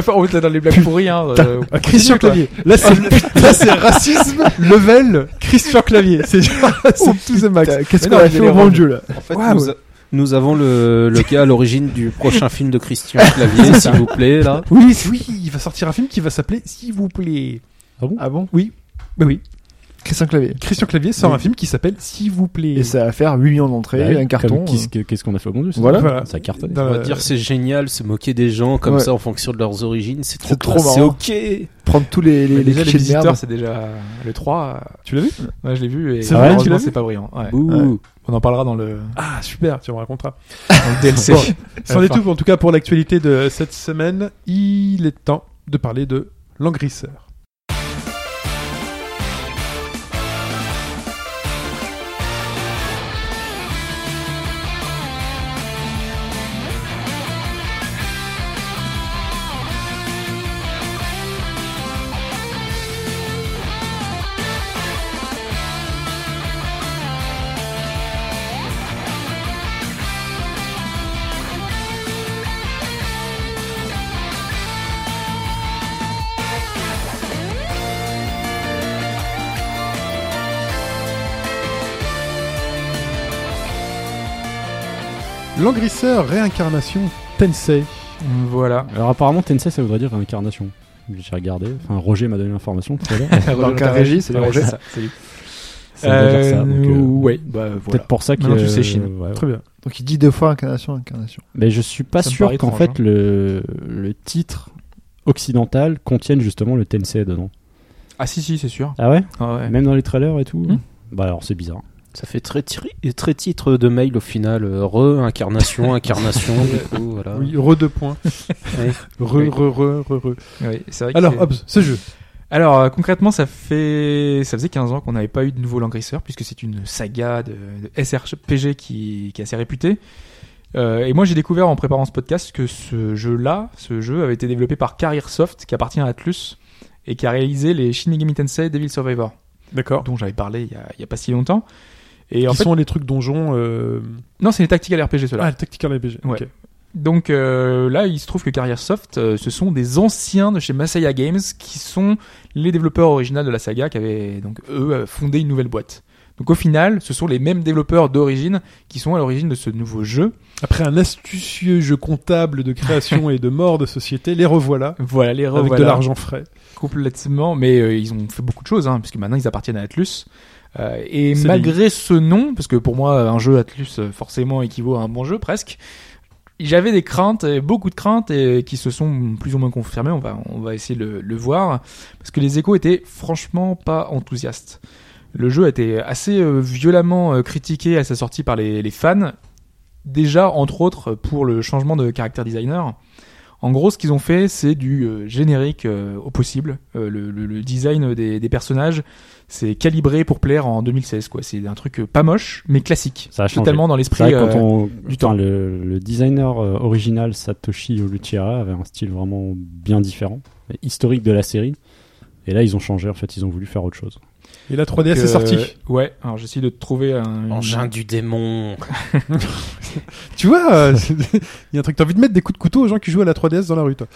faire en fait là, dans les blagues pourries hein. euh, Ah, Christian quoi. Clavier. Là c'est là c'est racisme level Christian Clavier. C'est c'est tout ce max. Qu'est-ce Mais qu'on non, a il fait les au range. bon Dieu, là En fait, Waouh. nous, a- nous avons le, le gars à l'origine du prochain film de Christian Clavier, s'il vous plaît, là. Oui, oui, il va sortir un film qui va s'appeler S'il vous plaît. Ah bon Bah oui, Christian Clavier. Christian Clavier sort Oui. un film qui s'appelle S'il vous plaît. Et ça va faire 8 millions d'entrées, Bah oui, un carton. euh, comme euh. Qu'est-ce que- qu'est-ce qu'on a fait au bon Dieu c'est Voilà. ça Voilà. Ça cartonne. Dans On va la- dire c'est génial, se moquer des gens comme Ouais. ça en fonction de leurs origines, c'est trop, C'est trop classe, c'est marrant. ok. euh, prendre tous les, les, mais Bah, les déjà les clichés de visiteurs, merde. c'est déjà le 3. Tu l'as vu euh, ouais, je l'ai vu et C'est vrai, tu l'as malheureusement, vu c'est pas brillant. ouais. Ouh. On en parlera dans le, Ah super, tu me raconteras. dans le DLC. Bon, À C'en la est fin. tout en tout cas pour l'actualité de cette semaine. Il est temps de parler de l'engrisseur. L'engrisseur réincarnation Tensei. Voilà. Alors apparemment, Tensei, ça voudrait dire réincarnation. J'ai regardé. Enfin, Roger m'a donné l'information tout à l'heure. Donc, la régie, c'est le Ouais, Roger. c'est ça, c'est lui. Ça veut dire ça. Euh, donc, euh, ouais, bah voilà. Peut-être pour ça que. Maintenant, tu sais, Chine. ouais, ouais. Très bien. Donc il dit deux fois incarnation, incarnation. Mais je suis pas Ça me sûr paraît qu'en étrange, fait le, le titre occidental contienne justement le Tensei dedans. Ah si si, c'est sûr. Ah ouais, Ah, ouais. Même dans les trailers et tout Hmm. Bah alors c'est bizarre. Ça fait très, tri- et très titre de mail au final. euh, Re, incarnation, incarnation, du coup, voilà. Oui, re deux points. Re, Oui. re, re, re, re. Ouais, c'est vrai que Alors, c'est- Hobbs, ce jeu. Alors euh, concrètement, ça fait ça faisait 15 ans qu'on n'avait pas eu de nouveau Langrisseur puisque c'est une saga de, de SRPG qui, qui est assez réputée. Euh, et moi, j'ai découvert en préparant ce podcast que ce jeu-là, ce jeu avait été développé par Careersoft qui appartient à Atlus et qui a réalisé les Shin Megami Tensei Devil Survivor D'accord. dont j'avais parlé il y a, il y a pas si longtemps. Et en Qui fait, sont les trucs donjons. euh, non, c'est les tactical RPG ceux-là. Ah, le Tactical RPG. Ouais. ok. Donc euh, là, il se trouve que Carrière Soft, euh, ce sont des anciens de chez Masaya Games qui sont les développeurs originaux de la saga qui avaient donc eux euh, fondé une nouvelle boîte. Donc au final, ce sont les mêmes développeurs d'origine qui sont à l'origine de ce nouveau jeu. Après un astucieux jeu comptable de création et de mort de société, les revoilà. Oh, Voilà, les Avec de l'argent frais. complètement, mais euh, ils ont fait beaucoup de choses, hein, puisque maintenant ils appartiennent à Atlus. Euh, et C'est malgré ce nom, parce que pour moi un jeu Atlus euh, forcément équivaut à un bon jeu presque, j'avais des craintes, et beaucoup de craintes, et qui se sont plus ou moins confirmées. On va, on va essayer de le, le voir, parce que les échos étaient franchement pas enthousiastes. Le jeu a été assez euh, violemment euh, critiqué à sa sortie par les, les fans, déjà entre autres pour le changement de caractère designer. En gros, ce qu'ils ont fait, c'est du euh, générique euh, au possible. Euh, le, le- le design des, des personnages, c'est calibré pour plaire en 2016. quoi. C'est un truc euh, pas moche, mais classique. Ça a changé. Totalement dans C'est l'esprit. vrai que quand euh, on, du enfin, temps. Le, le designer euh, original Satoshi Oluchira avait un style vraiment bien différent, et historique de la série. Et là, ils ont changé. En fait, ils ont voulu faire autre chose. Et la 3DS euh, est sortie. Ouais, alors j'essaie de trouver un. Engin du démon. Tu vois, euh, c'est- il y a un truc. T'as envie de mettre des coups de couteau aux gens qui jouent à la 3DS dans la rue, toi.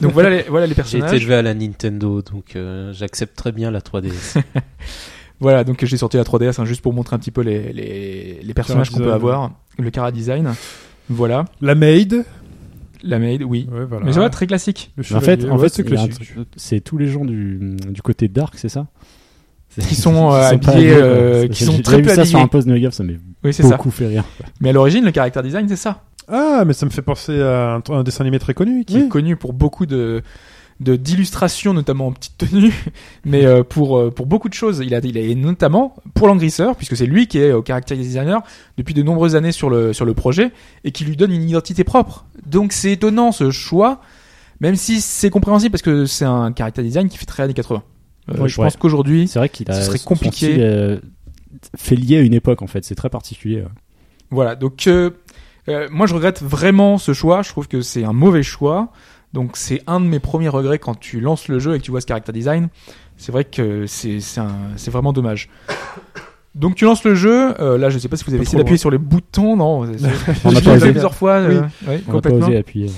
Donc voilà les, voilà les J'ai été personnages. élevé à la Nintendo, donc euh, j'accepte très bien la 3DS. Voilà, donc j'ai sorti la 3DS hein, juste pour montrer un petit peu les, les, les personnages qu'on peut design. avoir, le cara design. Voilà. La Maid. La Maid, oui. Ouais, voilà. Mais ça va, très classique. Le Mais En chevalier, fait, en ouais, fait c'est il y a un classique. truc- c'est tous les gens du, du côté dark, c'est ça Qui sont, euh, pas habillés, quoi. euh, Parce qui que sont j'ai très déjà vu peu ça sur un habillés. post de gaffe, ça m'a Oui, c'est ça. beaucoup fait rire. Mais à l'origine, le character design, c'est ça. Ah, mais ça me fait penser à un, un dessin animé très connu. qui est Oui. connu pour beaucoup de de- d'illustrations notamment en petite tenue mais euh, pour euh, pour beaucoup de choses il a il est notamment pour l'engrisseur puisque c'est lui qui est au caractère designer depuis de nombreuses années sur le sur le projet et qui lui donne une identité propre donc c'est étonnant ce choix même si c'est compréhensible parce que c'est un caractère design qui fait très années 80 Euh, Oui, je ouais. pense qu'aujourd'hui C'est vrai qu'il a Ce serait son compliqué. style, euh, fait lié à une époque en fait, c'est très particulier. ouais. Voilà, donc euh, euh, moi je regrette vraiment ce choix, je trouve que c'est un mauvais choix. Donc c'est un de mes premiers regrets quand tu lances le jeu et que tu vois ce character design. C'est vrai que c'est c'est un- c'est vraiment dommage. Donc tu lances le jeu, euh, là je sais pas si vous avez essayé trop d'appuyer sur les boutons, non c'est- On Je n'a l'ai pas fait osé. plusieurs fois, euh, ouais, On n'a pas complètement. osé appuyer.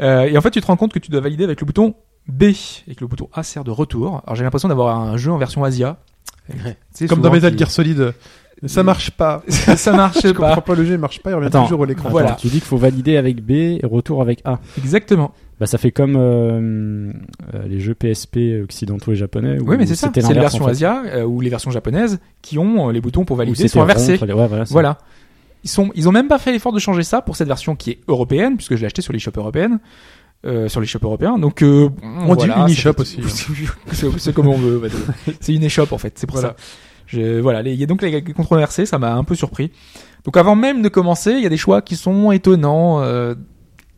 Euh, et en fait, tu te rends compte que tu dois valider avec le bouton B et que le bouton A sert de retour. Alors j'ai l'impression d'avoir un jeu en version Asia. C'est Comme souvent dans Metal qui- Gear Solid. Ça marche pas. ça marche Je comprends pas. pas le jeu, il marche pas, il revient Attends. Ah, toujours à l'écran. Voilà. Attends, Tu dis qu'il faut valider avec B et retour avec A. Exactement. Bah, ça fait comme euh, euh, les jeux PSP occidentaux et japonais. où Oui, mais c'est ça. c'était C'est les l'inverse, en versions fait. Asia euh, ou les versions japonaises qui ont euh, les boutons pour Où valider c'était sont inversés. rond, ouais, voilà. c'est- Voilà. Ils sont, ils ont même pas fait l'effort de changer ça pour cette version qui est européenne, puisque je l'ai acheté sur l'eShop européenne, euh, sur l'eShop européen. Donc, euh, On dit une eShop c'est- aussi, c'est c'est comme on veut. bah, c'est une eShop en fait. C'est pour Voilà. ça. Je, voilà. les- Il y a donc les controversés, ça m'a un peu surpris. Donc, avant même de commencer, il y a des choix qui sont étonnants. euh,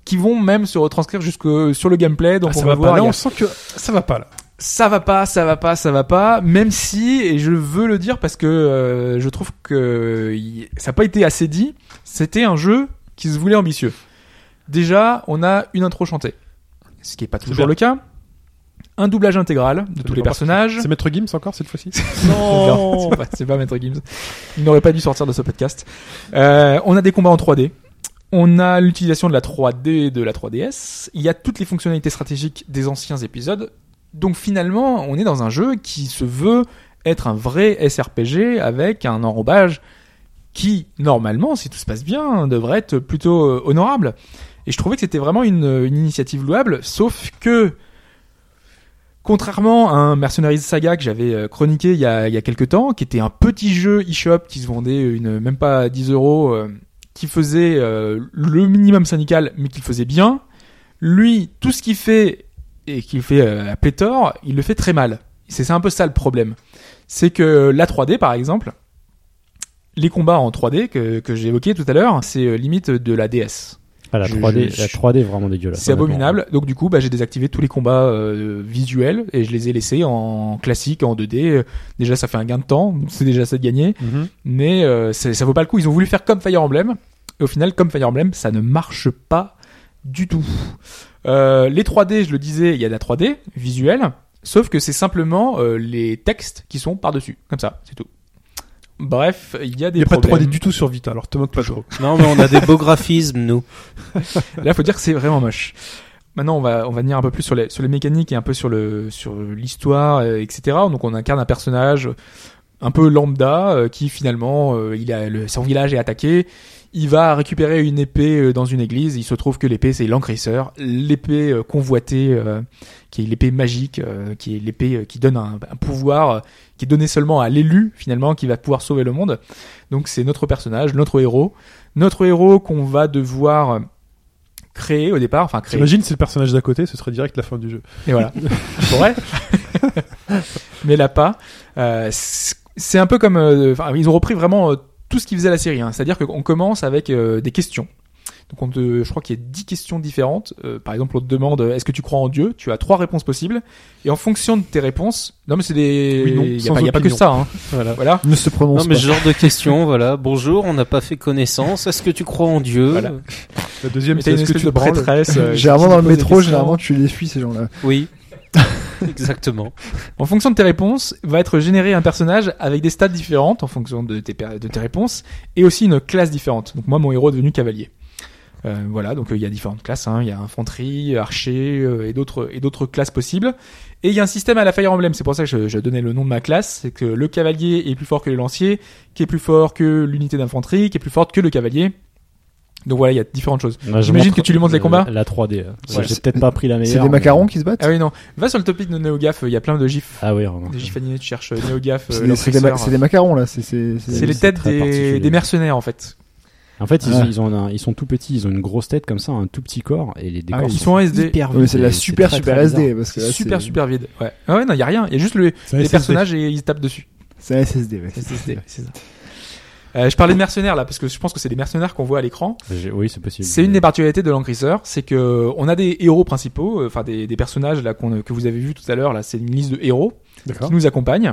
qui vont même se retranscrire jusque sur le gameplay donc Ah, on ça va, va voir pas. Là, il y a- on sent que ça va pas là. ça va pas, ça va pas, ça va pas, même si, et je veux le dire parce que euh, je trouve que il- ça n'a pas été assez dit, c'était un jeu qui se voulait ambitieux. Déjà, on a une intro chantée, ce qui n'est pas toujours bien. le cas, un doublage intégral de tous les pas personnages. C'est Maître Gims encore cette fois-ci Non, c'est pas, c'est pas Maître Gims. Il n'aurait pas dû sortir de ce podcast. Euh, on a des combats en 3D. On a l'utilisation de la 3D de la 3DS. Il y a toutes les fonctionnalités stratégiques des anciens épisodes. Donc finalement, on est dans un jeu qui se veut être un vrai SRPG avec un enrobage qui, normalement, si tout se passe bien, devrait être plutôt euh, honorable. Et je trouvais que c'était vraiment une, une initiative louable, sauf que Contrairement à un Mercenaries Saga que j'avais euh, chroniqué il y, a, il y a quelques temps, qui était un petit jeu e-shop qui se vendait une, même pas 10 euros, euh, qui faisait euh, le minimum syndical, mais qu'il faisait bien, lui, tout ce qu'il fait, et qu'il fait euh, à pléthore, il le fait très mal. C'est c'est un peu ça le problème. C'est que la 3D, par exemple, les combats en 3D que, que j'ai évoqués tout à l'heure, c'est euh, limite de la DS. Ah, la Je- 3D, je- la 3D est vraiment dégueulasse. C'est abominable. Donc du coup, bah, j'ai désactivé tous les combats euh, visuels et je les ai laissés en classique, en 2D. Déjà, ça fait un gain de temps. C'est déjà ça de gagner. Mhm. Mais euh, c'est- ça vaut pas le coup. Ils ont voulu faire comme Fire Emblem. Et au final, comme Fire Emblem, ça ne marche pas du tout. Euh, les 3D, je le disais, il y a de la 3D visuelle. Sauf que c'est simplement euh, les textes qui sont par-dessus. Comme ça, c'est tout. Bref, il y a Il des n'y a pas de problèmes. 3D du tout sur Vita, alors te moque pas trop. Non, mais on a des beaux graphismes, nous. Là, faut dire que c'est vraiment moche. Maintenant, on va, on va venir un peu plus sur les, sur les mécaniques et un peu sur le, sur l'histoire, euh, etc. Donc, on incarne un personnage un peu lambda euh, qui finalement, euh, il a le, son village est attaqué. Il va récupérer une épée euh, dans une église. Il se trouve que l'épée, c'est l'encrisseur, l'épée euh, convoitée, euh, qui est l'épée magique, euh, qui est l'épée euh, qui donne un, un pouvoir, euh, qui est donné seulement à l'élu finalement, qui va pouvoir sauver le monde. Donc, c'est notre personnage, notre héros, notre héros qu'on va devoir euh, créer au départ, enfin créer. J'imagine si le personnage d'à côté, ce serait direct la fin du jeu. Et voilà. Forêt. Mais là pas. Euh, c'est c'est un peu comme. euh, enfin, ils ont repris vraiment euh, tout ce qu'ils faisaient à la série. hein. C'est-à-dire qu'on commence avec euh, des questions. Donc on te- je crois qu'il y a 10 questions différentes. Euh, par exemple, on te demande euh, est-ce que tu crois en Dieu Tu as trois réponses possibles. Et en fonction de tes réponses. Non, mais c'est des. Oui, non, il n'y a, sans pas- il y a pas que opinion. Ah. ça. hein. Voilà. Voilà. Ne se prononce Non, mais pas. ce genre de question, voilà. Bonjour, on n'a pas fait connaissance. Est-ce que tu crois en Dieu Voilà. La deuxième, Mais t'as c'est une est-ce que espèce tu de te branles prêtresse. euh, qui- Généralement qui dans le pose des métro, questions. généralement tu les fuis ces gens-là. Oui. Exactement. En fonction de tes réponses, va être généré un personnage avec des stats différentes en fonction de tes, per- de tes réponses et aussi une classe différente. Donc moi, mon héros est devenu cavalier. Euh, voilà, donc euh, il y a différentes classes. hein. Il y a infanterie, archer euh, et d'autres et d'autres classes possibles. Et il y a un système à la Fire Emblem. C'est pour ça que je, je donnais le nom de ma classe. C'est que le cavalier est plus fort que le lancier, qui est plus fort que l'unité d'infanterie, qui est plus forte que le cavalier. Donc voilà, il y a différentes choses. Bah, je J'imagine montre que tu lui montres les le- combats La 3D. euh. Ouais, J'ai c'est- peut-être pas pris la meilleure. C'est des mais- macarons qui se battent Ah oui, non. Va sur le topic de NeoGaf, il y a plein de gifs. Ah oui, vraiment. Des gifs animés, tu cherches euh, NeoGaf, C'est euh, des- C'est des, ma- l'oppresseur. c'est des macarons là. C'est c'est- c'est- C'est les c'est têtes très des, particulier. des mercenaires en fait. En fait, ils, Ah. ils ont un- ils sont tout petits, ils ont une grosse tête comme ça, un tout petit corps, et les décors Ah oui. Ils sont en SD. hyper Ouais, mais c'est de la vides, super très, super très SD bizarre. parce que là, Super, c'est- super vide. Ouais, Ah ouais non, il y a rien. Il y a juste le, C'est un les SSD. personnages et ils se tapent dessus. C'est un SSD. ouais. SSD, c'est ça. Euh, je parlais de mercenaires là parce que je pense que c'est des mercenaires qu'on voit à l'écran. J'ai- Oui, c'est possible. C'est une des particularités de l'encrisseur, c'est que on a des héros principaux, euh, enfin des, des personnages là qu'on, que vous avez vu tout à l'heure là, c'est une liste de héros qui D'accord. nous accompagnent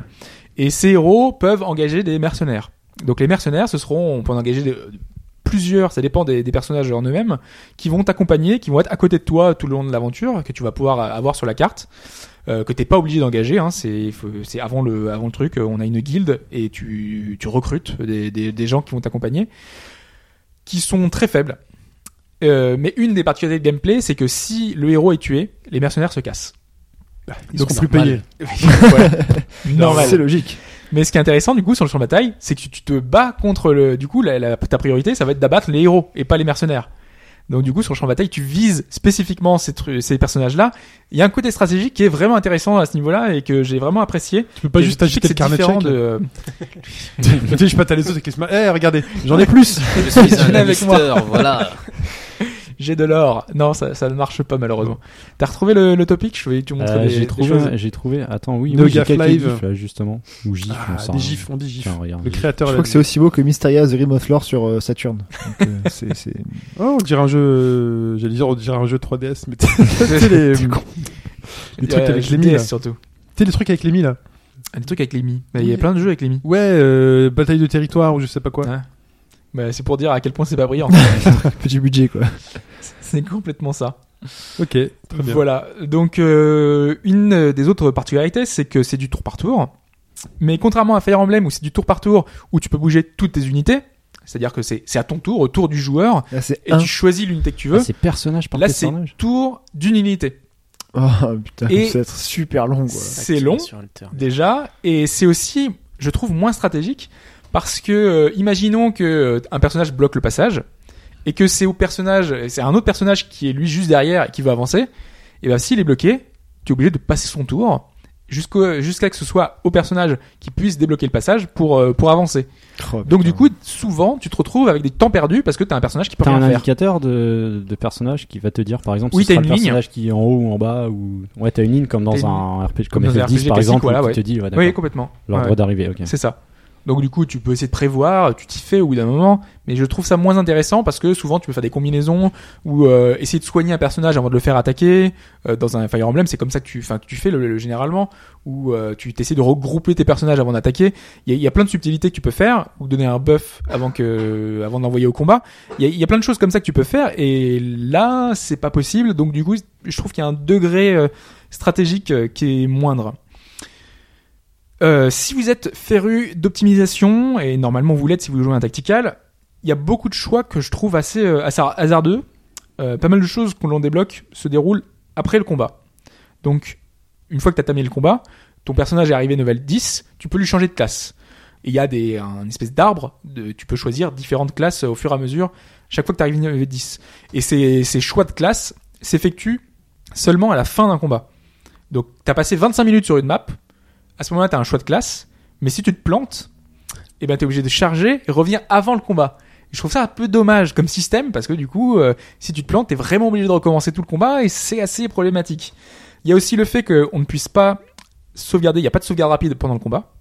et ces héros peuvent engager des mercenaires. Donc les mercenaires, ce seront, on peut en engager des- plusieurs, ça dépend des, des personnages en eux-mêmes, qui vont t'accompagner, qui vont être à côté de toi tout le long de l'aventure, que tu vas pouvoir avoir sur la carte, euh, que t'es pas obligé d'engager. Hein, c'est faut- c'est avant le avant le truc, euh, on a une guilde et tu tu recrutes des des, des gens qui vont t'accompagner, qui sont très faibles. Euh, mais une des particularités de gameplay, c'est que si le héros est tué, les mercenaires se cassent. Ils Donc sont plus normal. payés. Voilà. Normal. C'est logique. Mais ce qui est intéressant du coup sur le champ de bataille, c'est que tu, tu te bats contre le. Du coup, la, la- ta priorité, ça va être d'abattre les héros et pas les mercenaires. Donc du coup, sur le champ de bataille, tu vises spécifiquement ces, tru- ces personnages-là. Il y a un côté stratégique qui est vraiment intéressant à ce niveau-là et que j'ai vraiment apprécié. Tu peux pas Et juste je sais que agiter le carnet c'est de différent chèques. là. de- Tu sais, je pas les autres avec les smiles. Eh, regardez, j'en ai plus. Je suis un Viens avec moi. Lannister, voilà. J'ai de l'or. Non, ça, ça ne marche pas malheureusement. T'as retrouvé le, le topic Je voulais que tu montres Euh, les, j'ai les trouvé, choses. j'ai trouvé. Attends, oui, No oui j'ai Gaff quelques Live. gifs là justement. Ou gifs, Ah, on sait des rien. gifs, on dit gif. Tiens, regarde. Le créateur Je l'a crois que dit. c'est aussi beau que Mysteria The Rim of Lore sur euh, Saturn. Donc, euh, c'est- c'est- Oh, on dirait un jeu. J'allais dire, on dirait un jeu 3DS, mais tu sais, les... tu des trucs Euh, avec les mines, DS, là. surtout. sais, les trucs avec les mi là. Ah, Des trucs avec les mi. Mais Il y a Oui. plein de jeux avec les mi. Ouais, euh, bataille de territoire ou je sais pas quoi. Ouais. Mais Bah, c'est pour dire à quel point c'est pas brillant. Petit budget quoi. c'est complètement ça. Ok, très bien. Voilà. Donc euh, une euh, des autres particularités, c'est que c'est du tour par tour. Mais contrairement à Fire Emblem où c'est du tour par tour où tu peux bouger toutes tes unités, c'est-à-dire que c'est c'est à ton tour, au tour du joueur, Là c'est et un. tu choisis l'unité que tu Ah, veux. c'est personnage par Là, c'est personnage. tour d'une unité. Oh putain, Et- ça va être super long quoi. C'est long Sur le terrain. déjà, et c'est aussi, je trouve, moins stratégique parce que euh, imaginons que euh, un personnage bloque le passage et que c'est au personnage, c'est un autre personnage qui est lui juste derrière et qui veut avancer. Et ben s'il est bloqué, tu es obligé de passer son tour jusqu'au jusqu'à que ce soit au personnage qui puisse débloquer le passage pour euh, pour avancer. Oh, Donc putain. du coup, souvent, tu te retrouves avec des temps perdus parce que t'as un personnage qui peut T'as rien un faire. indicateur de, de personnage qui va te dire, par exemple, Oui, si c'est t'as le une ligne. personnage qui est en haut ou en bas. Ou... Ouais, t'as une ligne comme T'as dans une un RPG, Comme comme, dans un FF10 RPG par classique, exemple, voilà, où ouais. tu te dis, ouais, d'accord, Oui, complètement. l'ordre Ouais. d'arrivée, ok. C'est ça. Donc du coup, tu peux essayer de prévoir, tu t'y fais au bout d'un moment, mais je trouve ça moins intéressant parce que souvent tu peux faire des combinaisons ou euh, essayer de soigner un personnage avant de le faire attaquer. Euh, dans un Fire Emblem, c'est comme ça que tu, enfin, que tu fais le, le- généralement, où euh, tu t'essaies de regrouper tes personnages avant d'attaquer. Il y, a- il y a plein de subtilités que tu peux faire, ou donner un buff avant que, avant de l'envoyer au combat. Il y, a, il y a plein de choses comme ça que tu peux faire, et là, c'est pas possible. Donc du coup, je trouve qu'il y a un degré euh, stratégique euh, qui est moindre. Euh, si vous êtes féru d'optimisation, et normalement vous l'êtes si vous jouez un tactical, il y a beaucoup de choix que je trouve assez euh, assez hasardeux. Euh, pas mal de choses qu'on l'on débloque se déroulent après le combat. Donc, une fois que tu as terminé le combat, ton personnage est arrivé level 10, tu peux lui changer de classe. Et Il y a des, un espèce d'arbre, de- tu peux choisir différentes classes euh, au fur et à mesure, chaque fois que tu arrives level 10. Et ces, ces choix de classe s'effectuent seulement à la fin d'un combat. Donc, tu as passé 25 minutes sur une map, à ce moment-là, tu as un choix de classe, mais si tu te plantes, eh ben, tu es obligé de charger et revenir avant le combat. Je trouve ça un peu dommage comme système parce que du coup, euh, si tu te plantes, t'es vraiment obligé de recommencer tout le combat et c'est assez problématique. Il y a aussi le fait qu'on ne puisse pas sauvegarder, il n'y a pas de sauvegarde rapide pendant le combat.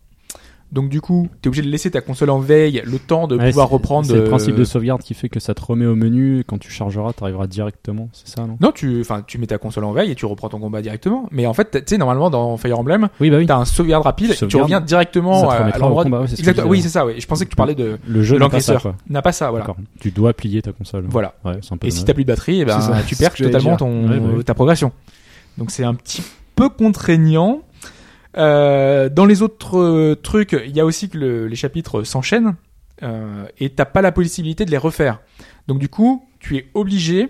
Donc du coup, t'es obligé de laisser ta console en veille le temps de Ouais, pouvoir c'est- reprendre. C'est le principe euh, de sauvegarde qui fait que ça te remet au menu. et Quand tu chargeras, t'arriveras directement. C'est ça, non Non, tu, enfin, tu mets ta console en veille et tu reprends ton combat directement. Mais en fait, tu sais, normalement dans Fire Emblem, Oui, bah oui. t'as un sauvegarde rapide, Tu et tu sauvegardes, reviens directement ça te à, à remettra au l'endroit. combat, ouais, c'est ce que je Exactement. disais, Oui, ouais. c'est ça. Oui, je pensais que tu parlais de Le jeu n'est pas ça, l'encaisseur. quoi. N'a pas ça, voilà. D'accord. Tu dois plier ta console. Voilà. Ouais, c'est un peu Et si dommage. t'as plus de batterie, eh ben, C'est ça, tu c'est perds ce que j'allais totalement dire. ton, Ouais, bah oui. ta progression. Donc c'est un petit peu contraignant. Euh, dans les autres euh, trucs, il y a aussi que le- les chapitres s'enchaînent euh, et t'as pas la possibilité de les refaire. Donc du coup, tu es obligé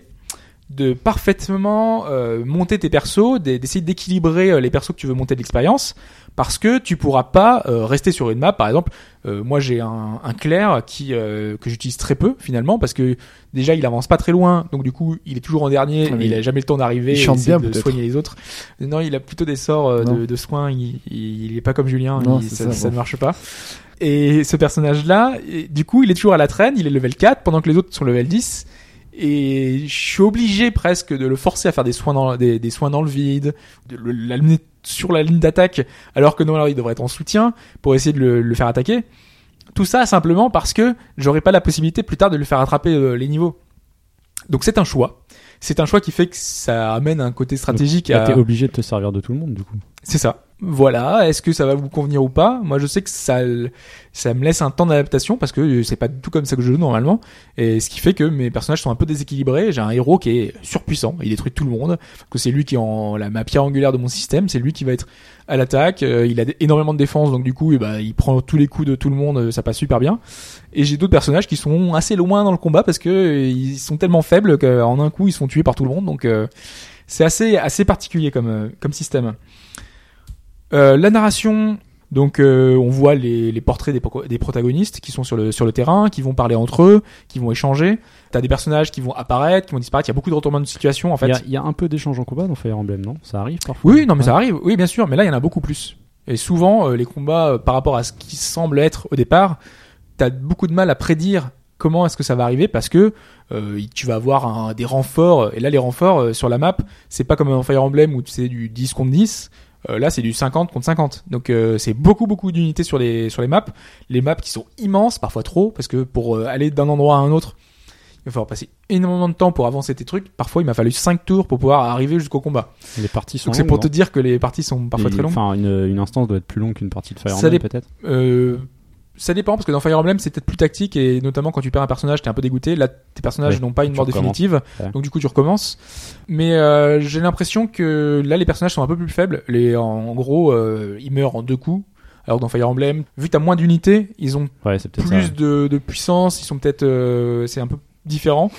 de parfaitement euh, monter tes persos, d'e- d'essayer d'équilibrer euh, les persos que tu veux monter de l'expérience, parce que tu pourras pas euh, rester sur une map. Par exemple, euh, moi j'ai un, un clerc qui euh, que j'utilise très peu finalement, parce que déjà il avance pas très loin, donc du coup il est toujours en dernier, Ah, mais il a jamais le temps d'arriver, il et chante essayer bien, de peut-être. soigner les autres. Non, il a plutôt des sorts euh, Non. de, de soins. Il, il, il est pas comme Julien. Non, il- c'est ça, ça, ça bon. ne marche pas. Et ce personnage-là, et du coup, il est toujours à la traîne. Il est level 4 pendant que les autres sont level 10. Et je suis obligé presque de le forcer à faire des soins dans des, des soins dans le vide, de le- l'amener sur la ligne d'attaque, alors que non, alors il devrait être en soutien pour essayer de le, le faire attaquer. Tout ça simplement parce que j'aurais pas la possibilité plus tard de lui faire attraper euh, les niveaux. Donc c'est un choix. C'est un choix qui fait que ça amène un côté stratégique Là, à... t'es obligé de te servir de tout le monde, du coup. C'est ça. Voilà. Est-ce que ça va vous convenir ou pas Moi, je sais que ça, ça me laisse un temps d'adaptation parce que c'est pas du tout comme ça que je joue normalement. Et ce qui fait que mes personnages sont un peu déséquilibrés. J'ai un héros qui est surpuissant. Il détruit tout le monde. Parce que c'est lui qui est en, la, ma pierre angulaire de mon système. C'est lui qui va être à l'attaque. Euh, il a d- énormément de défense. Donc, du coup, eh ben, il prend tous les coups de tout le monde. euh, Ça passe super bien. Et j'ai d'autres personnages qui sont assez loin dans le combat parce que euh, ils sont tellement faibles qu'en un coup, ils sont tués par tout le monde. Donc, euh, c'est assez, assez particulier comme, euh, comme système. Euh, la narration, donc euh, on voit les, les portraits des, pro- des protagonistes qui sont sur le, sur le terrain, qui vont parler entre eux, qui vont échanger. T'as des personnages qui vont apparaître, qui vont disparaître. Il y a beaucoup de retournements de situation en Il fait. y, a- il y a un peu d'échange en combat dans Fire Emblem, non Ça arrive parfois. Oui, oui, non, mais Ouais. ça arrive. Oui, bien sûr, mais là, il y en a beaucoup plus. Et souvent, euh, les combats, euh, par rapport à ce qui semble être au départ, t'as beaucoup de mal à prédire comment est-ce que ça va arriver parce que euh, tu vas avoir un- des renforts. Et là, les renforts euh, sur la map, c'est pas comme un Fire Emblem où c'est du 10 contre 10. Euh, là, c'est du 50 contre 50. Donc, euh, c'est beaucoup, beaucoup d'unités sur les, sur les maps. Les maps qui sont immenses, parfois trop, parce que pour euh, aller d'un endroit à un autre, il va falloir passer énormément de temps pour avancer tes trucs. Parfois, il m'a fallu 5 tours pour pouvoir arriver jusqu'au combat. Les parties sont Donc c'est longues, pour te non dire que les parties sont parfois Et- très longues. Enfin, une, une instance doit être plus longue qu'une partie de Fire Ça Emblem, dépend. peut-être. Euh, ça dépend parce que dans Fire Emblem c'est peut-être plus tactique et notamment quand tu perds un personnage t'es un peu dégoûté. Là tes personnages Ouais, n'ont pas une tu mort recommences. définitive, Ouais. donc du coup tu recommences. Mais euh, j'ai l'impression que là les personnages sont un peu plus faibles. Les en, en gros euh, ils meurent en deux coups. Alors que dans Fire Emblem, vu que t'as moins d'unités, ils ont Ouais, c'est peut-être ça. plus de, de puissance, ils sont peut-être, euh, c'est un peu différent.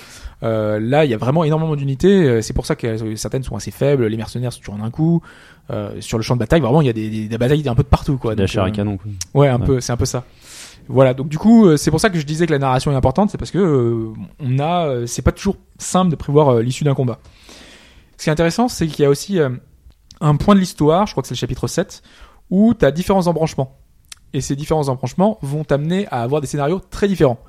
Euh, là, il y a vraiment énormément d'unités. euh, C'est pour ça que euh, certaines sont assez faibles. Les mercenaires sont toujours en un coup. Euh, sur le champ de bataille, vraiment, il y a des, des- des batailles un peu de partout, quoi. De la Donc, chair euh, et canon, quoi. Ouais, un Ouais. peu, c'est un peu ça. Voilà, donc du coup, euh, c'est pour ça que je disais que la narration est importante, c'est parce que euh, on a, euh, c'est pas toujours simple de prévoir euh, l'issue d'un combat. Ce qui est intéressant, c'est qu'il y a aussi euh, un point de l'histoire, je crois que c'est le chapitre 7, où tu as différents embranchements. Et ces différents embranchements vont t'amener à avoir des scénarios très différents.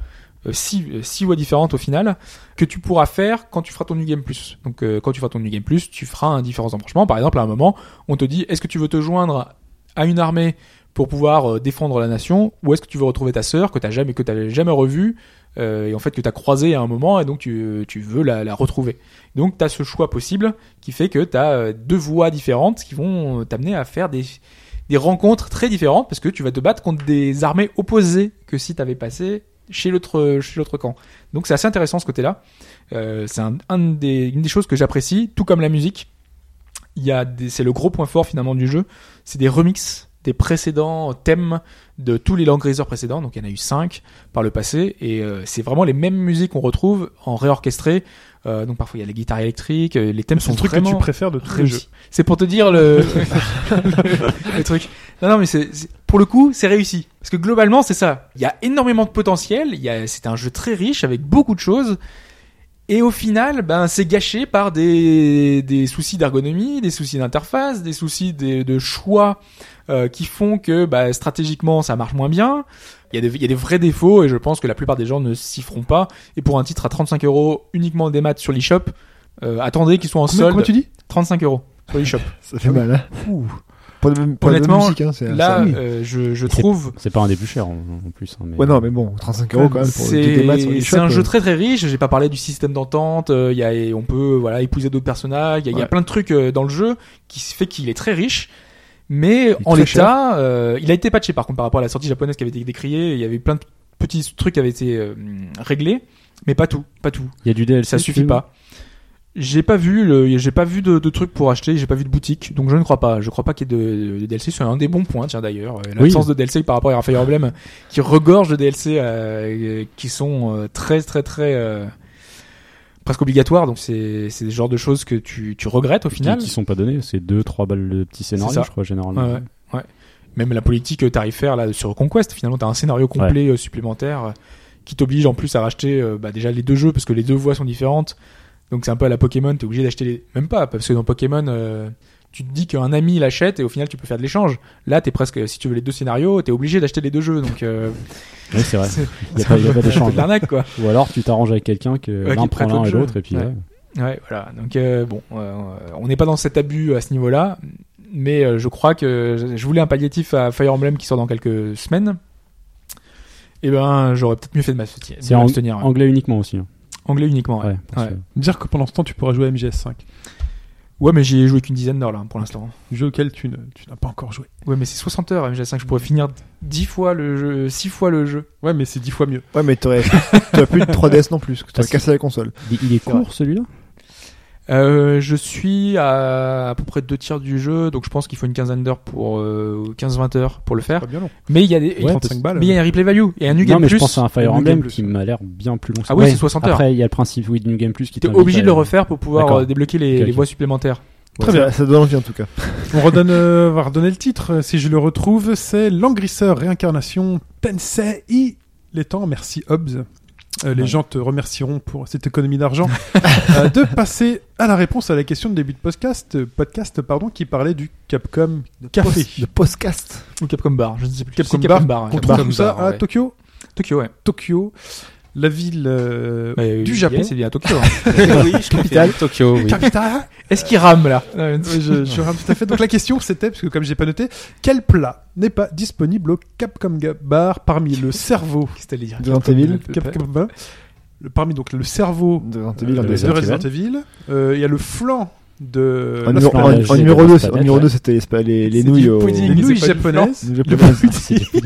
Euh, six, euh, six voies différentes au final, que tu pourras faire quand tu feras ton New Game Plus. Donc euh, quand tu feras ton New Game Plus, tu feras un différent embranchement. Par exemple, à un moment, on te dit, est-ce que tu veux te joindre à une armée pour pouvoir euh, défendre la nation ou est-ce que tu veux retrouver ta sœur que t'as jamais que t'as jamais revue euh, et en fait que t'as croisée à un moment et donc tu, tu veux la, la retrouver donc t'as ce choix possible qui fait que t'as euh, deux voies différentes qui vont euh, t'amener à faire des des rencontres très différentes parce que tu vas te battre contre des armées opposées que si t'avais passé chez l'autre chez l'autre camp donc c'est assez intéressant ce côté là c'est un, un des, une des choses que j'apprécie tout comme la musique il y a des- c'est le gros point fort finalement du jeu c'est des remixes des précédents thèmes de tous les Langrisers précédents, donc il y en a eu cinq par le passé, et euh, c'est vraiment les mêmes musiques qu'on retrouve en réorchestré. Euh, donc parfois il y a la guitare électrique, euh, les thèmes Bah, C'est sont le truc que vraiment tu préfères de tous les jeux. réussi. C'est pour te dire le, le truc. Non, non, mais c'est, c'est- pour le coup, c'est réussi. Parce que globalement, c'est ça. Il y a énormément de potentiel. Il y a, c'est un jeu très riche avec beaucoup de choses. Et au final, ben, c'est gâché par des, des soucis d'ergonomie, des soucis d'interface, des soucis de, de choix euh, qui font que bah, stratégiquement ça marche moins bien. Il y, a des, il y a des vrais défauts et je pense que la plupart des gens ne s'y feront pas. Et pour un titre à 35 euros uniquement des maths sur l'eShop, euh, attendez qu'ils soient en Combien, solde. comment tu dis 35 euros sur l'eShop. Ça fait mal, hein. Pour la même, pour la même Honnêtement, musique, hein, c'est- Là, c'est- euh, je, je trouve. C'est pas un des plus chers, en, en plus. hein, mais... Ouais, non, mais bon, 35 euros quand même pour C'est des maths sur les c'est un shops, jeu euh, très très riche. J'ai pas parlé du système d'entente. euh, Il y a, et on peut voilà épouser d'autres personnages. Il y, a- il y a Ouais. plein de trucs euh, dans le jeu qui se fait qu'il est très riche. Mais en très l'état, euh, il a été patché par contre par rapport à la sortie japonaise qui avait été décriée. Il y avait plein de petits trucs qui avaient été euh, réglés, mais pas tout, pas tout. Il y a du DLC. Ça suffit film. pas. J'ai pas vu, le- j'ai pas vu de, de trucs pour acheter, j'ai pas vu de boutique, donc je ne crois pas. Je crois pas qu'il y ait de, de DLC. C'est un des bons points, tiens d'ailleurs, Euh, l'absence de DLC par rapport à Fire Emblem, qui regorge de DLC euh, qui sont euh, très très très euh, presque obligatoire, donc c'est c'est le genre de choses que tu, tu regrettes au qui- final. qui sont pas donnés. C'est deux, trois balles de petits C'est scénarios, ça. je crois, généralement. Ouais, ouais, ouais. Même la politique tarifaire là sur Conquest, finalement, t'as un scénario complet euh, supplémentaire euh, qui t'oblige en plus à racheter euh, bah, déjà les deux jeux parce que les deux voies sont différentes. Donc c'est un peu à la Pokémon, t'es obligé d'acheter les même pas parce que dans Pokémon, euh, tu te dis qu'un ami l'achète et au final tu peux faire de l'échange. Là, t'es presque si tu veux les deux scénarios, t'es obligé d'acheter les deux jeux. Donc euh, Ouais, c'est vrai. c'est Il y a c'est pas- un il y a peu- pas d'échange. c'est de l'arnaque, quoi. Ou alors tu t'arranges avec quelqu'un que qui l'un te prête prend l'autre l'un et jeu. l'autre, et puis Ouais. ouais. Ouais, voilà. Donc euh, bon, euh, on n'est pas dans cet abus à ce niveau-là, mais euh, je crois que je- je voulais un palliatif à Fire Emblem qui sort dans quelques semaines. Et ben, j'aurais peut-être mieux fait de m'abstenir. C'est de m'abstenir, ang- ouais. anglais uniquement aussi. hein. anglais uniquement. Ouais, Ouais, parce que- Dire que pendant ce temps, tu pourras jouer à MGS5. Ouais, mais j'y ai joué qu'une dizaine d'heures là pour l'instant. Jeu auquel tu ne- tu n'as pas encore joué. Ouais, mais c'est 60 heures MGS5. Je pourrais finir 10 fois le jeu, 6 fois le jeu. Ouais, mais c'est dix fois mieux. Ouais, mais t'aurais t'aurais plus de 3DS non plus, parce que Ah, t'aurais si. cassé la console. Il- Il est court celui-là Euh, je suis à à peu près deux tiers du jeu, donc je pense qu'il faut une quinzaine d'heures pour euh, 15-20 heures pour le faire. Pas bien long. Mais il y a des, Ouais, 35 balles. mais il y a un replay value et un new game Non, mais plus. je pense à un Fire New Game Emblem Plus. qui m'a l'air bien plus long. que ça. Ah oui, Ouais. c'est 60 heures. Après, il y a le principe oui, de New Game Plus qui T'es t'invite obligé de le à- refaire pour pouvoir D'accord. euh, débloquer les, Ok, ok. les voies supplémentaires. Très bien, ça donne envie en tout cas. On redonne, euh, on va redonner le titre. euh, Si je le retrouve, c'est L'Engrisseur Réincarnation Tensei I. Les temps, merci Hobbs. Euh, les gens te remercieront pour cette économie d'argent. Euh, de passer à la réponse à la question de début de podcast, euh, podcast pardon, qui parlait du Capcom Café. Le podcast. Ou Capcom Bar, je ne sais plus. Capcom C'est Bar, ouais. On Capcom trouve tout ça Bar, à ouais. Tokyo. Tokyo, ouais. Tokyo, la ville euh, Mais, du oui, Japon. C'est bien à Tokyo. hein. oui, je confirme. Tokyo, oui. Capitale. Est-ce qu'il rame là Ah, Ouais, Oui, je, je rame tout à fait. Donc la question c'était, parce que comme j'ai pas noté, quel plat n'est pas disponible au Capcom Bar parmi le cerveau Qu'est-ce que t'allais dire Euh, Devant tes villes. Capcom Bar, le, parmi donc le cerveau Devant tes euh, villes en de Resident deuxième. Resident Evil, euh, il y a le flanc de En la numéro- Splendid, en- en j'ai numéro des 2, Splendid, en numéro ouais. 2, c'était les- les les C'est nouilles du au. pudding. les c'est nouilles pas du japonaises, Le Le japonais,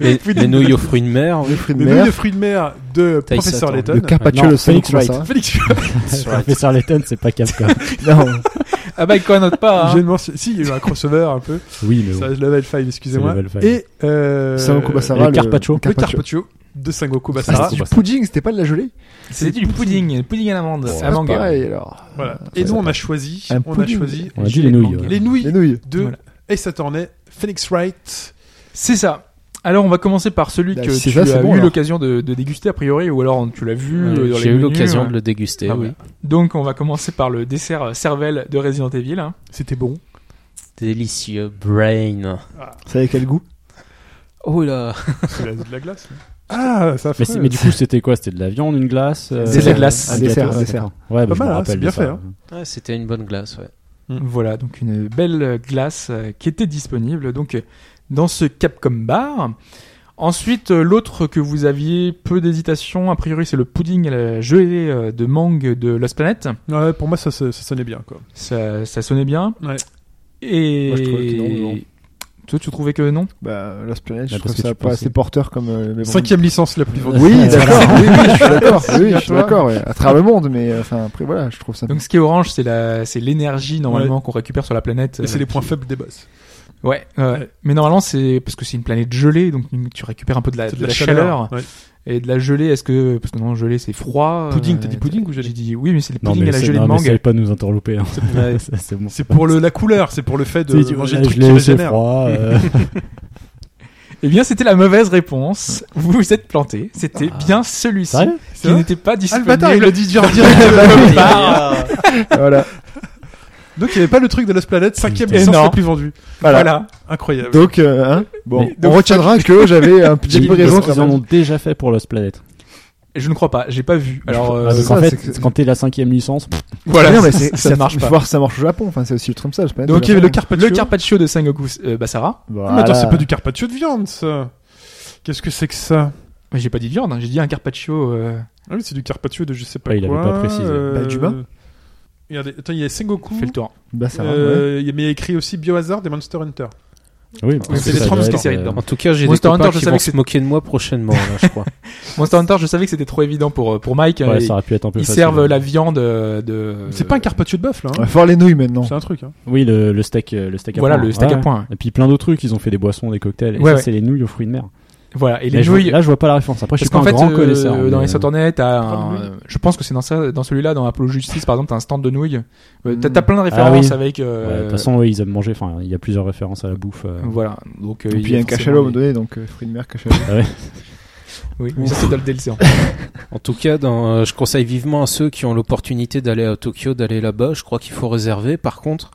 Les, les nouilles aux fruits de mer, le fruit de les nouilles mer, de fruits de mer de Taille Professeur Satan. le Layton. carpaccio, Non, le hein. salon Phoenix Wright. Félix, Professeur Letton, c'est pas Capcom. Non, Ah bah, il connaît pas. je ne hein. m'en sou- si il y a eu un crossover un peu, oui, mais ça bon. level 5, excusez-moi. Level Five. Et euh, Sangoku Basara. Le le- Carpaccio. le le Carpaccio de Sangoku Basara. Ah, c'est du pudding, c'était pas de la gelée C'était du pudding, pudding à l'amande, Bon, à manga. Pareil alors. Voilà. Et nous on a choisi, Un on a pudding. choisi On a dit les nouilles. ouais. les nouilles Les nouilles. de Voilà. Ace Attorney, Phoenix Wright. C'est ça. Alors on va commencer par celui Bah, que tu c'est ça, c'est as bon, eu alors. l'occasion de, de déguster a priori, ou alors tu l'as vu. euh, dans les J'ai eu menus, l'occasion hein. de le déguster, Ah, oui. ouais. Donc on va commencer par le dessert euh, cervelle de Resident Evil. hein. C'était bon. Délicieux brain. C'est avec quel goût Oh là C'est de, la glace. Ah, ça Mais, fait. c'est- mais du coup, c'était quoi C'était de la viande, une glace euh, C'est de la glace. un Un gâteau, dessert, ouais, un dessert. d'accord. Ouais, Pas bah, je me mal, hein, rappelle c'est de bien ça. fait, hein. Ouais, C'était une bonne glace, ouais. Voilà, donc une belle glace euh, qui était disponible donc euh, dans ce Capcom Bar. Ensuite, euh, l'autre que vous aviez peu d'hésitation, a priori, c'est le pudding à la gelée euh, de mangue de Lost Planet. Ouais, pour moi, ça, se- ça sonnait bien, quoi. Ça, ça sonnait bien. Ouais. Et Moi, je trouvais que non, mais bon. toi, tu trouvais que non Bah, Lost Planet, je Là, trouve parce que ça tu pas pensais. assez porteur comme. euh, mais bon. Cinquième licence la plus vendue. Oui, d'accord. oui, oui, je suis d'accord. Oui, oui, je suis Souviens-toi. d'accord. ouais. À travers le monde, mais euh, enfin après voilà, je trouve ça. Donc, ce qui est orange, c'est la, c'est l'énergie normalement qu'on récupère sur la planète. Et c'est euh, les points qui- faibles des boss. Ouais, euh, Mais normalement, c'est parce que c'est une planète gelée, donc tu récupères un peu de la, C'est de la chaleur. Ouais. Et de la gelée, est-ce que. Parce que non, gelée, c'est froid. Pudding, euh, t'as dit pudding ou gelée J'ai dit oui, mais c'est le Non, pudding mais à la c'est- gelée non, de mais mangue. essayez pas de nous interlouper. hein. Ça, C'est bon. C'est pour le, la couleur, c'est pour le fait de Tu dis, manger ouais, le truc je qui l'ai, c'est régénère. froid. euh, Eh bien, c'était la mauvaise réponse. Vous vous êtes planté. C'était bien celui-ci Sérieux qui n'était pas Ah, le disponible. bâtard, il l'a dit genre direct. Voilà. Ah. Bah Euh, Voilà. Donc, il n'y avait pas le truc de Lost Planet, cinquième Putain. licence Énorme. la plus vendue. Voilà. Incroyable. Donc euh, hein, bon, Mais- on retiendra que j'avais un petit peu Ils raison. ils en ont déjà fait pour Lost Planet. Je ne crois pas. J'ai pas vu. Alors, Ah, euh, parce c'est qu'en ça, fait, c'est que- quand t'es la cinquième licence, pff, Voilà, non, mais c'est- ça ne marche faut pas. voir si ça marche au Japon. Enfin, c'est aussi le truc comme ça. Lost Planet, Donc, il y avait le Japon. carpaccio. Le carpaccio de Sengoku euh, Basara. Ah, mais Voilà. attends, c'est pas du carpaccio de viande, ça. Qu'est-ce que c'est que ça Mais j'ai pas dit de viande. hein. J'ai dit un carpaccio. euh, Ah oui, c'est du carpaccio de je sais pas Ah, quoi. euh, il avait pas précisé. Bah, du vin. Regardez, attends, il y a Sengoku. Fais le tour. Bah ça va. ouais. Euh, il y a- Mais il y a écrit aussi Biohazard et Monster Hunter. oui, parce c'est que les ça trois doit être, mousquetaires euh, dedans. En tout cas, j'ai des Monster copains Hunter, je qui savais vont que se c'était- moquer de moi prochainement, là, je crois. Monster Hunter, je savais que c'était trop évident pour euh, pour Mike. hein, ouais, et- ça aurait pu être un peu ils facile. servent la viande euh, de. C'est pas un carpaccio de bœuf, là. On hein. va faire les nouilles maintenant. C'est un truc. Hein. Oui, le, le steak, euh, le steak à Voilà point. le steak à Ouais. point. Et puis plein d'autres trucs, ils ont fait des boissons, des cocktails. Et Ouais, ça, ouais. c'est les nouilles aux fruits de mer. Voilà, et les Là, je vois- nouilles. là, je vois pas la référence. Après, je Parce suis pas qu'en un fait, grand euh, connaisseur. dans mais, les Saturnet, t'as Pas de un- nouilles. je pense que c'est dans ça, dans celui-là, dans Apollo Justice, par exemple, t'as un stand de nouilles. Euh, T'as Mm. t'as plein de oui. références avec. euh, euh, ouais, de toute façon, oui, ils aiment manger. Enfin, il y a plusieurs références à la bouffe. euh. Voilà. Donc. euh, Et puis il y a un forcément cachalot à un moment des- donné, donc euh, fruit de mer, cachalot. Oui, mais ça c'est dans le DLC. en fait. En tout cas, dans, euh, je conseille vivement à ceux qui ont l'opportunité d'aller à Tokyo, d'aller là-bas. Je crois qu'il faut réserver. Par contre,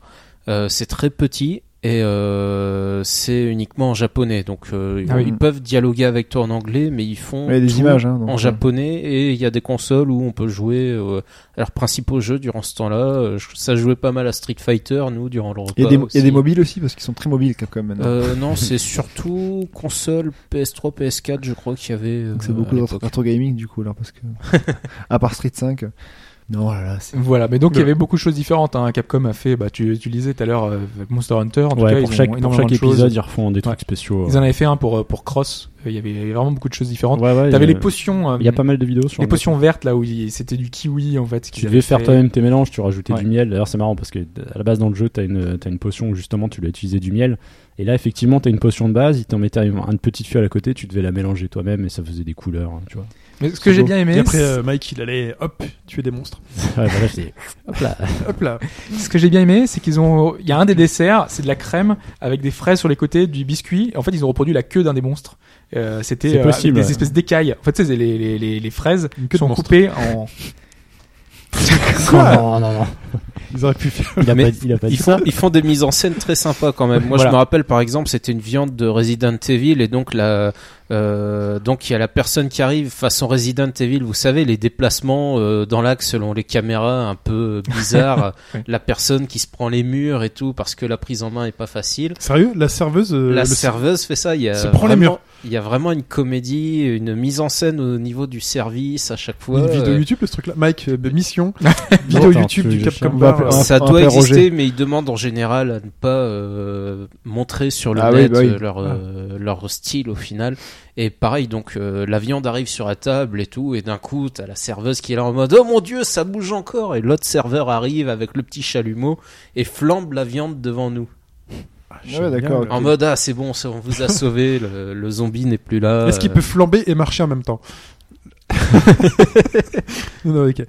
euh, c'est très petit et euh, c'est uniquement en japonais. Donc, euh, Ah oui. ils peuvent dialoguer avec toi en anglais, mais ils font Il y a des tout images. Hein, donc, en japonais et il y a des consoles où on peut jouer euh, à leurs principaux jeux durant ce temps-là. Euh, je- Ça jouait pas mal à Street Fighter, nous, durant le repas. Il y, a des, il y a aussi. des mobiles aussi parce qu'ils sont très mobiles Capcom maintenant. Bah, Euh, non, c'est surtout console PS3, PS4, je crois qu'il y avait. euh, donc c'est à beaucoup l'époque. d'intro gaming du coup alors parce que à part Street 5, euh, non là là c'est voilà. Mais donc il y avait beaucoup de choses différentes. Hein. Capcom a fait, bah tu, tu le disais tout à l'heure euh, Monster Hunter. En tout Ouais, cas, pour ils chaque, ont pour énormément chaque de choses. épisode, ils refont des trucs Ouais. spéciaux. Ils en avaient fait un pour euh, pour Cross. Euh, Il y avait vraiment beaucoup de choses différentes. Ouais, ouais, T'avais il y les a- potions. euh, Il y a pas mal de vidéos sur les le- potions vertes là où il- c'était du kiwi en fait. Tu qu'ils devais avaient faire fait. toi-même tes mélanges, tu rajoutais Ouais. du miel. D'ailleurs, c'est marrant parce que à la base dans le jeu, t'as une t'as une potion où justement tu dois utiliser du miel. Et là, effectivement, t'as une potion de base. Ils t'en mettaient un, un petit fût à la côté. Tu devais la mélanger toi-même et ça faisait des couleurs. hein, Tu vois. Mais ce que j'ai bien aimé, Et après, c'est- euh, Mike, il allait, hop, tuer des monstres. Ouais, voilà, c'est- Hop là. Hop là. Ce que j'ai bien aimé, c'est qu'ils ont. Il y a un des desserts, c'est de la crème avec des fraises sur les côtés, du biscuit. En fait, ils ont reproduit la queue d'un des monstres. Euh, C'était C'est euh, possible, avec des ouais. espèces d'écailles. En fait, tu sais, les, les, les, les fraises queue de sont monstre. coupées en. Quoi non, non, non. Ils auraient pu faire. Il a Mais pas, il a Bah, pas dit Ils font, ça. ils font des mises en scène très sympas quand même. Moi, Voilà. je me rappelle par exemple, c'était une viande de Resident Evil et donc la, euh, donc il y a la personne qui arrive façon Resident Evil. Vous savez les déplacements euh, dans l'axe selon les caméras un peu euh, bizarres. Ouais. La personne qui se prend les murs et tout parce que la prise en main est pas facile. Sérieux La serveuse. euh, la le- serveuse fait ça. Il y a se prend les vraiment- murs. Il y a vraiment une comédie, une mise en scène au niveau du service à chaque fois. Une vidéo Euh, YouTube, ce truc-là. Mike, euh, mission. vidéo Attends, YouTube du tu- je Capcom cherche. Bar. euh, On va- ça on doit appelle exister, Roger. mais ils demandent en général à ne pas euh, montrer sur le Ah oui, net bah oui. euh, leur, euh, leur style au final. Et pareil, donc euh, la viande arrive sur la table et tout, et d'un coup, t'as la serveuse qui est là en mode Oh mon dieu, ça bouge encore Et l'autre serveur arrive avec le petit chalumeau et flambe la viande devant nous. Ah ouais, d'accord. Génial. En mode Ah, c'est bon, ça, on vous a sauvé, le, le zombie n'est plus là. Est-ce qu'il Euh, peut flamber et marcher en même temps Non, non, ok.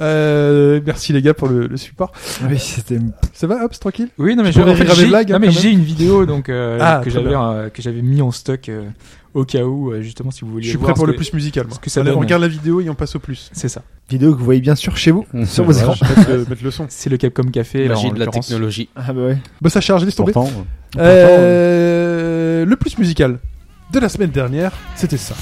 Euh, merci les gars pour le, le support. oui, c'était Ça va, Hop, tranquille Oui, non mais Tu je- pourrais en fait, rire à mes j'ai blagues, non, hein, mais quand même. j'ai une vidéo donc euh, Ah, que très j'avais bien. euh, que j'avais mis en stock euh, au cas où euh, justement si vous voulez Je suis voir prêt pour ce le que- plus musical. Moi. ce que ça Allez, on donne. regarde la vidéo et on passe au plus. C'est ça. vidéo que vous voyez bien sûr chez vous Mmh, sur c'est vos vrai. écrans. Je vais peut-être mettre le son. C'est le Capcom Café. là, Magie en de Euh, la l'occurrence. technologie. Ah bah ouais. Bah ça charge, laisse tomber. Pourtant, Euh, le plus musical de la semaine dernière, c'était ça.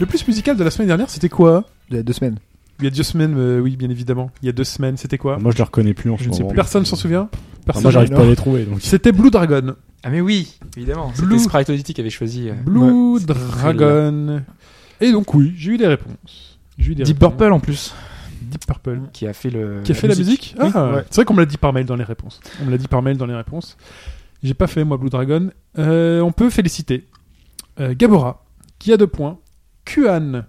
Le plus musical de la semaine dernière, c'était quoi Il y a deux semaines. Il y a deux semaines, euh, oui, bien évidemment. Il y a deux semaines, c'était quoi moi je le reconnais plus en ce Je ne sais moment. plus. Personne s'en souvient Enfin, Personne. moi j'arrive non. pas à les trouver. Donc. C'était Blue Dragon. Ah mais oui, évidemment. C'était Blue- Sprite Oddity qui avait choisi. euh, Blue c'était très Dragon. Et donc oui, j'ai eu des réponses. J'ai eu des Deep réponses. Purple en plus Deep Purple. qui a fait le Qui a fait la musique Oui. Ah, ouais. C'est vrai qu'on me l'a dit par mail dans les réponses. On me l'a dit par mail dans les réponses. J'ai pas fait moi Blue Dragon. Euh, on peut féliciter euh, Gabora qui a deux points. Kuan,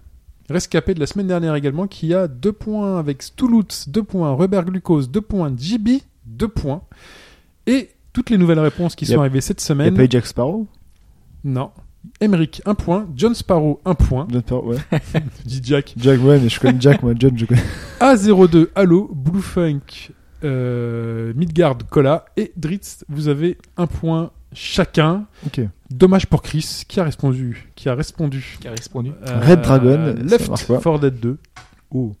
rescapé de la semaine dernière également, qui a deux points avec Stulutz, deux points, Robert Glucose, deux points, JB, deux points. Et toutes les nouvelles réponses qui Y a- sont arrivées cette Il y a semaine. pas eu Jack Sparrow Non. Emmerich, un point. John Sparrow, un point. Jack Sparrow, ouais. Dit Jack. Jack, ouais, mais je connais Jack, moi, John, je connais. A02, Halo, Blue Funk, euh, Midgard, Cola et Dritz, vous avez un point chacun. Ok. Dommage pour Chris qui a répondu. Qui a répondu. qui a répondu. Euh, Red Dragon, ça Left marche pas. 4 Dead 2. Oh.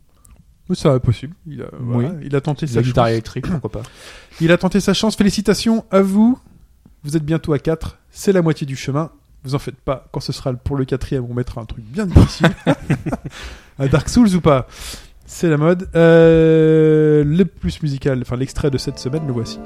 Mais c'est possible. Il a, voilà, il a tenté La sa guitare chance. électrique, pourquoi pas. Il a tenté sa chance. Félicitations à vous. Vous êtes bientôt à 4. C'est la moitié du chemin. Vous en faites pas. Quand ce sera pour le quatrième, on mettra un truc bien difficile. à Dark Souls ou pas C'est la mode. Euh, le plus musical, enfin l'extrait de cette semaine, le voici.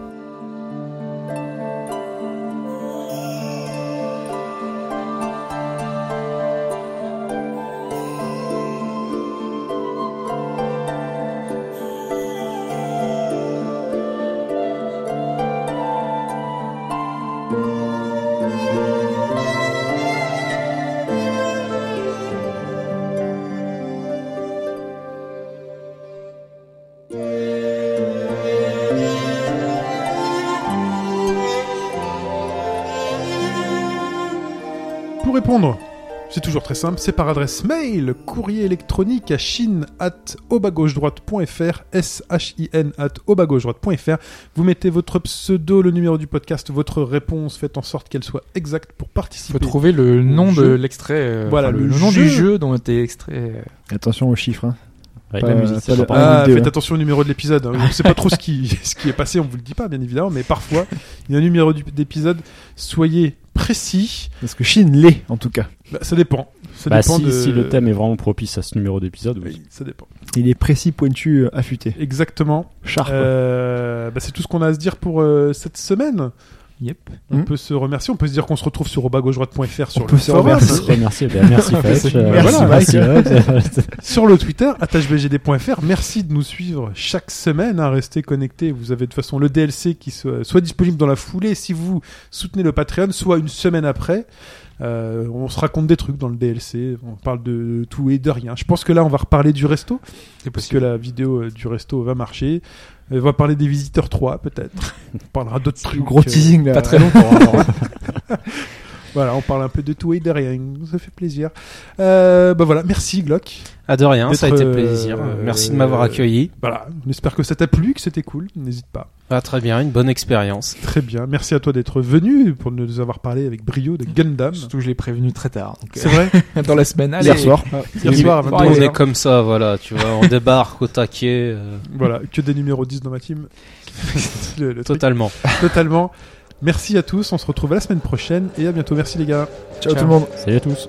répondre C'est toujours très simple, c'est par adresse mail, courrier électronique à chine at droitefr S-H-I-N at droitefr Vous mettez votre pseudo, le numéro du podcast, votre réponse, faites en sorte qu'elle soit exacte pour participer. faut trouver le nom jeu. de l'extrait. euh, Voilà, enfin, le le, nom jeu. du jeu dont était extrait. euh, Attention aux chiffres. hein. Avec Pas- la musique, pas c'est le- pas Ah, Ah, vidéo, faites hein. attention au numéro de l'épisode. hein. On ne sait pas trop ce qui, ce qui est passé, on vous le dit pas, bien évidemment, mais parfois, il y a un numéro du- d'épisode. Soyez précis. Parce que Chine l'est, en tout cas. Bah, ça dépend. Ça Bah, dépend si, de- si le thème est vraiment propice à ce numéro d'épisode, oui. Oui, ça dépend. Il est précis, pointu, euh, affûté. Exactement. Sharp. Euh, bah, c'est tout ce qu'on a à se dire pour euh, cette semaine. Yep. On Mhm. peut se remercier. On peut se dire qu'on se retrouve sur robagauche-droite.fr sur On le peut se forum, remercier. Merci, merci, ben, merci Fetch, euh, Merci, voilà, Mike. merci, Hop. sur le Twitter @hbgd.fr. Merci de nous suivre chaque semaine. hein. Restez connectés. Vous avez de toute façon le DLC qui soit, soit disponible dans la foulée si vous soutenez le Patreon, soit une semaine après. Euh, on se raconte des trucs dans le DLC. On parle de tout et de rien. Je pense que là, on va reparler du resto. C'est parce que la vidéo euh, du resto va marcher. Euh, On va parler des visiteurs 3 peut-être. On parlera d'autres trucs. Gros euh, teasing là. Pas très long pour avoir- voilà, on parle un peu de tout et de rien. Ça fait plaisir. Euh, bah voilà, merci Glock. Ah, de rien, ça a D'être, été plaisir. euh, Merci de m'avoir euh, accueilli. Voilà, on espère que ça t'a plu, que c'était cool. N'hésite pas. Ah, très bien, une bonne expérience. Très bien. Merci à toi d'être venu pour nous avoir parlé avec brio de Gundam. Surtout que je l'ai prévenu très tard. donc, C'est vrai. Ah. euh, dans la semaine. Hier allez. soir. Hier soir à Bon, 22 allez, on alors. est comme ça, voilà, tu vois, on débarque au taquet euh, Voilà, que des numéros 10 dans ma team. Le- le truc, totalement. totalement. Merci à tous. On se retrouve la semaine prochaine et à bientôt. Merci les gars. Ciao tout le monde. Salut à tous.